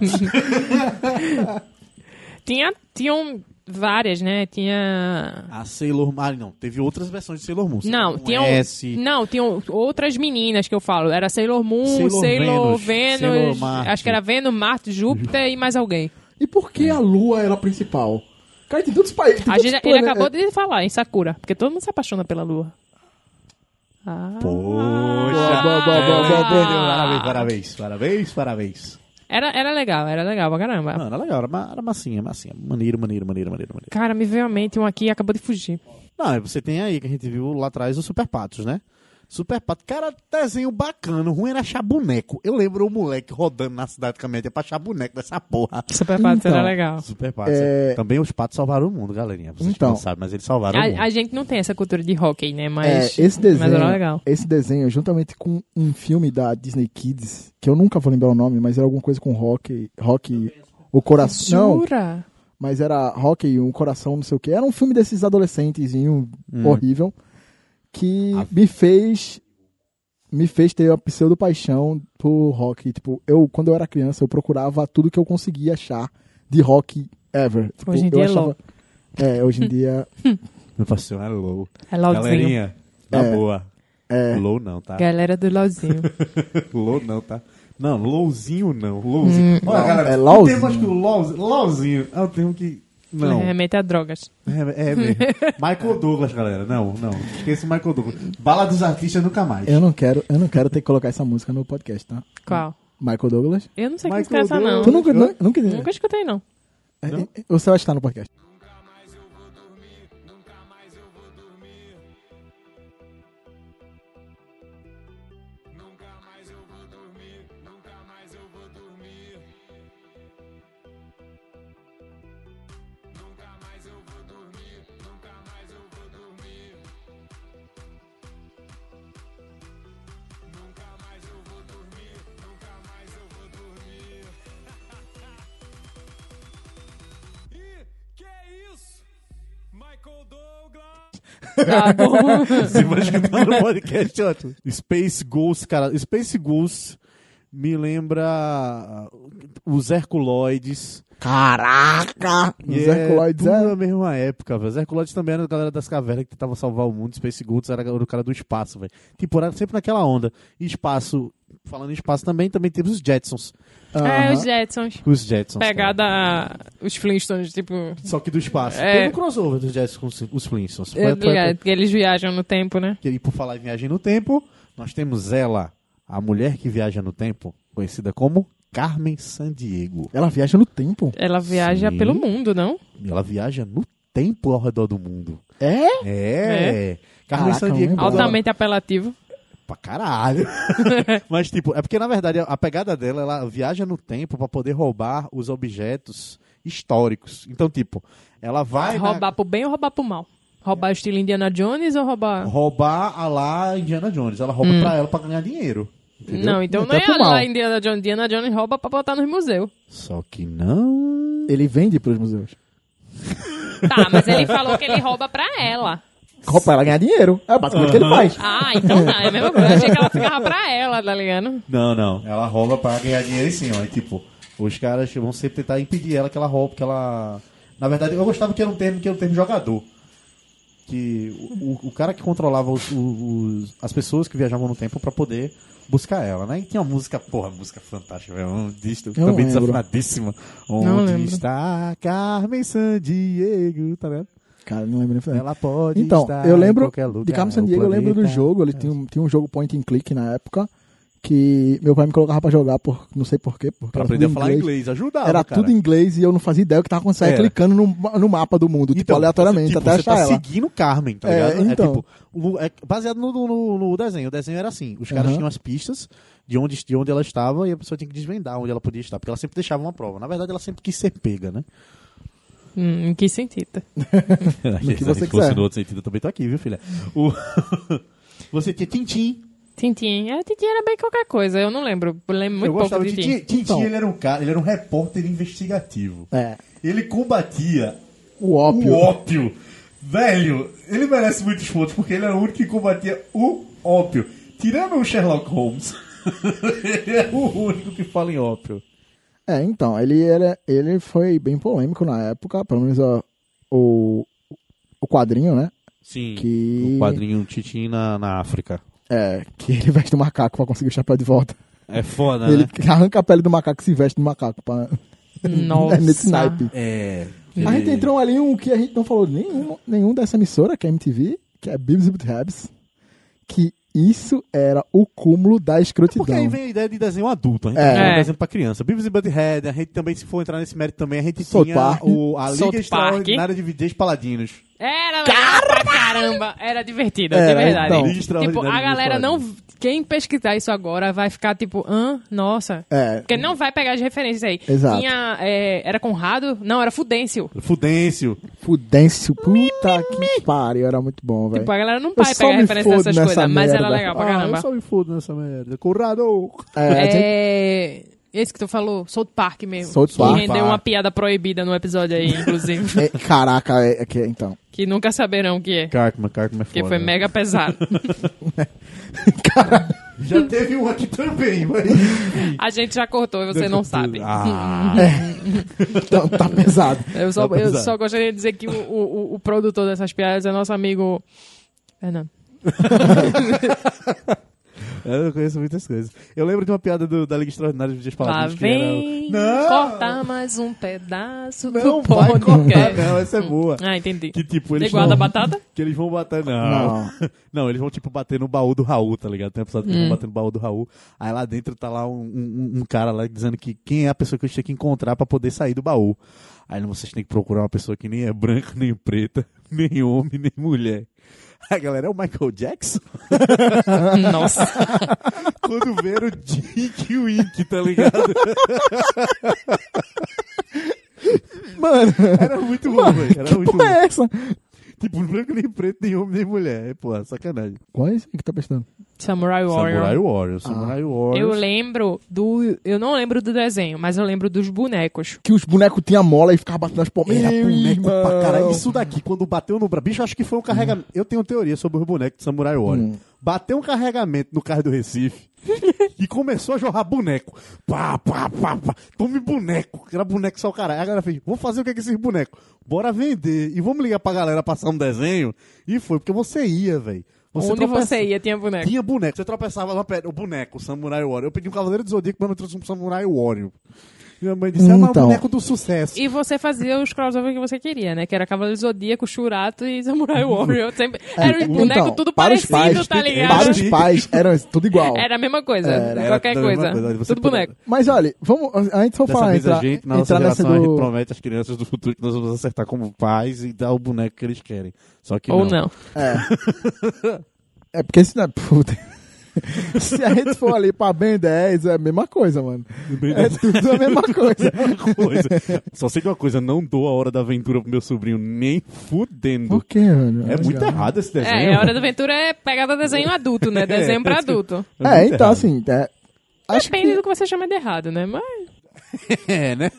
Speaker 1: Tinha, tinham várias, né? Tinha...
Speaker 2: A Sailor Moon. Ah, não. Teve outras versões de Sailor Moon.
Speaker 1: Não, um-
Speaker 2: Sailor Moon
Speaker 1: tinham,
Speaker 2: um S,
Speaker 1: não, tinham outras meninas que eu falo. Era Sailor Moon, Sailor,
Speaker 2: Sailor
Speaker 1: Venus,
Speaker 2: Venus, Sailor Marte.
Speaker 1: acho que era Venus, Marte, Júpiter e mais alguém.
Speaker 3: E por que a Lua era a principal? Cara, tem tantos países. tem
Speaker 1: A
Speaker 3: tantos
Speaker 1: gente, ele
Speaker 3: plane-
Speaker 1: acabou de falar em Sakura, porque todo mundo se apaixona pela lua. Ah.
Speaker 2: Poxa,
Speaker 3: boa, boa, boa, boa,
Speaker 2: Parabéns, parabéns, parabéns, parabéns.
Speaker 1: Era, era legal, era legal pra caramba.
Speaker 2: Não, era legal, era, ma- era massinha, massinha. Maneiro, maneiro, maneiro, maneiro, maneiro.
Speaker 1: Cara, me veio à mente um aqui e acabou de fugir.
Speaker 2: Não, aí você tem aí, que a gente viu lá atrás, os Super Patos, né? Super Pato, cara, desenho bacana, o ruim era achar boneco. Eu lembro o moleque rodando na cidade com a média pra achar boneco dessa porra.
Speaker 1: Super Patos
Speaker 3: Então,
Speaker 1: era legal.
Speaker 2: Super Patos.
Speaker 3: É.
Speaker 2: Também os patos salvaram o mundo, galerinha. Vocês
Speaker 3: Então.
Speaker 2: não sabem, mas eles salvaram o mundo.
Speaker 1: A, a gente não tem essa cultura de hockey, né?
Speaker 3: É,
Speaker 1: Mas,
Speaker 3: esse
Speaker 1: mas
Speaker 3: desenho,
Speaker 1: era legal.
Speaker 3: esse desenho, juntamente com um filme da Disney Kids, que eu nunca vou lembrar o nome, mas era alguma coisa com rock, rock, o coração,
Speaker 1: Jura?
Speaker 3: mas era rock, um coração, não sei o que. Era um filme desses adolescentezinho horrível que me fez me fez ter a pseudo paixão por rock. Tipo, eu quando eu era criança, eu procurava tudo que eu conseguia achar de rock ever. Tipo,
Speaker 1: Hoje em
Speaker 3: eu
Speaker 1: dia é
Speaker 3: achava-
Speaker 1: LOL.
Speaker 3: É, hoje em dia
Speaker 2: Meu parceiro era low.
Speaker 1: É LOLzinho.
Speaker 2: Galerinha, na
Speaker 3: É.
Speaker 2: boa.
Speaker 3: é,
Speaker 2: Low não, tá?
Speaker 1: Galera do LOLzinho.
Speaker 2: Low não, tá? Não, lowzinho não. Lowzinho. Olha,
Speaker 3: não,
Speaker 2: galera,
Speaker 3: é
Speaker 2: o
Speaker 3: lowzinho.
Speaker 2: termo acho que o low, lowzinho é o termo que... Não, é,
Speaker 1: Remete a drogas.
Speaker 2: é mesmo. Michael Douglas, galera. Não, não. Esqueça o Michael Douglas. Bala dos artistas nunca mais.
Speaker 3: eu não quero, eu não quero ter que colocar essa música no podcast, tá?
Speaker 1: Qual?
Speaker 3: Michael Douglas.
Speaker 1: Eu não sei quem
Speaker 2: Michael
Speaker 1: escreve essa, não.
Speaker 3: Tu nunca, nu- nunca,
Speaker 1: Nunca escutei, não.
Speaker 3: é, é, O Celso está no podcast.
Speaker 1: Tá bom.
Speaker 2: Você vai escutar no podcast, é ótimo. Space Ghost, cara. Space Ghost me lembra ah, os Herculoides.
Speaker 3: Caraca! Os
Speaker 2: E é
Speaker 3: Herculoides
Speaker 2: tudo
Speaker 3: é.
Speaker 2: na mesma época, velho. Os Herculoides também era a galera das cavernas que tentava salvar o mundo. Space Ghost era o cara do espaço, velho. Tipo, era sempre naquela onda. E espaço... Falando em espaço também, também temos os Jetsons.
Speaker 1: É,
Speaker 3: Aham.
Speaker 1: os Jetsons.
Speaker 2: Os Jetsons. cara.
Speaker 1: Pegada os Flintstones, tipo...
Speaker 2: Só que do espaço.
Speaker 1: É.
Speaker 2: Teve um crossover dos Jetsons com os- os Flintstones. Foi-
Speaker 1: Eu
Speaker 2: foi-
Speaker 1: ligado, porque eles viajam no tempo, né?
Speaker 2: E por falar em viagem no tempo, nós temos ela, a mulher que viaja no tempo, conhecida como Carmen Sandiego.
Speaker 3: Ela viaja no tempo.
Speaker 1: Ela viaja
Speaker 2: Sim.
Speaker 1: pelo mundo, não?
Speaker 2: Ela viaja no tempo ao redor do mundo.
Speaker 3: É?
Speaker 2: É. Carmen
Speaker 3: Caraca,
Speaker 2: Sandiego.
Speaker 3: muito bom.
Speaker 1: Altamente apelativo.
Speaker 2: Pra caralho. Mas, tipo, é porque, na verdade, a pegada dela, ela viaja no tempo pra poder roubar os objetos históricos. Então, tipo, ela vai... na-
Speaker 1: roubar pro bem ou roubar pro mal? Roubar estilo Indiana Jones ou roubar...
Speaker 2: Roubar a lá Indiana Jones. Ela rouba pra ela pra ganhar dinheiro. Entendeu?
Speaker 1: Não, então não
Speaker 3: Então é
Speaker 1: é
Speaker 3: pro
Speaker 1: lá
Speaker 3: mal.
Speaker 1: Indiana Jones. Indiana Jones rouba pra botar nos museus.
Speaker 2: Só que não...
Speaker 3: Ele vende pros museus.
Speaker 1: Tá, mas ele falou que ele rouba pra ela.
Speaker 3: Ó, Pra ela ganhar dinheiro. É basicamente o que ele faz.
Speaker 1: Ah, então tá. É a mesma coisa. Eu achei que ela ficava pra ela, tá ligado?
Speaker 2: Não, não. Ela rouba pra ganhar dinheiro sim, ó. E, tipo, os caras vão sempre tentar impedir ela que ela rouba, que ela. Na verdade, eu gostava que era um termo que era um termo jogador. Que o, o- o cara que controlava os- o- os- as pessoas que viajavam no tempo pra poder buscar ela, né? E tinha uma música, porra, música fantástica, velho. Um disco
Speaker 3: Eu
Speaker 2: também
Speaker 3: lembro.
Speaker 2: desafinadíssima.
Speaker 1: Não
Speaker 2: Onde
Speaker 1: lembro.
Speaker 2: está Carmen Sandiego, tá vendo?
Speaker 3: Cara, não lembro nem falar.
Speaker 2: Ela pode
Speaker 3: Então,
Speaker 2: estar
Speaker 3: eu
Speaker 2: em
Speaker 3: lembro.
Speaker 2: qualquer lugar.
Speaker 3: De Carmen
Speaker 2: o
Speaker 3: Sandiego, eu lembro do
Speaker 2: planeta.
Speaker 3: jogo. Ele tinha um, tinha um jogo point and click na época. Que meu pai me colocava pra jogar por. Não sei porquê. Porque
Speaker 2: Pra
Speaker 3: era
Speaker 2: aprender a
Speaker 3: tudo
Speaker 2: falar inglês, ajudava,
Speaker 3: Era
Speaker 2: cara.
Speaker 3: tudo em inglês e eu não fazia ideia o que tava acontecendo. Eu
Speaker 2: Era.
Speaker 3: Clicando no, ma- no mapa do mundo, tipo,
Speaker 2: Então,
Speaker 3: aleatoriamente,
Speaker 2: tipo,
Speaker 3: até
Speaker 2: você
Speaker 3: achar
Speaker 2: tá
Speaker 3: ela.
Speaker 2: seguindo Carmen, tá
Speaker 3: É,
Speaker 2: ligado?
Speaker 3: então.
Speaker 2: É tipo, o- é baseado no, no- no desenho. O desenho era assim: os caras
Speaker 3: Aham.
Speaker 2: tinham as pistas de onde, de onde ela estava e a pessoa tinha que desvendar onde ela podia estar, porque ela sempre deixava uma prova. Na verdade, ela sempre quis ser pega, né?
Speaker 1: Hum, em que sentido?
Speaker 8: No
Speaker 3: que você
Speaker 8: Se fosse
Speaker 3: quiser.
Speaker 8: no outro sentido, eu também tô aqui, viu, filha? O- você tinha Tintim.
Speaker 1: Tintin. É, Tintin era bem qualquer coisa. Eu não lembro. Eu lembro muito
Speaker 8: eu
Speaker 1: pouco
Speaker 8: gostava
Speaker 1: de
Speaker 8: de
Speaker 1: Tintin.
Speaker 8: Tintim. Tintim,
Speaker 3: Então.
Speaker 8: ele era um cara, ele era um repórter investigativo.
Speaker 3: É.
Speaker 8: Ele combatia
Speaker 3: O ópio.
Speaker 8: o ópio. Velho, ele merece muitos pontos, porque ele era o único que combatia o ópio. Tirando o Sherlock Holmes, ele é o único que fala em ópio.
Speaker 3: É, então, ele, era, ele foi bem polêmico na época, pelo menos ó, o, o quadrinho, né?
Speaker 8: Sim.
Speaker 3: Que-
Speaker 8: O quadrinho Tintim na, na África.
Speaker 3: É, que ele veste o macaco pra conseguir o chapéu de volta.
Speaker 8: É foda,
Speaker 3: ele
Speaker 8: né?
Speaker 3: arranca a pele do macaco e se veste de macaco. Pra...
Speaker 1: Nossa.
Speaker 3: É nesse naipe.
Speaker 8: É.
Speaker 3: A gente entrou ali em um que a gente não falou nenhum, nenhum dessa emissora, que é a MTV, que é Bibs e Bobs, que isso era o cúmulo da escrotidão.
Speaker 8: Porque aí vem a ideia de desenho adulto, a gente
Speaker 3: É.
Speaker 8: é.
Speaker 1: É.
Speaker 8: um desenho pra criança. Beavis e Butthead, a gente também, se for entrar nesse mérito também, a gente
Speaker 3: South
Speaker 8: tinha
Speaker 3: Park.
Speaker 8: o, a Liga
Speaker 1: South Park.
Speaker 8: Extraordinária de DJs Paladinos.
Speaker 1: Era legal pra caramba. Era divertido, de
Speaker 3: Era,
Speaker 1: verdade.
Speaker 3: então.
Speaker 8: Liga
Speaker 1: Tipo,
Speaker 8: Extraordinária
Speaker 1: a
Speaker 8: de
Speaker 1: galera
Speaker 8: DJs
Speaker 1: não.
Speaker 8: Paladinos.
Speaker 1: Quem pesquisar isso agora vai ficar tipo, hã? Nossa.
Speaker 3: É.
Speaker 1: Porque não vai pegar as referências aí.
Speaker 3: Exato.
Speaker 1: Tinha, é, era Conrado? Não, era Fudêncio.
Speaker 8: Fudêncio.
Speaker 3: Fudêncio, puta que pariu, era muito bom, velho.
Speaker 1: Tipo, a galera não
Speaker 3: É. Eu
Speaker 1: vai
Speaker 3: só
Speaker 1: pegar
Speaker 3: me
Speaker 1: referência
Speaker 3: fodo
Speaker 1: dessas
Speaker 3: nessa
Speaker 1: coisas, mas era
Speaker 3: merda. Ah,
Speaker 1: legal pra caramba.
Speaker 8: me fodo nessa merda. Corrado!
Speaker 3: É, a gente-
Speaker 1: É... Esse que tu falou, South Park mesmo.
Speaker 3: South Park.
Speaker 1: Que rendeu uma piada proibida no episódio aí, inclusive.
Speaker 3: é, caraca, é, é que, então.
Speaker 1: que nunca saberão o que é.
Speaker 8: Cartman, Cartman é foda.
Speaker 1: Porque
Speaker 2: né?
Speaker 1: foi mega pesado.
Speaker 11: Já teve um aqui também, mas.
Speaker 1: A gente já cortou e você não sabe.
Speaker 8: Ah,
Speaker 3: Então, tá pesado.
Speaker 1: Eu só,
Speaker 8: Tá
Speaker 1: eu
Speaker 8: pesado.
Speaker 1: só gostaria de dizer que o, o, o- o produtor dessas piadas é nosso amigo. Fernando.
Speaker 8: eu conheço muitas coisas. Eu lembro de uma piada do- da Liga Extraordinária de DJs
Speaker 1: Lá
Speaker 8: Paladinos que era...
Speaker 1: vem
Speaker 8: Não!
Speaker 1: cortar mais um pedaço do
Speaker 8: Não vai cortar,
Speaker 1: podcast.
Speaker 8: não. Essa é boa.
Speaker 1: Ah, entendi.
Speaker 8: Que tipo,
Speaker 1: Ele
Speaker 8: eles
Speaker 1: guarda a
Speaker 8: vão-
Speaker 1: batata?
Speaker 8: Que eles vão bater. Não.
Speaker 3: Não.
Speaker 8: Não. eles vão, tipo, bater no baú do Raul, tá ligado? Tem um episódio que
Speaker 3: Hum.
Speaker 8: eles vão bater no baú do Raul. Aí lá dentro tá lá um, um- um cara lá dizendo que quem é a pessoa que eles têm que encontrar pra poder sair do baú. Aí vocês têm que procurar uma pessoa que nem é branca, nem preta, nem homem, nem mulher. A galera é o Michael Jackson.
Speaker 1: Nossa.
Speaker 8: Quando ver o Dick Wink, tá ligado?
Speaker 3: Mano,
Speaker 8: Era muito bom, velho. Era muito
Speaker 3: porra
Speaker 8: bom.
Speaker 3: é essa?
Speaker 8: Tipo, branco, nem preto, nem homem, nem mulher. É, Pô, sacanagem.
Speaker 3: Qual é isso que tá prestando?
Speaker 1: Samurai Warrior.
Speaker 8: Samurai Warriors. Samurai
Speaker 1: Eu
Speaker 8: Warriors.
Speaker 1: lembro do. Eu não lembro do desenho, mas eu lembro dos bonecos.
Speaker 3: Que os bonecos tinham mola e ficavam batendo as palmeiras.
Speaker 8: Era boneco
Speaker 3: irmão.
Speaker 8: pra caralho. Isso daqui, quando bateu no bra- bicho, acho que foi um
Speaker 1: Hum.
Speaker 8: carregamento. Eu tenho teoria sobre o boneco de Samurai Warrior. Bateu um carregamento no carro do Recife e começou a jorrar boneco. Pá, pá, pá, pá. Tome boneco. Era boneco só o caralho. Aí A galera fez, vamos fazer o que é que esses bonecos? Bora vender. E vamos ligar pra galera passar um desenho. E foi, porque você ia, velho. Você
Speaker 1: Onde
Speaker 8: tropeça-
Speaker 1: você ia, né? tinha boneco.
Speaker 8: Tinha boneco. Você tropeçava lá pedra. O boneco, o Samurai Warrior. Eu pedi um Cavaleiro do Zodíaco, mas me trouxe um Samurai Warrior. Minha mãe disse, é mas é
Speaker 3: Então.
Speaker 8: o boneco do sucesso.
Speaker 1: E você fazia os crossover que você queria, né? Que era Cavaleiro Zodíaco, Churato e Samurai
Speaker 8: Uhum.
Speaker 1: Warrior. Sempre...
Speaker 8: É,
Speaker 1: Era os
Speaker 3: Então,
Speaker 1: bonecos tudo
Speaker 3: para os
Speaker 1: parecido,
Speaker 3: pais,
Speaker 1: tá
Speaker 3: tem- Para
Speaker 1: ligado?
Speaker 3: os pais, era tudo igual.
Speaker 1: Era a mesma coisa.
Speaker 3: Era-
Speaker 8: era
Speaker 1: qualquer
Speaker 8: tudo a mesma
Speaker 1: coisa.
Speaker 8: coisa, você
Speaker 1: Tudo
Speaker 8: podia-
Speaker 1: boneco.
Speaker 3: Mas olha, vamos, antes de eu
Speaker 8: Dessa
Speaker 3: falar,
Speaker 8: vez
Speaker 3: entrar,
Speaker 8: a gente, na nossa
Speaker 3: entrar nessa
Speaker 8: geração, a gente
Speaker 3: do...
Speaker 8: promete às crianças do futuro que nós vamos acertar como pais e dar o boneco que eles querem. Só que
Speaker 1: Ou não.
Speaker 3: É porque se não é puta. Se a gente for ali pra Ben 10, é a mesma coisa, mano. É tudo a mesma coisa.
Speaker 8: Coisa. Só sei de uma coisa, não dou a hora da aventura pro meu sobrinho, nem fudendo.
Speaker 3: Por quê, velho?
Speaker 8: É muito errado esse desenho.
Speaker 1: É, a Hora da Aventura é pegada desenho adulto, né? Desenho pra adulto.
Speaker 8: muito
Speaker 3: É, então
Speaker 8: errado.
Speaker 3: assim, é, acho
Speaker 1: Depende
Speaker 3: que
Speaker 1: do que você chama de errado, né? Mas
Speaker 8: É, né?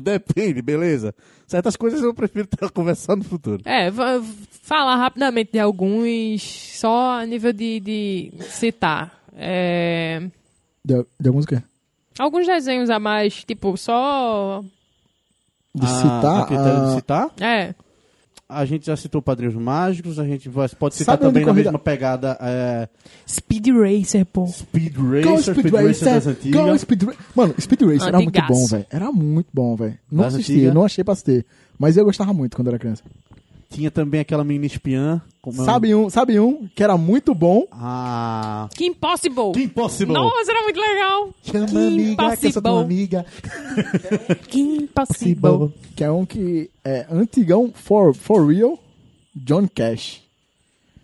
Speaker 8: Depende, beleza. Certas coisas eu prefiro estar conversando no futuro.
Speaker 1: É, va- falar rapidamente de alguns, só a nível de, de citar. É,
Speaker 3: de, de alguns o quê?
Speaker 1: alguns desenhos a mais, tipo, só.
Speaker 3: De
Speaker 8: Ah,
Speaker 3: citar,
Speaker 8: a
Speaker 2: tá,
Speaker 8: critério de
Speaker 3: ah,
Speaker 8: citar,
Speaker 1: É.
Speaker 8: a gente já citou Padrinhos Mágicos, a gente vai- pode citar
Speaker 3: Sabe onde
Speaker 8: também na
Speaker 3: corrida-
Speaker 8: mesma pegada é,
Speaker 1: Speed Racer, pô.
Speaker 8: Speed
Speaker 3: Go
Speaker 8: Racer,
Speaker 3: Speed
Speaker 8: Speed Racer das
Speaker 3: Racer, Go
Speaker 8: antigas.
Speaker 3: Speed Racer. Mano, Speed Racer era muito
Speaker 1: Antigaço.
Speaker 3: bom, velho. Era muito bom, velho. Não
Speaker 8: Das
Speaker 3: assisti,
Speaker 8: antigas?
Speaker 3: não achei pra assistir. Mas eu gostava muito quando era criança.
Speaker 8: Tinha também aquela menina espiã. Como é o
Speaker 3: Sabe um, sabe um que era muito bom?
Speaker 8: Ah.
Speaker 1: Que Impossible.
Speaker 8: Que impossível!
Speaker 1: Nossa, era muito legal.
Speaker 8: Chama
Speaker 1: Que amiga, que eu sou tua
Speaker 8: amiga.
Speaker 1: Que Impossible.
Speaker 3: Que é um que é antigão, for, for real, John Cash.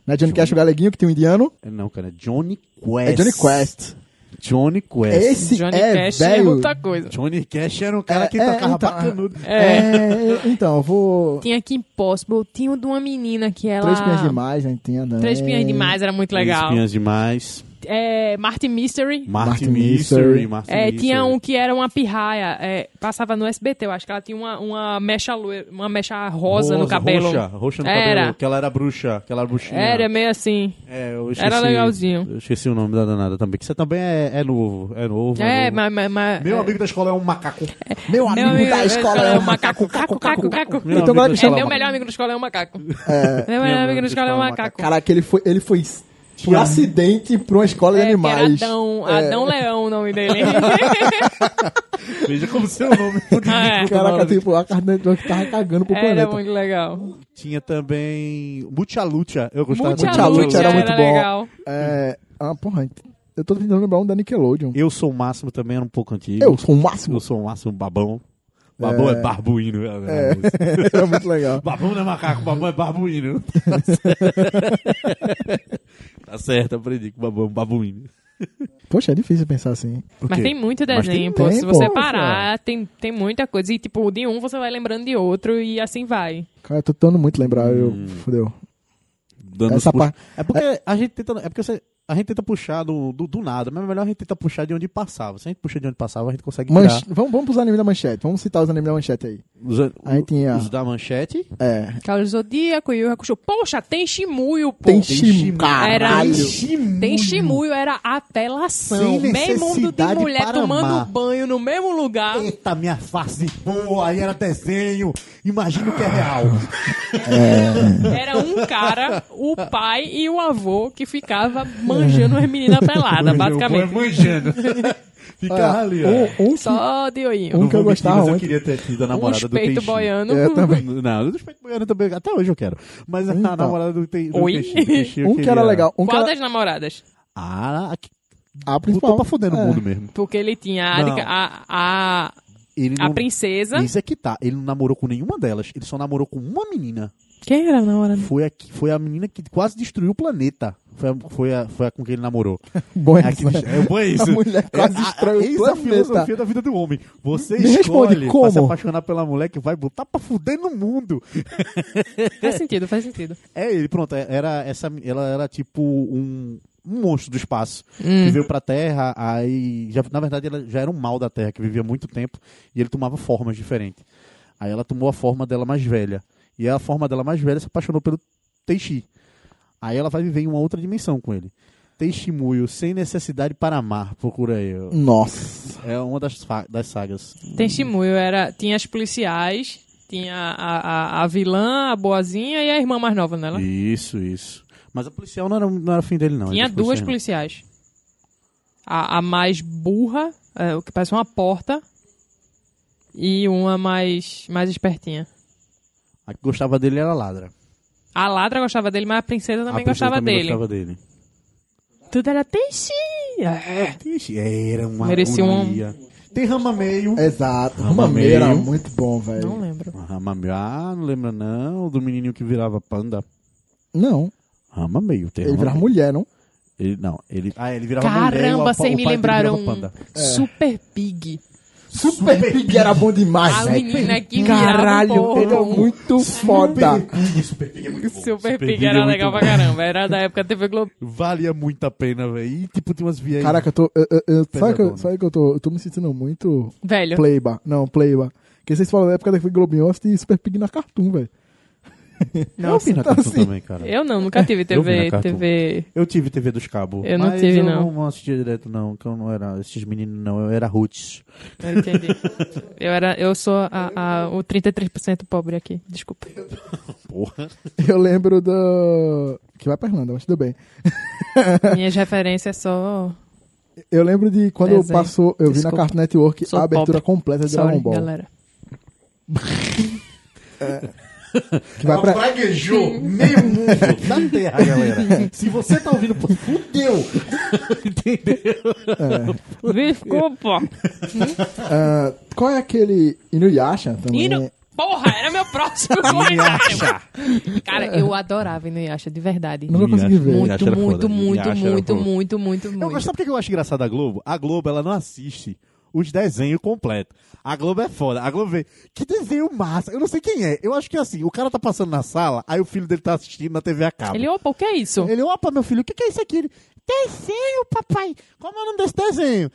Speaker 3: Não é Johnny Cash o galeguinho que tem um indiano?
Speaker 8: Não, cara, é Johnny Quest.
Speaker 3: É Johnny Quest.
Speaker 2: Johnny Quest.
Speaker 3: Esse
Speaker 1: Johnny
Speaker 3: é
Speaker 1: Cash é
Speaker 3: velho.
Speaker 1: outra coisa.
Speaker 2: Johnny Cash era um cara
Speaker 3: É,
Speaker 2: que
Speaker 3: é,
Speaker 2: tocava
Speaker 3: então.
Speaker 2: bacanudo.
Speaker 1: É.
Speaker 3: É, então, eu vou.
Speaker 1: Tinha que Impossible, tinha o de uma menina que ela...
Speaker 3: Três pinhas demais, já entenda. É.
Speaker 1: Três Pinhas Demais era muito legal.
Speaker 2: Hum, Espinhas demais.
Speaker 1: É, Martin Mystery.
Speaker 2: Martin
Speaker 3: Martin
Speaker 2: Mystery.
Speaker 3: Mystery.
Speaker 2: Martin
Speaker 1: É, tinha
Speaker 2: Mystery.
Speaker 1: um que era uma pirraia. é, passava no SBT, eu acho que ela tinha uma, uma mecha loira, uma mecha rosa, no cabelo.
Speaker 2: Roxa, roxa no
Speaker 1: Era.
Speaker 2: cabelo. Que ela era bruxa. Que ela era bruxinha.
Speaker 1: Era meio assim.
Speaker 2: É, eu
Speaker 1: Era legalzinho.
Speaker 2: Eu esqueci o nome da danada também. Que você também é, é novo. É novo.
Speaker 1: É,
Speaker 2: novo.
Speaker 1: mas. mas, mas
Speaker 4: Meu amigo da escola é um macaco.
Speaker 3: Meu amigo da escola é
Speaker 1: o
Speaker 3: um macaco.
Speaker 1: macaco, caco, caco, caco.
Speaker 2: Meu
Speaker 3: Então,
Speaker 2: amigo
Speaker 3: agora
Speaker 1: É,
Speaker 2: da escola-
Speaker 3: que escola-
Speaker 1: meu melhor amigo da escola é um macaco. Meu melhor amigo da escola é um macaco.
Speaker 3: Caraca, ele foi, ele foi por acidente pra uma escola
Speaker 1: É,
Speaker 3: de
Speaker 1: que era
Speaker 3: animais.
Speaker 1: Adão, Adão Leão o nome dele.
Speaker 2: Veja como seu nome.
Speaker 1: É,
Speaker 3: Caraca, tipo, a carne de que tava cagando pro
Speaker 1: era
Speaker 3: planeta.
Speaker 1: muito legal.
Speaker 2: Tinha também. Mucha Lucha. Eu gostava
Speaker 1: Mucha,
Speaker 2: muito.
Speaker 3: Mucha Lucha
Speaker 1: luta
Speaker 3: era muito bom.
Speaker 1: legal.
Speaker 3: É. Ah, porra, eu tô tentando lembrar um da Nickelodeon.
Speaker 2: Eu sou o máximo também, era um pouco antigo.
Speaker 3: Eu sou o máximo.
Speaker 2: Eu sou o máximo babão. Babão é, barbuíno. né?
Speaker 3: Era muito legal.
Speaker 2: Babão não é macaco, babão é barbuíno. tá certo, aprendi que babão é babuíno.
Speaker 3: Poxa, é difícil pensar assim.
Speaker 1: Mas tem muito
Speaker 2: Mas
Speaker 1: desenho,
Speaker 2: tem
Speaker 1: pô. Se
Speaker 3: tempo,
Speaker 1: você
Speaker 3: pô.
Speaker 1: parar, tem, tem muita coisa. E, tipo, de um você vai lembrando de outro e assim vai.
Speaker 3: Cara, eu tô tentando muito lembrar,
Speaker 2: Hum.
Speaker 3: eu fudeu.
Speaker 2: Dando
Speaker 3: Essa
Speaker 2: os pux-
Speaker 3: parte.
Speaker 2: É porque a gente tenta. É porque você- A gente tenta puxar do, do, do nada, mas é melhor a gente tenta puxar de onde passava. Se a gente puxa de onde passava, a gente consegue
Speaker 3: Manche-
Speaker 2: tirar
Speaker 3: Vamos, vamos pros animes da manchete. Vamos citar os animes da manchete aí.
Speaker 2: os, an-
Speaker 3: Aí tinha-
Speaker 2: os da manchete.
Speaker 3: É.
Speaker 1: Carlos Zodíaco e o Hakusho. Poxa, tem Shimuyo, pô.
Speaker 3: Tem Shimu.
Speaker 1: Era
Speaker 3: Caralho.
Speaker 1: Tem Shimuyo, era apelação.
Speaker 2: Sem
Speaker 1: Meio mundo de
Speaker 2: necessidade
Speaker 1: mulher
Speaker 2: para
Speaker 1: tomando
Speaker 2: amar.
Speaker 1: banho no mesmo lugar.
Speaker 2: Eita, minha face boa, aí era desenho. Imagina o que é real.
Speaker 1: Era um cara, o pai e o avô que ficava manjando as meninas peladas, basicamente.
Speaker 2: manjando. Ficava ali, ó.
Speaker 3: Um, um que,
Speaker 1: Só de olhinho.
Speaker 3: um que eu
Speaker 2: vou mentir,
Speaker 3: gostava
Speaker 2: mas é. Eu
Speaker 3: muito.
Speaker 2: queria ter tido a
Speaker 1: Um
Speaker 2: namorada do
Speaker 1: peito
Speaker 2: Teixeira.
Speaker 1: boiano.
Speaker 3: É, também.
Speaker 2: Não, dos peitos boianos também. Até hoje eu quero. Mas a
Speaker 3: Então.
Speaker 2: namorada do, te, do
Speaker 1: Oi?
Speaker 2: Teixeira- Teixeira
Speaker 3: Um que era
Speaker 2: queria-
Speaker 3: legal. Um que
Speaker 1: Qual
Speaker 3: era...
Speaker 1: das namoradas?
Speaker 2: Ah, a que
Speaker 3: A
Speaker 2: botou
Speaker 3: principal.
Speaker 2: pra foder no
Speaker 3: É.
Speaker 2: mundo mesmo.
Speaker 1: Porque ele tinha a,
Speaker 2: Não.
Speaker 1: a, a,
Speaker 2: Ele
Speaker 1: a
Speaker 2: não-
Speaker 1: princesa.
Speaker 2: Isso é que tá. Ele não namorou com nenhuma delas. Ele só namorou com uma menina.
Speaker 1: Quem era a namorada?
Speaker 2: Foi a, que- foi a menina que quase destruiu o planeta. Foi a, foi a, foi a com quem ele namorou.
Speaker 3: Bom,
Speaker 2: É, que,
Speaker 3: essa-
Speaker 2: é bom é isso.
Speaker 3: A mulher quase destrói o
Speaker 2: é, Isso é a
Speaker 3: planeta.
Speaker 2: filosofia da vida do homem. Você
Speaker 3: Me responde,
Speaker 2: escolhe pra
Speaker 3: como?
Speaker 2: se apaixonar pela mulher que vai botar pra fuder no mundo.
Speaker 1: Faz sentido, faz sentido.
Speaker 2: É ele, pronto. é- Era essa, ela era tipo um, um monstro do espaço
Speaker 1: Hum.
Speaker 2: que veio pra Terra. Aí, já, na verdade, ela já era um mal da Terra que vivia muito tempo e ele tomava formas diferentes. Aí ela tomou a forma dela mais velha e a forma dela mais velha se apaixonou pelo Teishi. Aí ela vai viver em uma outra dimensão com ele. Teishi Muyo, sem necessidade para amar, procura aí.
Speaker 3: Nossa.
Speaker 2: É uma das, fa- das sagas.
Speaker 1: Tem Shimuyo, era, tinha as policiais, tinha a, a, a vilã, a boazinha e a irmã mais nova dela.
Speaker 2: Isso, isso. Mas a policial não era, não era fim dele, não.
Speaker 1: Tinha
Speaker 2: Ele
Speaker 1: duas
Speaker 2: foi sem-
Speaker 1: policiais. A, a mais burra, é, o que parece uma porta, e uma mais, mais espertinha.
Speaker 2: A que gostava dele era a ladra.
Speaker 1: A ladra gostava dele, mas a princesa também
Speaker 2: a princesa
Speaker 1: gostava
Speaker 2: também
Speaker 1: dele.
Speaker 2: gostava dele.
Speaker 1: Tudo era tensinha.
Speaker 2: Ixi, era uma
Speaker 1: É, Merecia um-
Speaker 2: agonia. Tem Rama Meio.
Speaker 3: Exato.
Speaker 2: Ramameio.
Speaker 3: Ramameio era muito bom,
Speaker 1: Não é.
Speaker 3: velho.
Speaker 1: lembro.
Speaker 2: Rama Meio. Ah, não lembra não. Do menininho que virava panda.
Speaker 3: Não.
Speaker 2: Rama Meio. Tem
Speaker 3: Ele
Speaker 2: Rama
Speaker 3: virava
Speaker 2: Meio.
Speaker 3: mulher, não?
Speaker 2: Ele, não, ele... Ah, ele virava mulher e o-
Speaker 1: Caramba,
Speaker 2: o
Speaker 1: vocês
Speaker 2: pai
Speaker 1: me
Speaker 2: dele virava
Speaker 1: lembraram um
Speaker 2: Panda.
Speaker 1: Super Pig.
Speaker 3: Super Pig era bom demais,
Speaker 1: A
Speaker 3: velho.
Speaker 1: menina né, que Ah, virava
Speaker 3: É,
Speaker 1: um
Speaker 3: Caralho, ele é
Speaker 1: porco.
Speaker 3: muito foda.
Speaker 1: Super
Speaker 2: Pig
Speaker 1: Pig
Speaker 2: é
Speaker 1: era
Speaker 2: muito
Speaker 1: legal pra caramba. Era da época da TV Globo.
Speaker 2: Valia muito a pena, velho. E tipo, tinha umas viagens...
Speaker 3: Caraca, eu tô. Eu, eu, eu, sabe, que
Speaker 2: Pesadona.
Speaker 3: eu, sabe que eu tô. Eu tô me sentindo muito
Speaker 1: Velho.
Speaker 3: playba. Não, playba. Porque vocês falam da época da Globinho, eu assisti Super Pig na Cartoon, velho.
Speaker 2: eu vi na
Speaker 3: então,
Speaker 2: Cartoon
Speaker 3: assim,
Speaker 2: também, cara.
Speaker 1: Eu não, nunca tive
Speaker 2: Eu vi
Speaker 1: TV.
Speaker 2: na Cartoon.
Speaker 1: TV.
Speaker 2: Eu tive TV dos cabos.
Speaker 1: Eu não
Speaker 2: mas
Speaker 1: tive,
Speaker 2: eu
Speaker 1: não.
Speaker 2: não assistia direto, não. Que eu não era esses meninos, não. Eu era roots.
Speaker 1: Eu entendi. Eu, era, eu sou a, a, o 33% pobre aqui. Desculpa.
Speaker 2: Porra.
Speaker 3: Eu lembro do. Que vai pra Irlanda, mas tudo bem.
Speaker 1: Minhas referências só.
Speaker 3: Eu lembro de quando
Speaker 1: Desenho.
Speaker 3: passou, eu vi
Speaker 1: Desculpa.
Speaker 3: na Cartoon Network
Speaker 1: Sou
Speaker 3: a
Speaker 1: pobre.
Speaker 3: abertura completa de
Speaker 1: Sorry,
Speaker 2: um
Speaker 3: Dragon Ball.
Speaker 1: galera.
Speaker 3: Que vai
Speaker 4: Ela
Speaker 3: pra...
Speaker 4: praguejou meio mundo
Speaker 2: um
Speaker 4: da terra, galera. Se você tá ouvindo, pô, fudeu.
Speaker 1: Desculpa.
Speaker 3: Ah, qual é aquele Inuyasha também?
Speaker 1: Inu- Porra, era meu próximo comentário. Cara, eu adorava Inuyasha, de verdade.
Speaker 3: Nunca consegui ver.
Speaker 1: Muito,
Speaker 8: Inuyasha era
Speaker 1: muito,
Speaker 8: foda.
Speaker 1: muito,
Speaker 8: Inuyasha era
Speaker 1: muito,
Speaker 8: foda.
Speaker 1: muito, muito,
Speaker 2: Eu
Speaker 1: muito.
Speaker 2: gosto, sabe por que eu acho engraçado a Globo? A Globo, ela não assiste os desenhos completos. A Globo é foda. A Globo vê, que desenho massa. Eu não sei quem é. Eu acho que é assim, o cara tá passando na sala, aí o filho dele tá assistindo na TV a cabo.
Speaker 1: Ele, opa, o que é isso?
Speaker 2: Ele, opa, meu filho, o que, que é isso aqui? Ele, desenho, papai. Como é o nome desse desenho?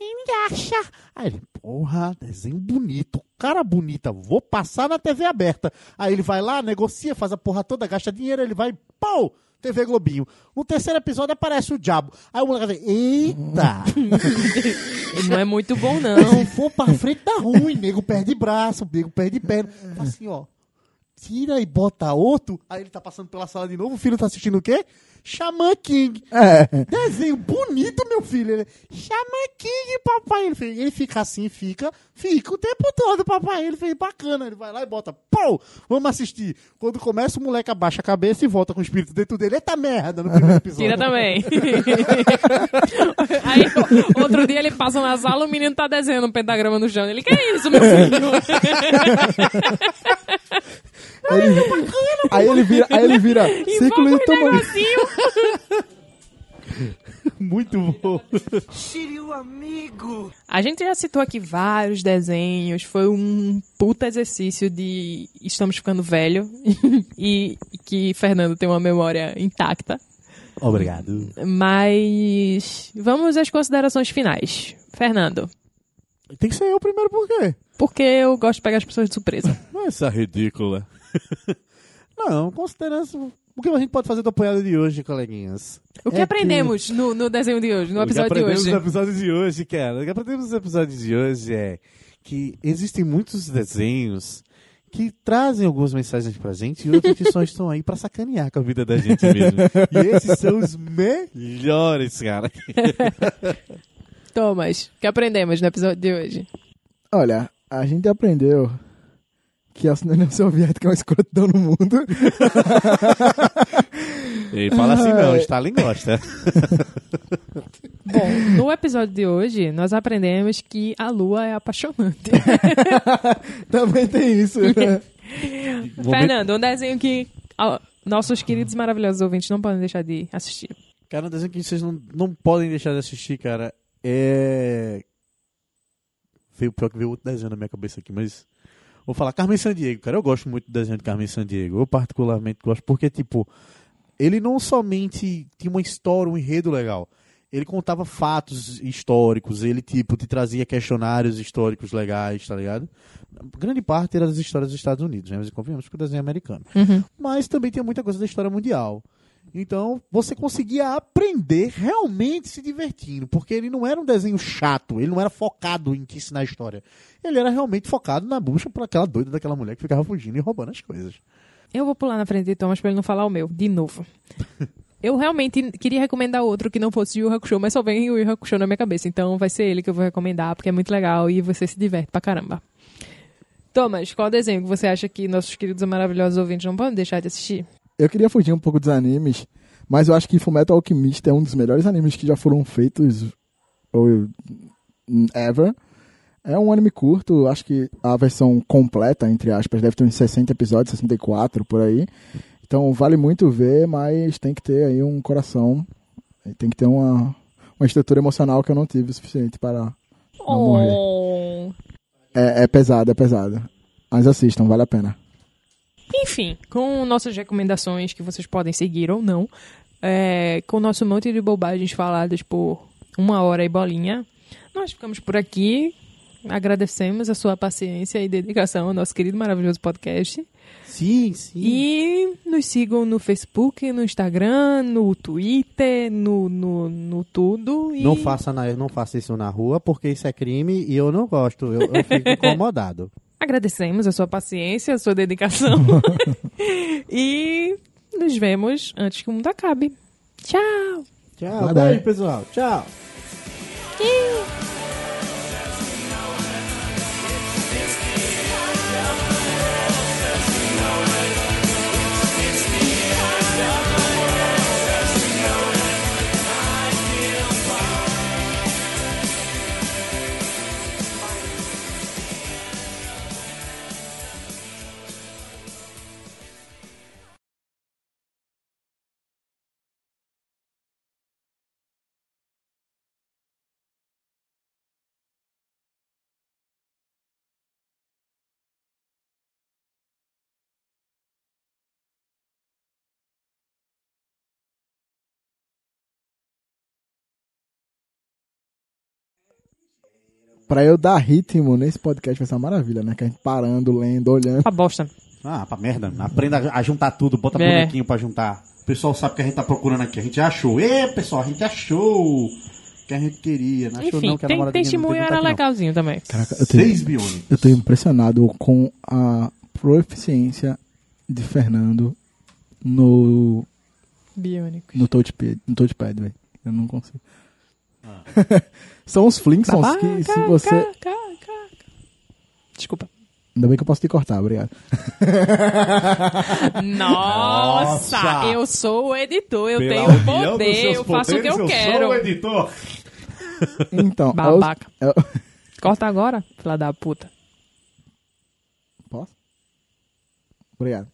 Speaker 2: Inuyasha. Aí ele, porra, desenho bonito. Cara bonita, vou passar na TV aberta. Aí ele vai lá, negocia, faz a porra toda, gasta dinheiro, ele vai, pau, TV Globinho. No terceiro episódio aparece o diabo. Aí o moleque vai, eita.
Speaker 1: Não é muito bom, não.
Speaker 2: Se for pra frente, tá ruim. Nego perde braço, nego perde perna. Tá assim, ó. Tira e bota outro. Aí ele tá passando pela sala de novo. O filho tá assistindo o quê? Xamã King.
Speaker 3: É.
Speaker 2: Desenho bonito, meu filho. Ele, Xamã King, papai. Ele, fica- ele fica assim, fica. Fica o tempo todo, papai. Ele fez bacana. Ele vai lá e bota. Pô, vamos assistir. Quando começa, o moleque abaixa a cabeça e volta com o espírito dentro dele. Eita merda no primeiro episódio.
Speaker 1: Tira também. Aí, o- outro dia ele passa na sala, o menino tá desenhando um pentagrama no chão. Ele, que é isso, meu filho?
Speaker 3: Aí ele, aí ele vira, aí ele vira círculo
Speaker 1: Invoca
Speaker 3: e
Speaker 1: um
Speaker 3: toma.
Speaker 1: negocinho.
Speaker 2: Muito bom.
Speaker 1: A gente já citou aqui vários desenhos, foi um puta exercício de estamos ficando velho e e que Fernando tem uma memória intacta.
Speaker 2: Obrigado.
Speaker 1: Mas vamos às considerações finais. Fernando,
Speaker 2: Tem que ser eu primeiro, por quê?
Speaker 1: porque eu gosto de pegar as pessoas de surpresa.
Speaker 2: é Essa ridícula. Não, considerando o que a gente pode fazer do apanhado de hoje, coleguinhas.
Speaker 1: O que
Speaker 2: É
Speaker 1: aprendemos no, no desenho de hoje, no
Speaker 2: O que
Speaker 1: episódio de
Speaker 2: aprendemos
Speaker 1: hoje?
Speaker 2: nos episódios de hoje, cara. O que aprendemos nos episódios de hoje é que existem muitos desenhos que trazem algumas mensagens pra gente e outros que só estão aí pra sacanear com a vida da gente mesmo. E esses são os melhores, cara. é
Speaker 1: Thomas, o que aprendemos no episódio de hoje?
Speaker 3: Olha, a gente aprendeu que a União Soviética é uma escrotidão no mundo.
Speaker 2: E fala assim, não, Stalin gosta.
Speaker 1: Bom, no episódio de hoje, nós aprendemos que a lua é apaixonante.
Speaker 3: Também tem isso. né?
Speaker 1: Fernando, um desenho que ó, nossos queridos e maravilhosos ouvintes não podem deixar de assistir.
Speaker 2: Cara, um desenho que vocês não, não podem deixar de assistir, cara, é. Veio pior que veio outro desenho na minha cabeça aqui, mas. Vou falar Carmen Sandiego, cara. Eu gosto muito do desenho de Carmen Sandiego. Eu particularmente gosto, porque, tipo, ele não somente tinha uma história, um enredo legal. Ele contava fatos históricos, ele, tipo, te trazia questionários históricos legais, tá ligado? Grande parte era das histórias dos Estados Unidos, né? Mas convenhamos que o desenho é americano mas também tinha muita coisa da história mundial. Então, você conseguia aprender realmente se divertindo, porque ele não era um desenho chato, ele não era focado em te ensinar a história. Ele era realmente focado na bucha por aquela doida daquela mulher que ficava fugindo e roubando as coisas.
Speaker 1: Eu vou pular na frente de Thomas pra ele não falar o meu, de novo. Eu realmente queria recomendar outro que não fosse Yu Yu Hakusho, mas só vem o Yu Yu Hakusho na minha cabeça. Então vai ser ele que eu vou recomendar, porque é muito legal e você se diverte pra caramba. Thomas, qual desenho que você acha que nossos queridos e maravilhosos ouvintes não podem deixar de assistir?
Speaker 3: Eu queria fugir um pouco dos animes, mas eu acho que Fullmetal Alchemist é um dos melhores animes que já foram feitos ou hum, ever. É um anime curto, acho que a versão completa, entre aspas, deve ter uns 60 episódios, 64 por aí. Então vale muito ver, mas tem que ter aí um coração, e tem que ter uma, uma estrutura emocional que eu não tive o suficiente para. Não morrer.
Speaker 1: Oh.
Speaker 3: É, é pesado, é pesado. Mas assistam, vale a pena.
Speaker 1: Enfim, com nossas recomendações que vocês podem seguir ou não, é, com nosso monte de bobagens faladas por uma hora e bolinha, nós ficamos por aqui. Agradecemos a sua paciência e dedicação ao nosso querido e maravilhoso podcast.
Speaker 2: Sim, sim.
Speaker 1: E nos sigam no Facebook, no Instagram, no Twitter, no, no, no tudo. E
Speaker 2: Não faça, na- não faça isso na rua, porque isso é crime e eu não gosto. Eu, eu fico incomodado.
Speaker 1: agradecemos a sua paciência, a sua dedicação. e nos vemos antes que o mundo acabe. Tchau!
Speaker 2: Tchau,
Speaker 3: Bye-bye.
Speaker 2: beijo, pessoal. Tchau.
Speaker 3: Pra eu dar ritmo nesse podcast vai ser uma maravilha, né? Que a gente parando, lendo, olhando.
Speaker 1: Pra bosta. né?
Speaker 2: Ah, pra merda. Aprenda a juntar tudo, bota
Speaker 1: É.
Speaker 2: bonequinho pra juntar.
Speaker 4: O pessoal sabe que a gente tá procurando aqui. A gente achou. Ê, pessoal, a gente achou o que a gente queria. Né?
Speaker 1: Enfim,
Speaker 2: não, que a
Speaker 1: tem,
Speaker 2: namorada
Speaker 1: tem
Speaker 2: dele não
Speaker 1: testemunho
Speaker 2: teve
Speaker 1: era
Speaker 2: vontade, não.
Speaker 1: legalzinho também.
Speaker 3: Caraca, eu tenho-
Speaker 4: tá Seis bilhões.
Speaker 3: Eu tô impressionado com a proficiência de Fernando no,
Speaker 1: Biônico.
Speaker 3: no touchpad, no touchpad velho. Eu não consigo.
Speaker 2: Ah.
Speaker 3: São os
Speaker 1: Tá
Speaker 3: Flintstones que se você...
Speaker 1: Desculpa.
Speaker 3: Ainda bem que eu posso te cortar, obrigado.
Speaker 1: Nossa, eu sou o editor, eu
Speaker 8: Pelo
Speaker 1: tenho
Speaker 8: amor
Speaker 1: o
Speaker 8: dos
Speaker 1: poder,
Speaker 8: seus
Speaker 1: eu faço o que eu
Speaker 8: poderes, Sou o
Speaker 1: quero.
Speaker 8: editor.
Speaker 3: Então, é os-
Speaker 1: Babaca.
Speaker 3: é o-
Speaker 1: Corta agora, filha da puta.
Speaker 3: Posso? Obrigado.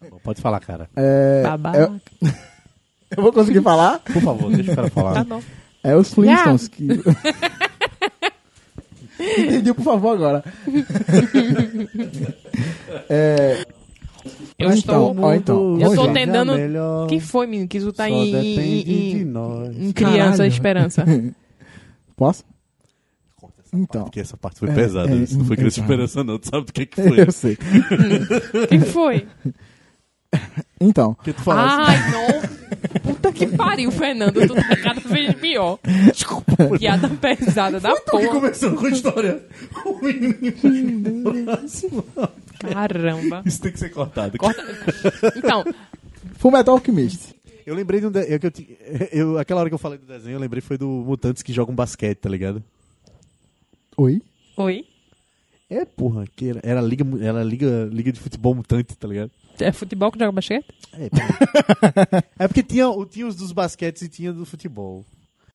Speaker 2: Tá Pode falar, cara.
Speaker 3: É,
Speaker 1: Babaca.
Speaker 3: é- eu vou conseguir falar?
Speaker 2: Por favor, deixa o cara
Speaker 1: Tá
Speaker 2: falar.
Speaker 1: bom.
Speaker 3: É os Flintstones que. Entendi, por favor, agora. é,
Speaker 1: Eu
Speaker 3: então,
Speaker 1: estou.
Speaker 3: ó, então.
Speaker 1: Eu tô
Speaker 3: Hoje-
Speaker 1: tentando.
Speaker 2: melhor.
Speaker 1: Quem foi, menino? Que isso tá
Speaker 2: Só
Speaker 1: em,
Speaker 2: depende
Speaker 1: em,
Speaker 2: de
Speaker 1: em,
Speaker 2: nós.
Speaker 1: em criança
Speaker 3: Caralho.
Speaker 1: esperança.
Speaker 3: Posso? Então.
Speaker 8: Porque essa parte foi
Speaker 3: É,
Speaker 8: pesada.
Speaker 3: é,
Speaker 8: isso não foi criança
Speaker 3: exato.
Speaker 8: esperança, não. Tu sabe do que, que foi.
Speaker 3: Eu sei.
Speaker 1: Quem foi?
Speaker 3: Então,
Speaker 8: que tu falaste.
Speaker 1: Ai, não. Puta que pariu, Fernando. Tu tá cada vez pior. Desculpa. Piada pesada da porra.
Speaker 4: Começando com a história. O menino
Speaker 1: Caramba.
Speaker 8: Isso tem que ser cortado.
Speaker 1: Corta. Então,
Speaker 3: Fullmetal Alchemist.
Speaker 8: Eu lembrei de um. De... Eu, que eu ti- eu- aquela hora que eu falei do desenho, eu lembrei foi do Mutantes que jogam basquete, tá ligado?
Speaker 3: Oi?
Speaker 1: oi.
Speaker 8: É, porra, que era, era, liga, mu- era liga, liga de futebol mutante, tá ligado?
Speaker 1: É futebol que joga basquete?
Speaker 8: É, porra. é porque tinha, o- tinha os dos basquetes e tinha do futebol.